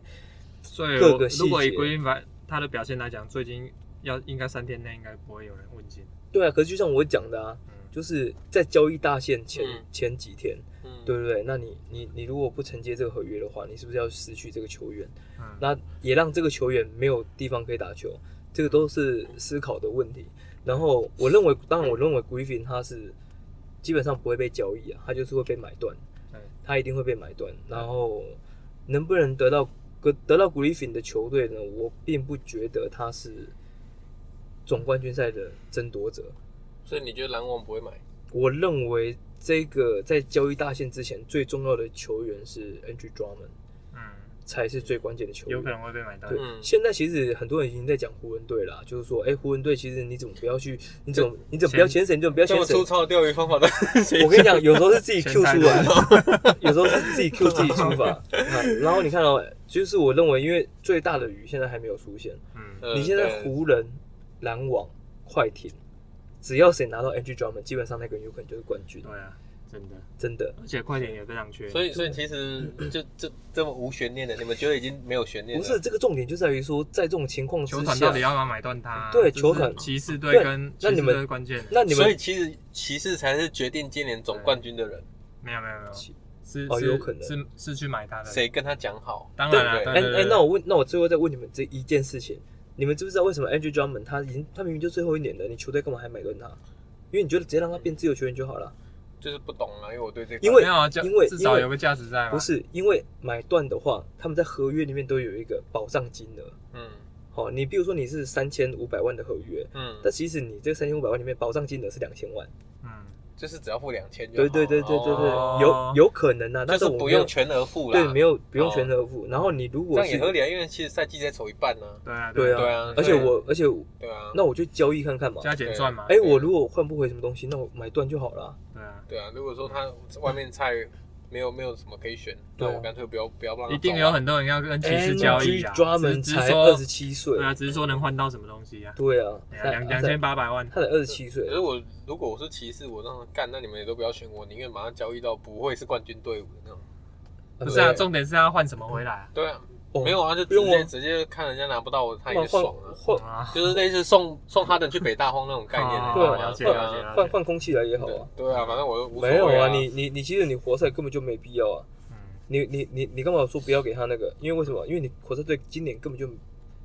Speaker 3: 所以
Speaker 2: 各
Speaker 3: 我
Speaker 2: 个细节
Speaker 3: 如果以 Green 白他的表现来讲，最近要应该三天内应该不会有人问津。
Speaker 2: 对啊，可是就像我讲的啊，
Speaker 3: 嗯，
Speaker 2: 就是在交易大限前、
Speaker 1: 嗯
Speaker 2: 前几天，
Speaker 1: 嗯
Speaker 2: 对不对？那你你你如果不承接这个合约的话，你是不是要失去这个球员？
Speaker 3: 嗯
Speaker 2: 那也让这个球员没有地方可以打球，这个都是思考的问题。然后我认为，当然我认为 Griffin 他是基本上不会被交易啊，他就是会被买断
Speaker 3: 对，
Speaker 2: 他一定会被买断。然后能不能得到得得到 Griffin 的球队呢？我并不觉得他是总冠军赛的争夺者。
Speaker 1: 所以你觉得篮网不会买？
Speaker 2: 我认为这个在交易大限之前最重要的球员是 Andrew Drummond，
Speaker 3: 嗯，
Speaker 2: 才是最关键的球员
Speaker 3: 有可。能会被买到。
Speaker 2: 对，
Speaker 1: 嗯
Speaker 2: 现在其实很多人已经在讲湖人队啦，就是说，哎、湖人队其实你怎么不要去，你怎么你怎么不要牵绳，你怎么不要
Speaker 1: 这
Speaker 2: 牵
Speaker 1: 么
Speaker 2: 绳
Speaker 1: 粗？糙的钓鱼方法
Speaker 2: *laughs*
Speaker 1: 的
Speaker 2: 我跟你讲，有时候是自己 Q 出
Speaker 3: 前
Speaker 2: 来
Speaker 3: 台
Speaker 2: 的，有时候是自己 Q 自己出法。啊然后你看哦，就是我认为，因为最大的鱼现在还没有出现，
Speaker 3: 嗯，
Speaker 1: 呃
Speaker 2: 你现在
Speaker 1: 对
Speaker 2: 湖人、篮网、快艇，只要谁拿到 NG Drummond，基本上那个人有可能就是冠军，
Speaker 3: 对啊，真的，
Speaker 2: 真的。
Speaker 3: 而且快点也非常缺。
Speaker 1: 所以，所以其实就这这么无悬念的，你们觉得已经没有悬念
Speaker 2: 不
Speaker 1: 了？
Speaker 2: 是，这个重点就在于说，在这种情况之
Speaker 3: 球团
Speaker 2: 下
Speaker 3: 到底，要不要买断他？
Speaker 2: 对
Speaker 3: 这是
Speaker 2: 球团
Speaker 3: 骑士队
Speaker 2: 对
Speaker 3: 跟
Speaker 2: 那
Speaker 3: 骑士
Speaker 2: 你们
Speaker 3: 队关键。
Speaker 2: 那你
Speaker 1: 所以
Speaker 2: 们
Speaker 1: 其实骑士才是决定今年总冠军的人，
Speaker 3: 没有没有没有，
Speaker 2: 骑
Speaker 3: 是
Speaker 2: 哦
Speaker 3: 是
Speaker 2: 有可能
Speaker 3: 是是去买他的。
Speaker 1: 谁跟他讲好？
Speaker 3: 当
Speaker 1: 对
Speaker 3: 然
Speaker 1: 不对
Speaker 3: 了，
Speaker 2: 哎
Speaker 3: 对
Speaker 2: 哎，那我问，那我最后再问你们这一件事情，你们知不知道为什么 Andrew Drummond 他已经他明明就最后一年了，你球队干嘛还买断他？因为你觉得直接让他变自由球员就好了，
Speaker 1: 就是不懂啊，因为我对这个
Speaker 2: 因为
Speaker 3: 没有啊，就
Speaker 2: 因为
Speaker 3: 至少
Speaker 2: 因为
Speaker 3: 有个价值
Speaker 1: 啊
Speaker 3: 在嘛。
Speaker 2: 不是因为买断的话，他们在合约里面都有一个保障金额。
Speaker 1: 嗯
Speaker 2: 好、你比如说你是三千五百万的合约，
Speaker 1: 嗯，
Speaker 2: 但其实你这三千五百万里面保障金额是两千万。
Speaker 3: 嗯，
Speaker 1: 就是只要付两千就好
Speaker 2: 对
Speaker 1: 了
Speaker 2: 对对对对对，
Speaker 1: 哦
Speaker 3: 哦
Speaker 2: 有有可能啊，但
Speaker 1: 就是
Speaker 2: 我
Speaker 1: 不
Speaker 2: 没有
Speaker 1: 用全额付啦，
Speaker 2: 对，没有不用
Speaker 1: 哦
Speaker 2: 全额付。然后你如
Speaker 1: 这
Speaker 2: 果
Speaker 1: 样也
Speaker 2: 是
Speaker 1: 合理啊，因为其实赛季才走一半呢，
Speaker 3: 对啊
Speaker 2: 对啊
Speaker 1: 对啊
Speaker 2: 而且我而且我
Speaker 1: 对啊，
Speaker 2: 那我就交易看看嘛。
Speaker 3: 加减赚嘛。
Speaker 2: 哎，我如果换不回什么东西，那我买断就好了啊。
Speaker 3: 对啊，
Speaker 1: 对啊，如果说他外面菜没有没有什么可以选，那
Speaker 2: 对啊
Speaker 1: 我干脆不要不要让他
Speaker 3: 一定
Speaker 1: 走啊
Speaker 3: 有很多人要跟骑士交易啊，
Speaker 2: 哎专门
Speaker 3: 只是只
Speaker 2: 才
Speaker 3: 是
Speaker 2: 二
Speaker 3: 说
Speaker 2: 十七岁
Speaker 3: 对，啊，只是说能换到什么东西啊？
Speaker 2: 对啊，
Speaker 3: 对啊
Speaker 2: 他
Speaker 3: 两两千，八百万
Speaker 2: 他才二十七岁
Speaker 1: 可，是我如果我是骑士，我让他干，那你们也都不要选我，宁愿把他交易到不会是冠军队伍的那种。
Speaker 2: 不
Speaker 3: 不是啊，重点是要换什么回来啊？
Speaker 1: 对啊，
Speaker 2: 哦
Speaker 1: 没有啊，就
Speaker 2: 不
Speaker 1: 直
Speaker 2: 用
Speaker 1: 接
Speaker 2: 啊
Speaker 1: 直接看人家拿不到我，他也
Speaker 2: 换换
Speaker 1: 爽啊，
Speaker 2: 换
Speaker 3: 啊，
Speaker 1: 就是类似送送哈登去北大荒那种概念
Speaker 3: 啊
Speaker 1: 啊。
Speaker 2: 对啊
Speaker 3: 了解
Speaker 1: 对
Speaker 3: 了
Speaker 1: 啊
Speaker 3: 解了
Speaker 2: 换
Speaker 3: 解。
Speaker 2: 换空气来也好啊。
Speaker 1: 对啊，反正我又无所
Speaker 2: 没有
Speaker 1: 谓
Speaker 2: 啊，你你你其实你活塞根本就没必要啊。
Speaker 3: 嗯，
Speaker 2: 你你你你干嘛说不要给他那个？因为为什么？因为你活塞队今年根本就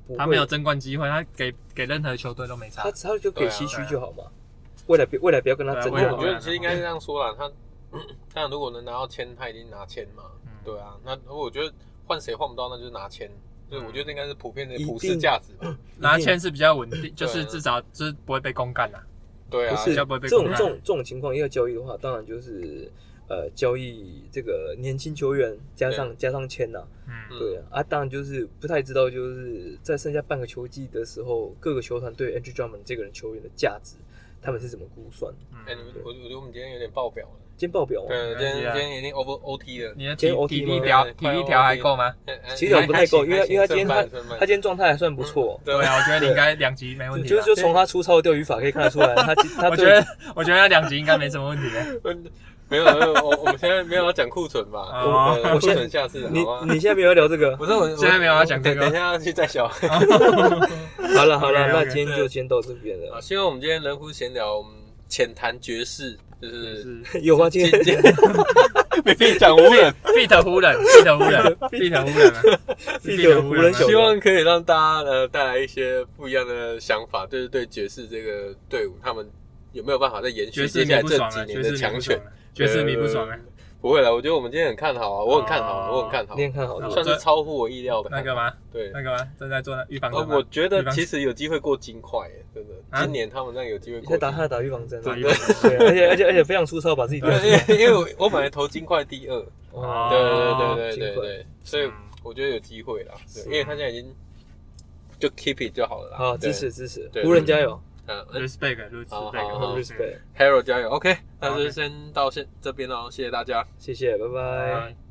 Speaker 2: 不会
Speaker 3: 他没有争冠机会，他给给任何球队都没差
Speaker 2: 他。他就可
Speaker 1: 对
Speaker 2: 以
Speaker 1: 啊
Speaker 2: 西区
Speaker 3: 对啊
Speaker 2: 就好嘛。未来别未来不要跟他
Speaker 3: 对啊
Speaker 2: 争
Speaker 1: 我
Speaker 3: 未来
Speaker 2: 就
Speaker 1: 我
Speaker 2: 好
Speaker 1: 觉
Speaker 2: 了。
Speaker 1: 得其实应该是这样说啦，他 *clears throat* 他如果能拿到签，他一定拿签嘛。
Speaker 3: 嗯
Speaker 1: 对啊，那我觉得换谁换不到，那就是拿签。对，我觉得应该是普遍的
Speaker 2: 一定
Speaker 1: 普世价值
Speaker 2: *clears throat*
Speaker 1: 吧。
Speaker 3: 拿签是比较稳定，就是
Speaker 1: 对啊
Speaker 3: 至少就是不会被公干啦。
Speaker 1: 对
Speaker 2: 不
Speaker 1: 啊，
Speaker 2: 是
Speaker 3: 要不会被
Speaker 2: 这种
Speaker 3: 公开
Speaker 2: 这种这种情况要交易的话，当然就是呃交易这个年轻球员加上加上签呐、
Speaker 3: 嗯，
Speaker 2: 对啊，啊，当然就是不太知道，就是在剩下半个球季的时候，各个球团对 Andrew Drummond 这个人球员的价值，他们是怎么估算。
Speaker 1: 哎、你
Speaker 3: 嗯，
Speaker 1: 们我我觉得我们今天有点爆表了，
Speaker 2: 今天报表啊，
Speaker 1: 对，今天
Speaker 3: 没关系啊
Speaker 1: 今天已经 over OT 了。
Speaker 3: 你的体
Speaker 2: 今天 OT
Speaker 3: 体
Speaker 2: 吗
Speaker 3: 力条
Speaker 1: 对
Speaker 3: 体力条还够吗？
Speaker 1: 哎
Speaker 2: 其实我不太够，因为因为他今天他他今
Speaker 1: 天
Speaker 2: 天状态还算不错。
Speaker 1: 对 *laughs*
Speaker 3: 对啊，我觉得你应该两集没问题
Speaker 2: 就
Speaker 3: 啊。
Speaker 2: 是就从他粗糙的钓鱼法可以看得出
Speaker 3: *laughs*
Speaker 2: 来，他他
Speaker 3: 我觉
Speaker 2: 对
Speaker 3: 得我觉得那两集应该没什么问题啊的。
Speaker 1: 没有没有，我我们现在没有要讲库存吧？
Speaker 3: 哦
Speaker 1: 对库
Speaker 2: 我现
Speaker 1: 存下次
Speaker 2: 你
Speaker 1: 好吗？
Speaker 2: 你现在没有要聊
Speaker 3: *laughs*
Speaker 2: 这个，
Speaker 1: 啊不是我
Speaker 3: 现在没有要讲这
Speaker 1: 等
Speaker 3: 个
Speaker 1: 等一下要去再 *laughs* 小。
Speaker 2: 好了好了，
Speaker 3: OK，OK，
Speaker 2: 那今天就先到这边
Speaker 1: 啊，
Speaker 2: 了。
Speaker 1: 希望我们今天人夫闲聊，我们浅谈爵士，就是
Speaker 3: 是
Speaker 2: 有吗？今天
Speaker 1: 今天 *laughs* 没被讲无人，
Speaker 3: ，fit 湖人，fit 湖人，fit 湖人啊
Speaker 2: Fit 湖人
Speaker 3: 吗
Speaker 2: 小
Speaker 1: 希望可以让大家呃带来一些不一样的想法，就是对爵士这个队伍他们有没有办法再延续
Speaker 3: 爵
Speaker 1: 接
Speaker 3: 士迷
Speaker 1: 下来
Speaker 3: 不
Speaker 1: 这
Speaker 3: 爽
Speaker 2: 啊
Speaker 1: 几
Speaker 3: 了，
Speaker 1: 年的
Speaker 3: 爵士迷
Speaker 1: 强
Speaker 3: 不
Speaker 1: 权
Speaker 3: 爽。了，爵士迷不爽了。
Speaker 1: 不会啦，我觉得我们今天很看好啊，我很看好啊，
Speaker 3: 哦
Speaker 1: 我很看好
Speaker 2: 你，很看好是吧
Speaker 1: 算是超乎我意料的。
Speaker 3: 那个吗？
Speaker 1: 对，
Speaker 3: 那个吗？正在做那预防
Speaker 1: 呃
Speaker 3: 针吗
Speaker 1: 我觉得
Speaker 3: 比方
Speaker 1: 其实有机会过金块耶，真的，
Speaker 3: 啊
Speaker 1: 今年他们那个有机会
Speaker 2: 你在
Speaker 1: 过
Speaker 2: 打
Speaker 1: 金块。
Speaker 2: 他的打预防针啊，
Speaker 3: 打预防针
Speaker 2: 对，而且而且而且非常粗糙，把自己
Speaker 1: 对，因为因为我我本来投金块第二，
Speaker 2: 哦
Speaker 1: 对
Speaker 3: 哦
Speaker 1: 对对对对
Speaker 2: 金块
Speaker 1: 对，所以我觉得有机会啦，对，因为他现在已经就 keep it 就好了啦。
Speaker 2: 好
Speaker 1: 对
Speaker 2: 支持，支持
Speaker 1: 对，
Speaker 2: 湖人加油
Speaker 1: 嗯嗯
Speaker 3: respect，如此
Speaker 1: 好好
Speaker 3: respect，
Speaker 1: 好
Speaker 3: 嗯
Speaker 2: ，respect，
Speaker 1: ，Harold 加油，OK，那就
Speaker 3: OK
Speaker 1: 先到现这边喽，谢谢大家。
Speaker 2: 谢谢，拜拜。
Speaker 3: 拜